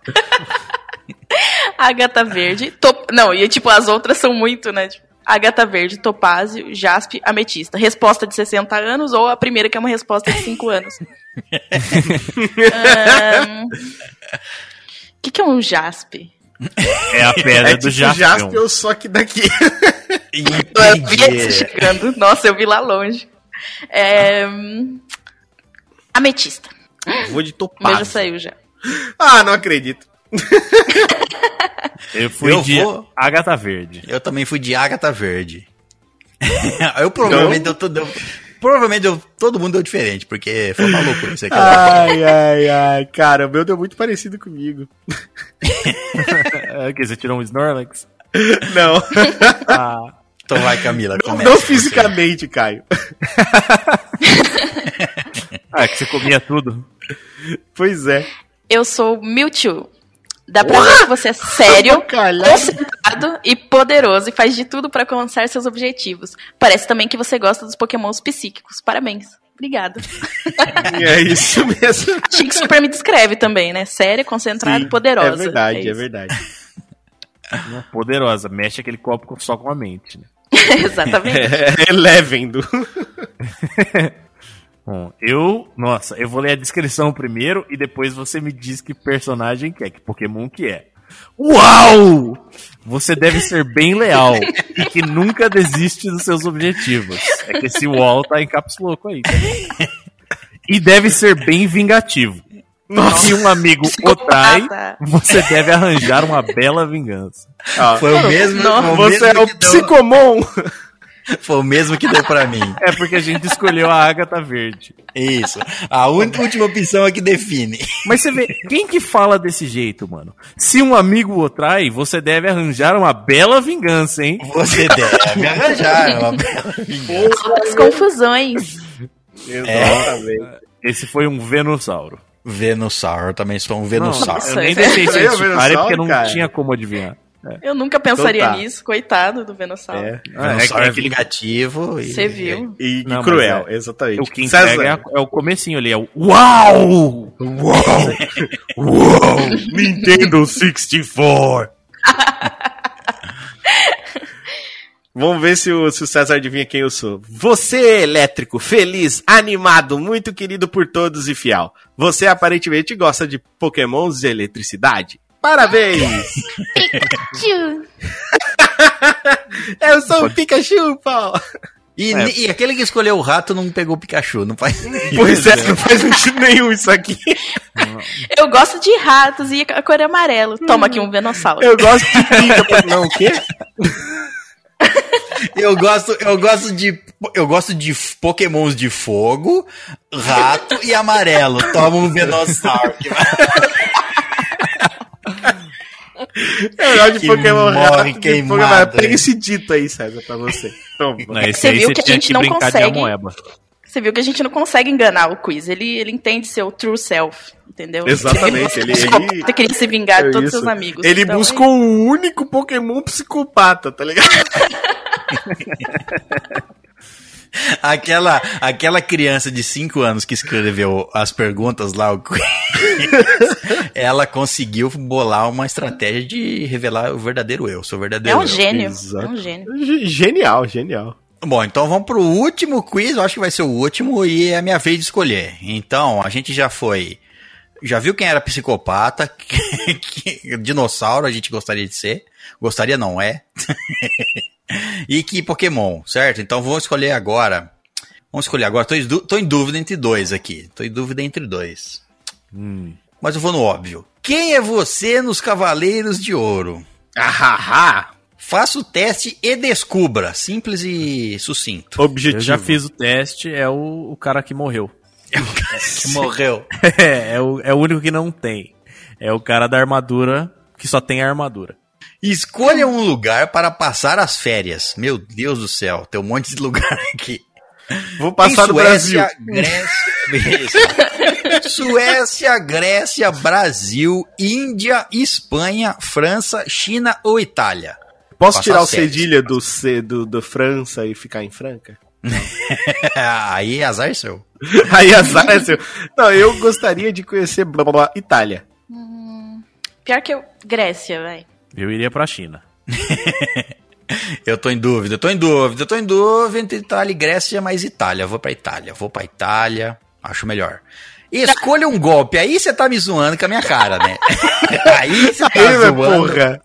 [SPEAKER 4] A gata verde. Top... Não, e tipo, as outras são muito, né? Tipo, Ágata Verde, Topázio, Jaspe, Ametista. Resposta de 60 anos ou a primeira que é uma resposta de 5 anos? Ahn, O que, que é um Jaspe?
[SPEAKER 5] É a pedra
[SPEAKER 2] tipo
[SPEAKER 5] do Jaspion.
[SPEAKER 2] Jaspion, só que daqui.
[SPEAKER 4] Eu vi esse
[SPEAKER 1] Entendi.
[SPEAKER 4] chegando. Nossa, eu vi lá longe. É, hum, Ametista.
[SPEAKER 2] Vou de
[SPEAKER 4] O meu já
[SPEAKER 2] topaz.
[SPEAKER 4] saiu já.
[SPEAKER 2] Ah, não acredito.
[SPEAKER 5] Eu fui
[SPEAKER 1] Eu
[SPEAKER 5] de
[SPEAKER 1] vou-
[SPEAKER 5] Agatha Verde.
[SPEAKER 1] Eu também fui de Ágata Verde. eu provavelmente eu, tô, eu- provavelmente eu, todo mundo deu diferente, porque foi uma loucura isso aqui.
[SPEAKER 2] Ai, ai, ai. Cara, o meu deu muito parecido comigo.
[SPEAKER 3] É, o quê? Você tirou um Snorlax?
[SPEAKER 2] Não,
[SPEAKER 3] Ah,
[SPEAKER 1] Então vai, Camila, começa.
[SPEAKER 2] não
[SPEAKER 1] você.
[SPEAKER 2] fisicamente, Caio.
[SPEAKER 3] ah, é que você comia tudo.
[SPEAKER 2] Pois é.
[SPEAKER 4] Eu sou Mewtwo. Dá pra ver que você é sério,
[SPEAKER 2] Caralho.
[SPEAKER 4] concentrado e poderoso e faz de tudo pra alcançar seus objetivos. Parece também que você gosta dos pokémons psíquicos. Parabéns. Obrigada.
[SPEAKER 2] É isso mesmo.
[SPEAKER 4] Achei que super me descreve também, né? Séria, concentrada e poderosa.
[SPEAKER 2] É verdade, é,
[SPEAKER 4] isso.
[SPEAKER 2] verdade.
[SPEAKER 3] né? Poderosa. Mexe aquele copo com- só com a mente. Né?
[SPEAKER 4] Exatamente.
[SPEAKER 2] É Elevendo.
[SPEAKER 3] Bom, eu. Nossa, eu vou ler a descrição primeiro e depois você me diz que personagem que é, que Pokémon que é. Uau! Você deve ser bem leal e que nunca desiste dos seus objetivos. É que esse wall tá em caps louco aí. tá? E deve ser bem vingativo.
[SPEAKER 2] Nossa.
[SPEAKER 3] Se um amigo o trai, você deve arranjar uma bela vingança.
[SPEAKER 2] Ó,
[SPEAKER 1] Foi o mesmo,
[SPEAKER 4] Não,
[SPEAKER 1] foi o
[SPEAKER 2] você é
[SPEAKER 1] mesmo
[SPEAKER 2] o
[SPEAKER 1] que
[SPEAKER 2] psicomon.
[SPEAKER 1] deu, Foi o mesmo que deu pra mim.
[SPEAKER 3] É porque a gente escolheu a Ágata Verde.
[SPEAKER 1] Isso. A única última opção é que define.
[SPEAKER 3] Mas você vê, quem que fala desse jeito, mano? Se um amigo o trai, você deve arranjar uma bela vingança, hein?
[SPEAKER 1] Você deve arranjar. é uma-
[SPEAKER 4] Altas confusões.
[SPEAKER 3] É.
[SPEAKER 2] Exatamente. é.
[SPEAKER 3] Esse foi um Venossauro.
[SPEAKER 1] Venossauro, eu também sou um Venossauro.
[SPEAKER 4] Nossa.
[SPEAKER 3] Eu nem
[SPEAKER 4] velho.
[SPEAKER 3] deixei
[SPEAKER 2] Aí,
[SPEAKER 3] vocês
[SPEAKER 2] o
[SPEAKER 3] chutarem porque não
[SPEAKER 2] Venossauro,
[SPEAKER 3] tinha como adivinhar.
[SPEAKER 4] Eu nunca pensaria
[SPEAKER 2] Então tá.
[SPEAKER 4] nisso. Coitado do Venossauro.
[SPEAKER 2] É.
[SPEAKER 3] Ah, é, que-
[SPEAKER 1] Venossauro
[SPEAKER 3] é
[SPEAKER 1] é
[SPEAKER 3] aquele-
[SPEAKER 1] vingativo. e-
[SPEAKER 4] Você viu?
[SPEAKER 2] E, e
[SPEAKER 3] Não, mas
[SPEAKER 2] cruel,
[SPEAKER 3] é
[SPEAKER 2] exatamente.
[SPEAKER 3] o que
[SPEAKER 2] César,
[SPEAKER 3] entrega é, a- é o comecinho ali, é o Uau!
[SPEAKER 1] Uou!
[SPEAKER 2] Nintendo 64. Vamos ver se o, se o César adivinha quem eu sou. Você, elétrico, feliz, animado, muito querido por todos e fiel. Você aparentemente gosta de pokémons e eletricidade. Parabéns!
[SPEAKER 4] Pikachu.
[SPEAKER 2] É, eu sou o Pikachu, pau!
[SPEAKER 1] E,
[SPEAKER 2] É.
[SPEAKER 1] e aquele que escolheu o rato não pegou o Pikachu, não faz.
[SPEAKER 2] Pois é, não faz sentido nenhum isso aqui.
[SPEAKER 4] Eu gosto de ratos e a cor é amarelo. Toma aqui um Venossauro.
[SPEAKER 2] Eu gosto de pica. Não, o quê?
[SPEAKER 1] Eu gosto, eu gosto de, eu gosto de f- pokémons de fogo, rato e amarelo. Toma um Venossauro. Que, vai-
[SPEAKER 2] Eu gosto de
[SPEAKER 1] Que
[SPEAKER 2] Pokémon
[SPEAKER 1] morre
[SPEAKER 2] rato, de
[SPEAKER 1] queimado,
[SPEAKER 2] Pokémon- Pega
[SPEAKER 1] hein?
[SPEAKER 2] esse dito aí, César, pra você. Toma.
[SPEAKER 3] esse
[SPEAKER 4] você
[SPEAKER 3] aí
[SPEAKER 4] viu que a
[SPEAKER 3] tinha
[SPEAKER 4] gente não
[SPEAKER 3] brincar de
[SPEAKER 4] consegue-
[SPEAKER 3] Amoeba.
[SPEAKER 4] Você viu que a gente não consegue enganar o quiz. Ele, ele entende seu true self, entendeu?
[SPEAKER 2] Exatamente, ele- ele-
[SPEAKER 4] Você queria se vingar de
[SPEAKER 2] É
[SPEAKER 4] todos
[SPEAKER 2] isso.
[SPEAKER 4] os seus amigos.
[SPEAKER 2] Ele
[SPEAKER 4] então,
[SPEAKER 2] buscou o único Pokémon psicopata, tá ligado?
[SPEAKER 1] aquela, aquela criança de 5 anos que escreveu as perguntas lá, o quiz, ela conseguiu bolar uma estratégia de revelar o verdadeiro eu, seu
[SPEAKER 4] É
[SPEAKER 1] verdadeiro
[SPEAKER 4] um
[SPEAKER 1] eu.
[SPEAKER 4] gênio.
[SPEAKER 2] Exato.
[SPEAKER 4] É um gênio.
[SPEAKER 2] G- Genial, genial.
[SPEAKER 1] Bom, então vamos pro último quiz, eu acho que vai ser o último e é a minha vez de escolher. Então, a gente já foi. Já viu quem era psicopata, que- que- dinossauro a gente gostaria de ser. Gostaria não é. e que Pokémon, certo? Então vou escolher agora. Vamos escolher agora. Tô em, dú- tô em dúvida entre dois aqui. Tô em dúvida entre dois.
[SPEAKER 3] Hum.
[SPEAKER 1] Mas eu vou no óbvio. Quem é você nos Cavaleiros de Ouro?
[SPEAKER 3] Ah,
[SPEAKER 2] Ahaha!
[SPEAKER 1] Faça o teste e descubra. Simples e sucinto.
[SPEAKER 2] Objetivo.
[SPEAKER 3] Eu já fiz o teste, é o, o cara que morreu.
[SPEAKER 1] Que morreu.
[SPEAKER 3] É, é o, é o único que não tem. É o cara da armadura que só tem a armadura.
[SPEAKER 1] Escolha um lugar para passar as férias. Meu Deus do céu, tem um monte de lugar aqui.
[SPEAKER 2] Vou passar
[SPEAKER 1] Tem
[SPEAKER 2] no Brasil.
[SPEAKER 1] Grécia, Isso. Suécia, Grécia, Brasil, Índia, Espanha, França, China ou Itália.
[SPEAKER 2] Posso tirar o
[SPEAKER 1] Passar séries.
[SPEAKER 2] cedilha do C do, do França e ficar em Franca?
[SPEAKER 1] Aí azar seu.
[SPEAKER 2] Aí azar é seu. Não, eu gostaria de conhecer blá, blá, blá, Itália.
[SPEAKER 4] Pior que eu... Grécia, vai.
[SPEAKER 3] Eu iria pra China.
[SPEAKER 1] Eu tô em dúvida, eu tô em dúvida, eu tô em dúvida entre Itália e Grécia, mas Itália. Vou pra Itália, vou pra Itália, acho melhor. Escolha um golpe, aí você tá me zoando com a minha cara, né? aí você tá
[SPEAKER 2] Ele,
[SPEAKER 1] zoando
[SPEAKER 2] porra.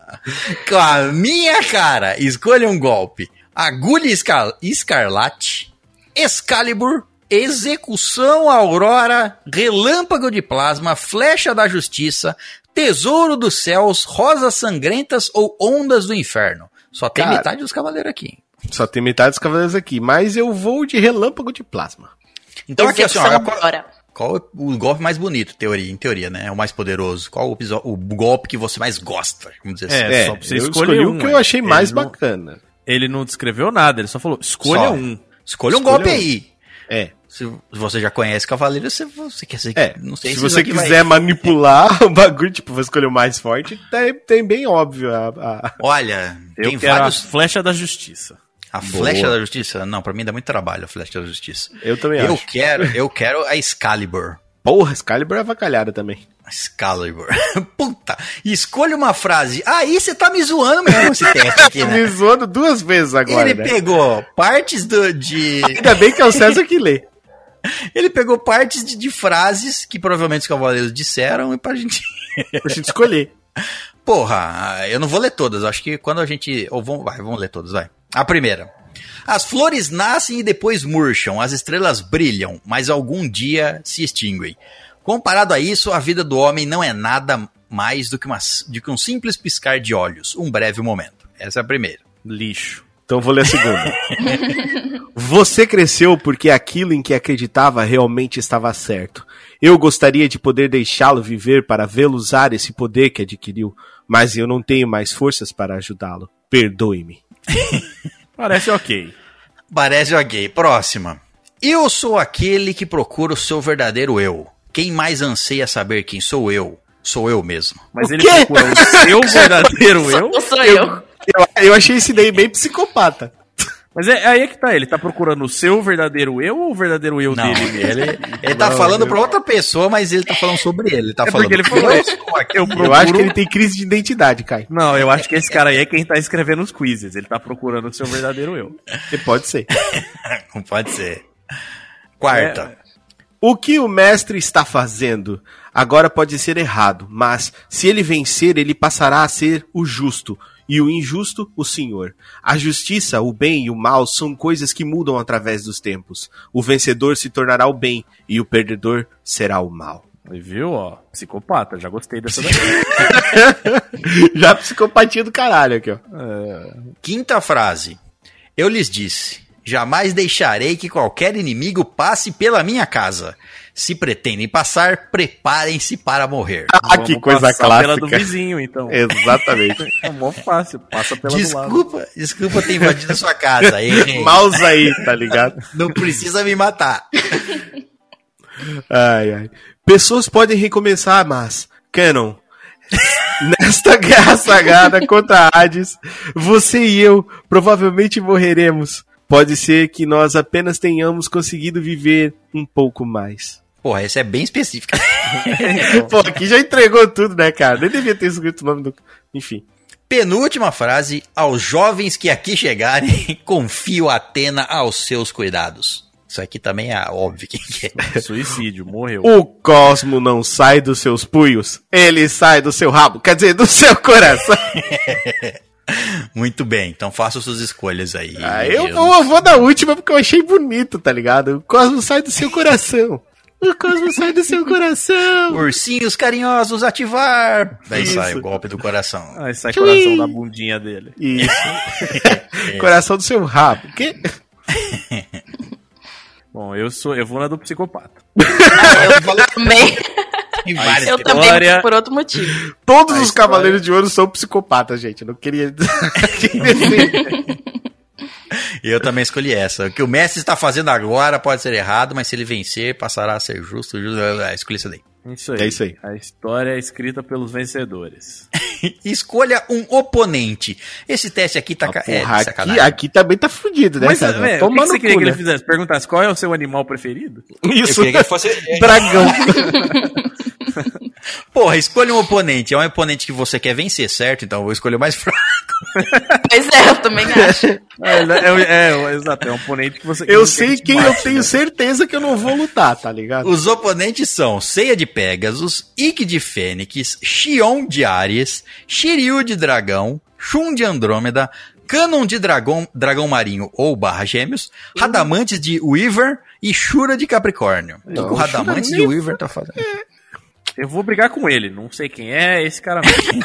[SPEAKER 1] com a minha cara. Escolha um golpe. Agulha esca- escarlate, Excalibur, execução aurora, relâmpago de plasma, flecha da justiça, tesouro dos céus, rosas sangrentas ou ondas do inferno. Só tem
[SPEAKER 2] Cara.
[SPEAKER 1] metade dos cavaleiros aqui.
[SPEAKER 2] Só tem metade dos cavaleiros aqui, mas eu vou de relâmpago de plasma.
[SPEAKER 1] Então aqui, assim, ó,
[SPEAKER 4] Execução
[SPEAKER 1] qual,
[SPEAKER 4] agora.
[SPEAKER 1] qual é o golpe mais bonito, teoria, em teoria, né? É O mais poderoso. Qual o, episo- o golpe que você mais gosta? Vamos dizer assim.
[SPEAKER 3] É, só pra você
[SPEAKER 2] eu
[SPEAKER 3] escolher
[SPEAKER 2] escolhi
[SPEAKER 3] um,
[SPEAKER 2] o que
[SPEAKER 3] é.
[SPEAKER 2] eu achei
[SPEAKER 3] Ele
[SPEAKER 2] mais
[SPEAKER 3] não-
[SPEAKER 2] bacana.
[SPEAKER 3] Ele não descreveu nada, ele só falou: escolha
[SPEAKER 1] Só.
[SPEAKER 3] um.
[SPEAKER 1] Escolha um
[SPEAKER 2] Escolha
[SPEAKER 1] golpe
[SPEAKER 2] um.
[SPEAKER 1] aí.
[SPEAKER 2] É.
[SPEAKER 1] Se você já conhece Cavaleiro, você, você quer ser.
[SPEAKER 2] É,
[SPEAKER 1] não sei
[SPEAKER 2] se
[SPEAKER 1] isso
[SPEAKER 2] você
[SPEAKER 1] aqui vai-
[SPEAKER 2] quiser manipular o bagulho, tipo, vou escolher o mais forte, tem, tem bem óbvio a, a-
[SPEAKER 1] Olha,
[SPEAKER 3] Eu
[SPEAKER 1] tem
[SPEAKER 3] quero
[SPEAKER 1] vários.
[SPEAKER 3] a flecha da justiça.
[SPEAKER 1] A Flecha da Justiça? Não, pra mim dá muito trabalho a Flecha da Justiça.
[SPEAKER 2] Eu também
[SPEAKER 1] Eu
[SPEAKER 2] acho.
[SPEAKER 1] quero, eu quero a Excalibur.
[SPEAKER 2] Porra, Excalibur é avacalhada também.
[SPEAKER 1] Excalibur. Puta, escolha uma frase. Aí você tá me zoando mesmo esse teste aqui,
[SPEAKER 2] Tá Me
[SPEAKER 1] né?
[SPEAKER 2] zoando duas vezes agora,
[SPEAKER 1] Ele
[SPEAKER 2] né?
[SPEAKER 1] pegou partes do- de.
[SPEAKER 2] Ainda bem que é o César que lê.
[SPEAKER 1] Ele pegou partes de, de frases que provavelmente os cavaleiros disseram e pra gente.
[SPEAKER 2] Pra gente escolher.
[SPEAKER 1] Porra, eu não vou ler todas. Acho que quando a gente. Ou vamos, vai, vamos ler todas, vai. A primeira. As flores nascem e depois murcham, as estrelas brilham, mas algum dia se extinguem. Comparado a isso, a vida do homem não é nada mais do que, uma, do que um simples piscar de olhos, um breve momento. Essa é a primeira.
[SPEAKER 3] Lixo.
[SPEAKER 2] Então vou ler a segunda. Você cresceu porque aquilo em que acreditava realmente estava certo. Eu gostaria de poder deixá-lo viver para vê-lo usar esse poder que adquiriu, mas eu não tenho mais forças para ajudá-lo. Perdoe-me.
[SPEAKER 3] Parece ok.
[SPEAKER 1] Parece ok. é Próxima. Eu sou aquele que procura o seu verdadeiro eu. Quem mais anseia saber quem sou eu, sou eu mesmo.
[SPEAKER 3] Mas
[SPEAKER 2] O
[SPEAKER 3] ele
[SPEAKER 2] quê?
[SPEAKER 3] procura o seu verdadeiro eu.
[SPEAKER 4] Não sou eu.
[SPEAKER 2] Eu, eu achei esse daí bem psicopata.
[SPEAKER 3] Mas é, aí é que tá, ele tá procurando o seu verdadeiro eu ou o verdadeiro eu
[SPEAKER 1] Não,
[SPEAKER 3] dele?
[SPEAKER 1] ele, ele tá falando pra outra pessoa, mas ele tá falando sobre ele. Ele tá
[SPEAKER 3] É
[SPEAKER 1] falando.
[SPEAKER 3] porque ele falou,
[SPEAKER 1] "Eu sou aqui."
[SPEAKER 3] Eu
[SPEAKER 2] Eu acho que ele tem crise de identidade, Kai.
[SPEAKER 3] Não, eu acho que esse cara aí é quem tá escrevendo os quizzes. Ele tá procurando o seu verdadeiro eu.
[SPEAKER 2] E Pode ser.
[SPEAKER 1] Não pode ser. Quarta.
[SPEAKER 2] O que o mestre está fazendo agora pode ser errado, mas se ele vencer, ele passará a ser o justo, e o injusto, o senhor. A justiça, o bem e o mal são coisas que mudam através dos tempos. O vencedor se tornará o bem, e o perdedor será o mal.
[SPEAKER 3] Viu, ó? Psicopata, já gostei dessa daí.
[SPEAKER 2] Já psicopatia do caralho aqui, ó.
[SPEAKER 3] É.
[SPEAKER 1] Quinta frase. Eu lhes disse: jamais deixarei que qualquer inimigo passe pela minha casa. Se pretendem passar, preparem-se para morrer.
[SPEAKER 2] Ah, que
[SPEAKER 3] Vamos
[SPEAKER 2] coisa
[SPEAKER 3] passar Pela do
[SPEAKER 2] clássica.
[SPEAKER 3] vizinho, então.
[SPEAKER 2] Exatamente.
[SPEAKER 3] É mó fácil, passa pela do lado.
[SPEAKER 1] desculpa, desculpa ter invadido a sua casa. errei.
[SPEAKER 2] Mouse aí, tá ligado?
[SPEAKER 1] Não precisa me matar.
[SPEAKER 2] Ai, ai. Pessoas podem recomeçar, mas. Canon. Nesta guerra sagrada contra Hades, você e eu provavelmente morreremos. Pode ser que nós apenas tenhamos conseguido viver um pouco mais.
[SPEAKER 1] Porra, essa é bem específica.
[SPEAKER 2] Pô, aqui já entregou tudo, né, cara? Nem devia ter escrito o nome do. Enfim.
[SPEAKER 1] Penúltima frase: aos jovens que aqui chegarem, confio Atena aos seus cuidados. Isso aqui também é óbvio quem que é.
[SPEAKER 3] Então, Suicídio, morreu.
[SPEAKER 2] O cosmo não sai dos seus punhos, ele sai do seu rabo, quer dizer, do seu coração.
[SPEAKER 1] Muito bem, então faça suas escolhas aí.
[SPEAKER 2] Ah, eu, vou, eu vou na última porque eu achei bonito, tá ligado? O Cosmo sai do seu coração. O Cosmo sai do seu coração.
[SPEAKER 1] Ursinhos carinhosos ativar. Daí
[SPEAKER 2] Isso.
[SPEAKER 1] sai o golpe do coração.
[SPEAKER 3] Ai, sai
[SPEAKER 2] Tchui.
[SPEAKER 3] coração da bundinha dele.
[SPEAKER 2] Isso. coração do seu rabo. Que?
[SPEAKER 3] Bom, eu sou, eu vou na do psicopata.
[SPEAKER 2] Ah,
[SPEAKER 1] eu falei
[SPEAKER 4] Também.
[SPEAKER 1] em várias
[SPEAKER 4] Eu
[SPEAKER 1] teorias.
[SPEAKER 3] Glória.
[SPEAKER 4] também, por outro motivo.
[SPEAKER 2] Todos
[SPEAKER 3] A
[SPEAKER 2] os
[SPEAKER 3] história-
[SPEAKER 2] Cavaleiros de Ouro são psicopatas, gente. Eu não queria.
[SPEAKER 3] é,
[SPEAKER 1] Eu também escolhi essa. O que o Messi está fazendo agora pode ser errado, mas se ele vencer, passará a ser justo. justo é, escolhi isso daí.
[SPEAKER 3] Isso aí.
[SPEAKER 2] É isso aí.
[SPEAKER 3] A história é escrita pelos vencedores.
[SPEAKER 1] Escolha um oponente. Esse teste aqui tá ca- é,
[SPEAKER 2] Ah, Porra,
[SPEAKER 1] de
[SPEAKER 2] aqui,
[SPEAKER 1] sacanagem.
[SPEAKER 2] aqui também tá fudido, né?
[SPEAKER 3] Mas,
[SPEAKER 2] cara?
[SPEAKER 3] velho, o que que
[SPEAKER 2] Tomando
[SPEAKER 3] você queria
[SPEAKER 2] cu,
[SPEAKER 3] que
[SPEAKER 2] né?
[SPEAKER 3] ele fizesse? Perguntasse qual é o seu animal preferido?
[SPEAKER 1] Eu
[SPEAKER 2] Isso,
[SPEAKER 1] queria que ele fosse
[SPEAKER 2] dragão.
[SPEAKER 1] Porra, escolha um oponente. É um oponente que você quer vencer, certo? Então eu vou escolher o mais fraco.
[SPEAKER 4] Pois é, eu também acho.
[SPEAKER 3] É, é, é, é, exato, é um oponente que você.
[SPEAKER 2] né? Eu
[SPEAKER 3] que
[SPEAKER 2] sei
[SPEAKER 3] te
[SPEAKER 2] quem
[SPEAKER 3] bate,
[SPEAKER 2] eu tenho
[SPEAKER 3] né?
[SPEAKER 2] certeza que eu não vou lutar, tá ligado?
[SPEAKER 1] Os oponentes são Ceia de Pegasus, Ikki de Fênix, Xion de Ares, Shiryu de Dragão, Shun de Andrômeda, Canon de Dragão, Dragão Marinho ou Barra Gêmeos,
[SPEAKER 2] Uhum.
[SPEAKER 1] Radamantes de Weaver e Shura de Capricórnio. O que o
[SPEAKER 2] o Shura
[SPEAKER 1] Radamantes de
[SPEAKER 2] nem-
[SPEAKER 1] Weaver tá fazendo.
[SPEAKER 3] Eu vou brigar com ele, não sei quem é esse cara mesmo.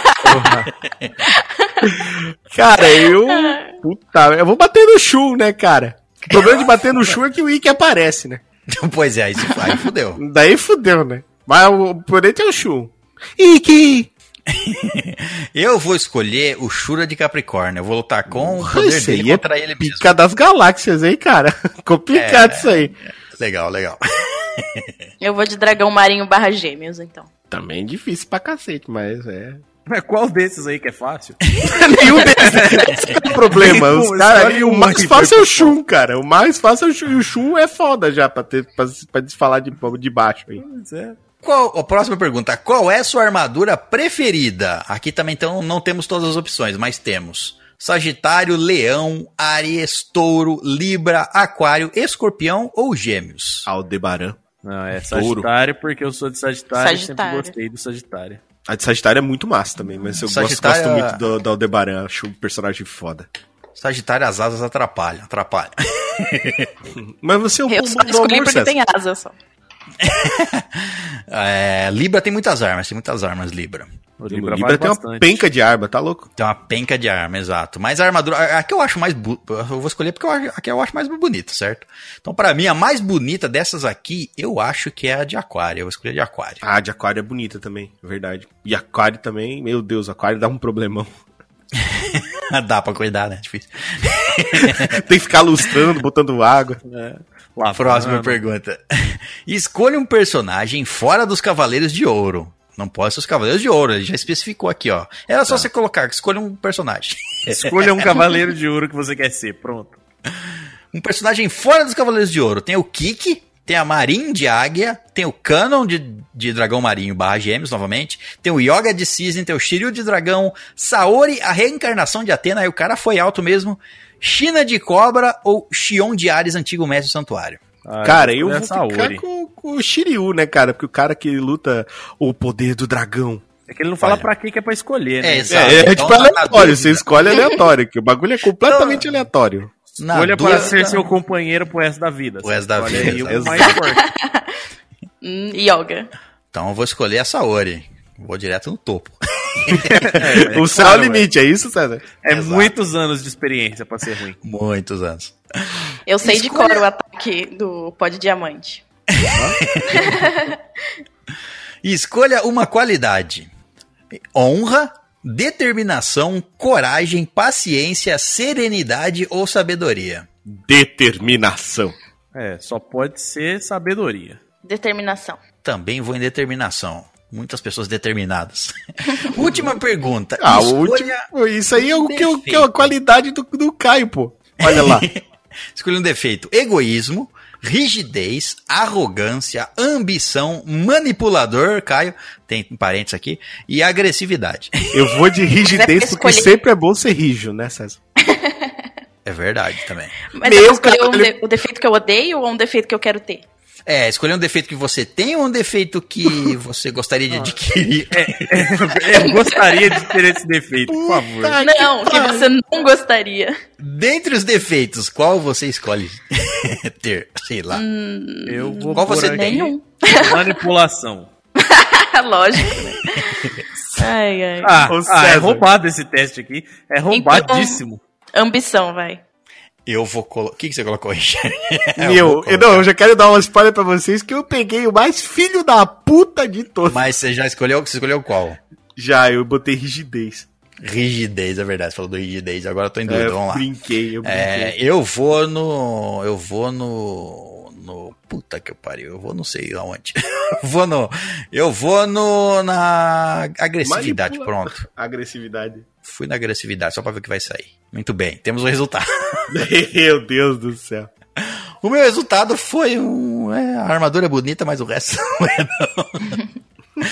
[SPEAKER 2] Cara, eu. Puta, eu vou bater no Shun, né, cara? O problema de bater no Shun é que o Ikki aparece, né?
[SPEAKER 1] pois é, aí, se- aí fudeu.
[SPEAKER 2] Daí fudeu, né? Mas o oponente é o Shun. Ikki!
[SPEAKER 1] Eu vou escolher o Shura de Capricórnio. Eu vou lutar com o poder
[SPEAKER 2] Isso
[SPEAKER 1] dele
[SPEAKER 2] aí é
[SPEAKER 1] contra ele mesmo. É.
[SPEAKER 2] pica das galáxias, hein, cara? Complicado isso aí.
[SPEAKER 1] Legal, legal.
[SPEAKER 4] Eu vou de dragão marinho barra gêmeos, então.
[SPEAKER 2] Também é difícil pra cacete, mas é.
[SPEAKER 3] Mas qual desses aí que é fácil?
[SPEAKER 2] Nenhum deles. Esse que é o problema.
[SPEAKER 3] Nenhum,
[SPEAKER 2] Os cara,
[SPEAKER 3] escolhe
[SPEAKER 2] o
[SPEAKER 3] um
[SPEAKER 2] mais
[SPEAKER 3] e
[SPEAKER 2] fácil é o Shun, cara. O mais fácil é o Shun. E o Shun é foda já pra, ter, pra, pra desfalar de, de baixo aí.
[SPEAKER 3] Pois é.
[SPEAKER 1] Qual, a próxima pergunta. Qual é sua armadura preferida? Aqui também então, não temos todas as opções, mas temos Sagitário, Leão, Aries, Touro, Libra, Aquário, Escorpião ou Gêmeos?
[SPEAKER 2] Aldebaran.
[SPEAKER 3] Não, é
[SPEAKER 2] Touro.
[SPEAKER 3] Sagitário, porque eu sou de Sagitário,
[SPEAKER 4] Sagitário.
[SPEAKER 3] sempre gostei do Sagitário.
[SPEAKER 2] A de Sagitário é muito massa também, mas eu gosto,
[SPEAKER 1] Sagitário
[SPEAKER 2] gosto
[SPEAKER 1] é-
[SPEAKER 2] muito do, do Aldebaran. Acho um personagem foda.
[SPEAKER 1] Sagitário, as asas atrapalham, atrapalham.
[SPEAKER 2] Mas você é um
[SPEAKER 4] Eu só
[SPEAKER 2] bombom do
[SPEAKER 4] escolhi
[SPEAKER 2] amor,
[SPEAKER 4] porque
[SPEAKER 2] César.
[SPEAKER 4] tem asa só.
[SPEAKER 1] É, Libra tem muitas armas, tem muitas armas, Libra.
[SPEAKER 3] O
[SPEAKER 2] Libra,
[SPEAKER 3] Libra vale
[SPEAKER 2] tem uma
[SPEAKER 3] bastante.
[SPEAKER 2] penca de arma, tá louco?
[SPEAKER 1] Tem uma penca de arma, exato. Mas a armadura, a a que eu acho mais, bu- eu vou escolher porque eu, acho- a que eu acho mais bonita, certo? Então pra mim a mais bonita dessas aqui, eu acho que é a de Aquário. Eu vou escolher a de Aquário.
[SPEAKER 2] Ah, de aquário é bonita também, é verdade. E aquário também, meu Deus, aquário dá um problemão.
[SPEAKER 1] Dá pra cuidar, né? Difícil.
[SPEAKER 2] Tem que ficar lustrando, botando água.
[SPEAKER 3] né? Lá,
[SPEAKER 1] Próxima
[SPEAKER 3] mano.
[SPEAKER 1] pergunta. Escolha um personagem fora dos Cavaleiros de Ouro. Não pode ser os Cavaleiros de Ouro, ele já especificou aqui, ó. Era
[SPEAKER 3] Tá.
[SPEAKER 1] só você colocar, escolha um personagem.
[SPEAKER 3] Escolha um cavaleiro de ouro que você quer ser, pronto.
[SPEAKER 1] Um personagem fora dos Cavaleiros de Ouro. Tem o Kiki, tem a Marin de Águia, tem o Canon de, de Dragão Marinho barra Gêmeos, novamente. Tem o Yoga de Cisne, tem o Shiryu de Dragão, Saori, a reencarnação de Atena, aí o cara foi alto mesmo. China de Cobra ou Xion de Ares, antigo mestre do santuário.
[SPEAKER 2] Ah, Cara, eu vou
[SPEAKER 3] é essa
[SPEAKER 2] ficar com, com o Shiryu, né, cara? Porque o cara que luta o poder do dragão.
[SPEAKER 3] É que ele não fala
[SPEAKER 1] Olha.
[SPEAKER 3] pra que que é pra escolher, né?
[SPEAKER 1] É, exato.
[SPEAKER 2] É, é
[SPEAKER 1] Então,
[SPEAKER 2] tipo
[SPEAKER 1] na- na
[SPEAKER 2] aleatório,
[SPEAKER 1] dúvida.
[SPEAKER 2] você escolhe aleatório, que o bagulho é completamente aleatório.
[SPEAKER 1] Na
[SPEAKER 3] Escolha para
[SPEAKER 1] dúvida-
[SPEAKER 3] ser seu companheiro pro resto da vida.
[SPEAKER 1] Pro resto da
[SPEAKER 3] Olha
[SPEAKER 1] vida,
[SPEAKER 3] aí, o
[SPEAKER 1] exato.
[SPEAKER 3] mais forte.
[SPEAKER 4] Hum, yoga.
[SPEAKER 1] Então eu vou escolher a Saori. Vou direto no topo.
[SPEAKER 3] É,
[SPEAKER 2] o
[SPEAKER 3] é
[SPEAKER 2] céu é o
[SPEAKER 3] claro,
[SPEAKER 2] limite, é isso, César?
[SPEAKER 3] É
[SPEAKER 1] Exato.
[SPEAKER 3] muitos anos de experiência pra ser ruim.
[SPEAKER 1] Muitos anos.
[SPEAKER 4] Eu sei de
[SPEAKER 1] Escolha-
[SPEAKER 4] cor o ataque do pó de diamante.
[SPEAKER 1] Escolha uma qualidade: honra, determinação, coragem, paciência, serenidade ou sabedoria.
[SPEAKER 2] Determinação.
[SPEAKER 3] É, só pode ser sabedoria.
[SPEAKER 4] Determinação.
[SPEAKER 1] Também vou em determinação. Muitas pessoas determinadas. Última pergunta.
[SPEAKER 2] Ah, o
[SPEAKER 1] escolha,
[SPEAKER 2] último. Isso aí é o que, o que é a
[SPEAKER 1] Perfeito.
[SPEAKER 2] qualidade do, do Caio, pô. Olha lá.
[SPEAKER 1] escolha um defeito: egoísmo, rigidez, arrogância, ambição, manipulador, Caio, tem parênteses aqui, e agressividade.
[SPEAKER 2] Eu vou de rigidez, porque
[SPEAKER 4] escolher-
[SPEAKER 2] sempre é bom ser rijo, né, César?
[SPEAKER 1] É verdade também.
[SPEAKER 4] Mas
[SPEAKER 2] Meu
[SPEAKER 4] eu escolhi um
[SPEAKER 2] caralho.
[SPEAKER 4] de- o defeito que eu odeio ou um defeito que eu quero ter?
[SPEAKER 1] É, escolher um defeito que você tem ou um defeito que você gostaria de adquirir. É,
[SPEAKER 3] Eu gostaria de ter esse defeito, por favor.
[SPEAKER 4] não, que você não gostaria.
[SPEAKER 1] Dentre os defeitos, qual você escolhe ter? Sei lá.
[SPEAKER 3] Eu vou
[SPEAKER 1] Qual
[SPEAKER 3] por
[SPEAKER 1] você
[SPEAKER 3] aqui.
[SPEAKER 4] Nenhum.
[SPEAKER 3] Manipulação.
[SPEAKER 4] Ah, Lógico. né? ai, ai.
[SPEAKER 3] Ah,
[SPEAKER 2] Ô,
[SPEAKER 3] ah,
[SPEAKER 2] César.
[SPEAKER 3] é roubado esse teste aqui. É roubadíssimo.
[SPEAKER 4] Ambição, vai.
[SPEAKER 1] Eu vou colocar. O que, que você colocou aí?
[SPEAKER 2] Meu,
[SPEAKER 1] É, vou
[SPEAKER 2] eu, não, eu já quero dar uma spoiler pra vocês que eu peguei o mais filho da puta de todos.
[SPEAKER 1] Mas você já escolheu? Você escolheu qual?
[SPEAKER 2] Já, eu botei rigidez.
[SPEAKER 1] Rigidez, é verdade. Você falou do rigidez, agora eu tô em
[SPEAKER 2] É,
[SPEAKER 1] dúvida.
[SPEAKER 2] eu
[SPEAKER 1] Vamos lá.
[SPEAKER 2] brinquei, eu brinquei.
[SPEAKER 1] É, eu vou no. Eu vou no. no puta que eu pariu. Eu vou não sei aonde. Eu vou no. Eu vou no. Na agressividade,
[SPEAKER 2] Manipula-
[SPEAKER 1] pronto.
[SPEAKER 2] Agressividade.
[SPEAKER 1] Fui na agressividade, só pra ver o que vai sair. Muito bem, temos o resultado.
[SPEAKER 2] Meu Deus do céu.
[SPEAKER 1] O meu resultado foi um. É, a armadura é bonita, mas o resto não é, não.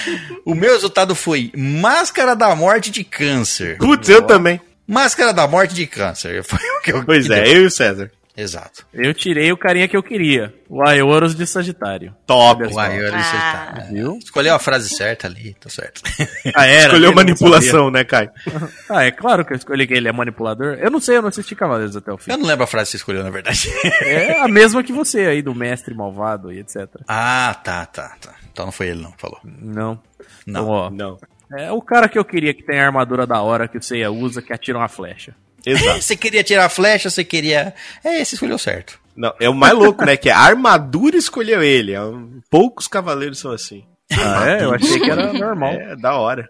[SPEAKER 1] O meu resultado foi Máscara da Morte de Câncer.
[SPEAKER 2] Putz, eu também.
[SPEAKER 1] Máscara da Morte de Câncer. Foi o que eu
[SPEAKER 2] Pois é, eu e o César.
[SPEAKER 1] Exato.
[SPEAKER 3] Eu tirei o carinha que eu queria. O Aioros de Sagitário.
[SPEAKER 2] Top.
[SPEAKER 1] Uai, eu era isso aí, tá.
[SPEAKER 3] Viu?
[SPEAKER 1] Escolheu a frase certa ali, tá certo.
[SPEAKER 3] Ah, era.
[SPEAKER 2] Escolheu
[SPEAKER 3] ele não
[SPEAKER 2] manipulação, né, Caio?
[SPEAKER 3] sabia. Ah, é claro que eu escolhi que ele é manipulador. Eu não sei, eu não assisti Cavaleiros até o fim.
[SPEAKER 1] Eu não lembro a frase que você escolheu, na verdade.
[SPEAKER 3] É a mesma que você aí, do mestre malvado e etc.
[SPEAKER 1] ah, tá, tá, tá. Então não foi ele, não, que falou.
[SPEAKER 3] Não.
[SPEAKER 1] Não.
[SPEAKER 3] Então, ó,
[SPEAKER 2] Não.
[SPEAKER 3] é o cara que eu queria que tem a armadura da hora que o Seiya usa, que atira uma flecha.
[SPEAKER 2] Exato.
[SPEAKER 1] Você queria tirar a flecha, você queria. É, você escolheu certo.
[SPEAKER 2] Não, é o mais louco, né? Que a armadura escolheu ele. É um- Poucos cavaleiros são assim.
[SPEAKER 3] Ah, é? Eu achei que era normal.
[SPEAKER 2] É, da hora.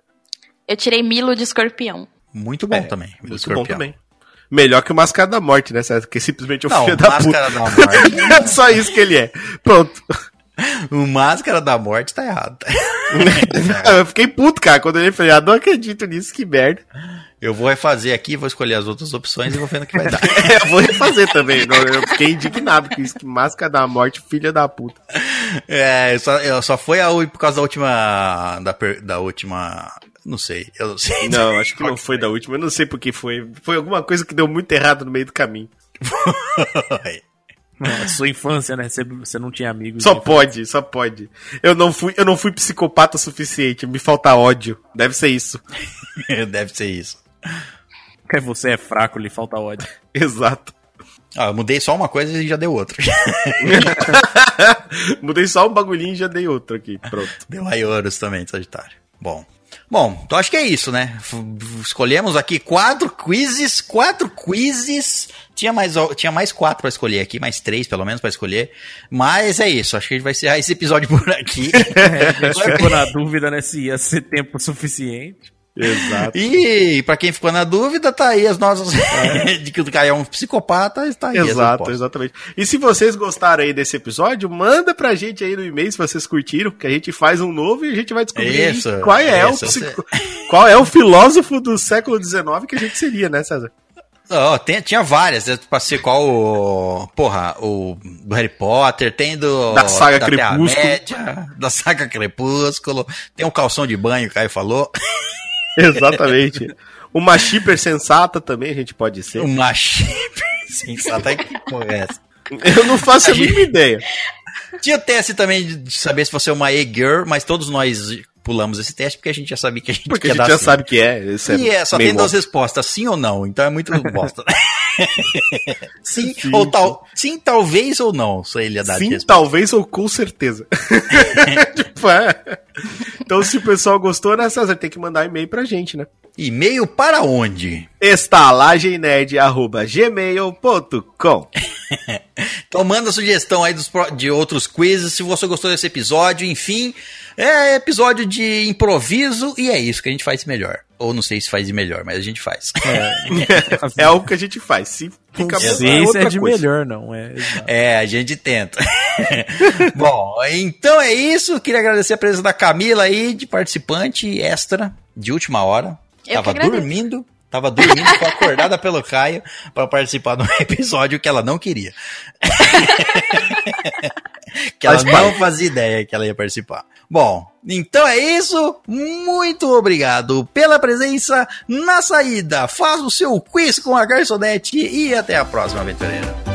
[SPEAKER 4] Eu tirei Milo de escorpião.
[SPEAKER 1] Muito bom também.
[SPEAKER 2] É, Muito
[SPEAKER 1] Escorpião.
[SPEAKER 2] bom também. Melhor que o Máscara da Morte, né, César? Que simplesmente é o
[SPEAKER 1] Não,
[SPEAKER 2] filho da puta.
[SPEAKER 1] Máscara da Morte.
[SPEAKER 2] É Só isso que ele é. Pronto.
[SPEAKER 1] o Máscara da Morte tá errado.
[SPEAKER 3] É.
[SPEAKER 2] Eu fiquei puto, cara, quando ele falou, ah, não acredito nisso, que merda.
[SPEAKER 1] Eu vou refazer aqui, vou escolher as outras opções e vou vendo o que vai dar.
[SPEAKER 2] Eu vou refazer também. não, Eu fiquei indignado com isso, que Máscara da Morte, filha da puta.
[SPEAKER 1] É, só, eu só foi a, u- por causa da última. Da, per- da última. Não sei, eu não sei.
[SPEAKER 2] Não, acho que não foi da última, eu não sei porque foi. Foi alguma coisa que deu muito errado no meio do caminho.
[SPEAKER 3] Na sua infância, né? Você, você não tinha amigos.
[SPEAKER 2] Só
[SPEAKER 3] né?
[SPEAKER 2] pode, só pode. Eu não fui, eu não fui psicopata o suficiente, me falta ódio. Deve ser isso.
[SPEAKER 1] Deve ser isso.
[SPEAKER 3] Porque você é fraco, lhe falta ódio.
[SPEAKER 2] Exato.
[SPEAKER 1] Ah, eu mudei só uma coisa e já deu outra.
[SPEAKER 2] Mudei só um bagulhinho e já dei outro aqui. Pronto.
[SPEAKER 1] Deu Raioros também, de Sagitário. Bom. Bom, então acho que é isso, né? F- f- Escolhemos aqui quatro quizzes, quatro quizzes. Tinha mais, al- tinha mais quatro pra escolher aqui, mais três pelo menos pra escolher. Mas é isso, acho que a gente vai encerrar esse episódio por aqui.
[SPEAKER 3] A
[SPEAKER 2] É
[SPEAKER 3] gente ficou na dúvida, né? Se ia ser tempo suficiente.
[SPEAKER 2] Exato.
[SPEAKER 1] e pra quem ficou na dúvida, tá aí as nossas. de que o Caio é um psicopata, tá aí. as
[SPEAKER 2] Exato,
[SPEAKER 1] respostas.
[SPEAKER 2] exatamente. E se vocês gostaram aí desse episódio, manda pra gente aí no e-mail se vocês curtiram, que a gente faz um novo e a gente vai descobrir
[SPEAKER 1] Isso,
[SPEAKER 2] aí qual é
[SPEAKER 1] isso,
[SPEAKER 2] o psico- qual é o filósofo do século XIX que a gente seria, né, César?
[SPEAKER 1] Ó, tem- tinha várias, né? pra ser qual o. Porra, o do Harry Potter, tem do.
[SPEAKER 2] Da saga Crepúsculo.
[SPEAKER 1] Terra-média, da saga Crepúsculo, tem um calção de banho, o Caio falou.
[SPEAKER 2] Exatamente. Uma shipper sensata também a gente pode ser.
[SPEAKER 1] Uma chip sensata aí que porra é essa?
[SPEAKER 2] Eu não faço a mínima ideia.
[SPEAKER 1] Tinha o teste também de- de saber se você é uma e-girl, mas todos nós pulamos esse teste porque a gente já sabia que a gente
[SPEAKER 2] Porque
[SPEAKER 1] ia
[SPEAKER 2] a
[SPEAKER 1] dar
[SPEAKER 2] gente já
[SPEAKER 1] sim.
[SPEAKER 2] sabe que é. Isso é
[SPEAKER 1] E é, só
[SPEAKER 2] meio
[SPEAKER 1] tem duas respostas, sim ou não, então é muito bosta. sim,
[SPEAKER 2] Sim,
[SPEAKER 1] ou tal, sim, talvez ou não, se ele ia dar de
[SPEAKER 2] Sim,
[SPEAKER 1] resposta.
[SPEAKER 2] talvez ou com certeza. Tipo, é. Então, se o pessoal gostou, né, César? Tem que mandar e-mail pra gente, né?
[SPEAKER 1] E-mail para onde?
[SPEAKER 2] estalagemnerd.gmail.com
[SPEAKER 1] Então manda sugestão aí dos, pro- de outros quizzes, se você gostou desse episódio, enfim. É episódio de improviso e é isso que a gente faz melhor. Ou não sei se faz de melhor, mas a gente faz.
[SPEAKER 2] É algo que a gente faz. Se fica bom,
[SPEAKER 3] Consciência é
[SPEAKER 2] outra
[SPEAKER 3] de
[SPEAKER 2] coisa.
[SPEAKER 3] melhor, não. É, exato.
[SPEAKER 1] É, a gente tenta. Bom, então é isso. Queria agradecer a presença da Camila aí, de participante extra, de última hora.
[SPEAKER 4] Eu
[SPEAKER 1] tava
[SPEAKER 4] que agradeço.
[SPEAKER 1] dormindo, tava dormindo, foi acordada pelo Caio pra participar de um episódio que ela não queria. que ela
[SPEAKER 2] Faz
[SPEAKER 1] não fazia ideia que ela ia participar. Bom, então é isso. Muito obrigado pela presença na saída. Faz o seu quiz com a garçonete e até a próxima, aventureira.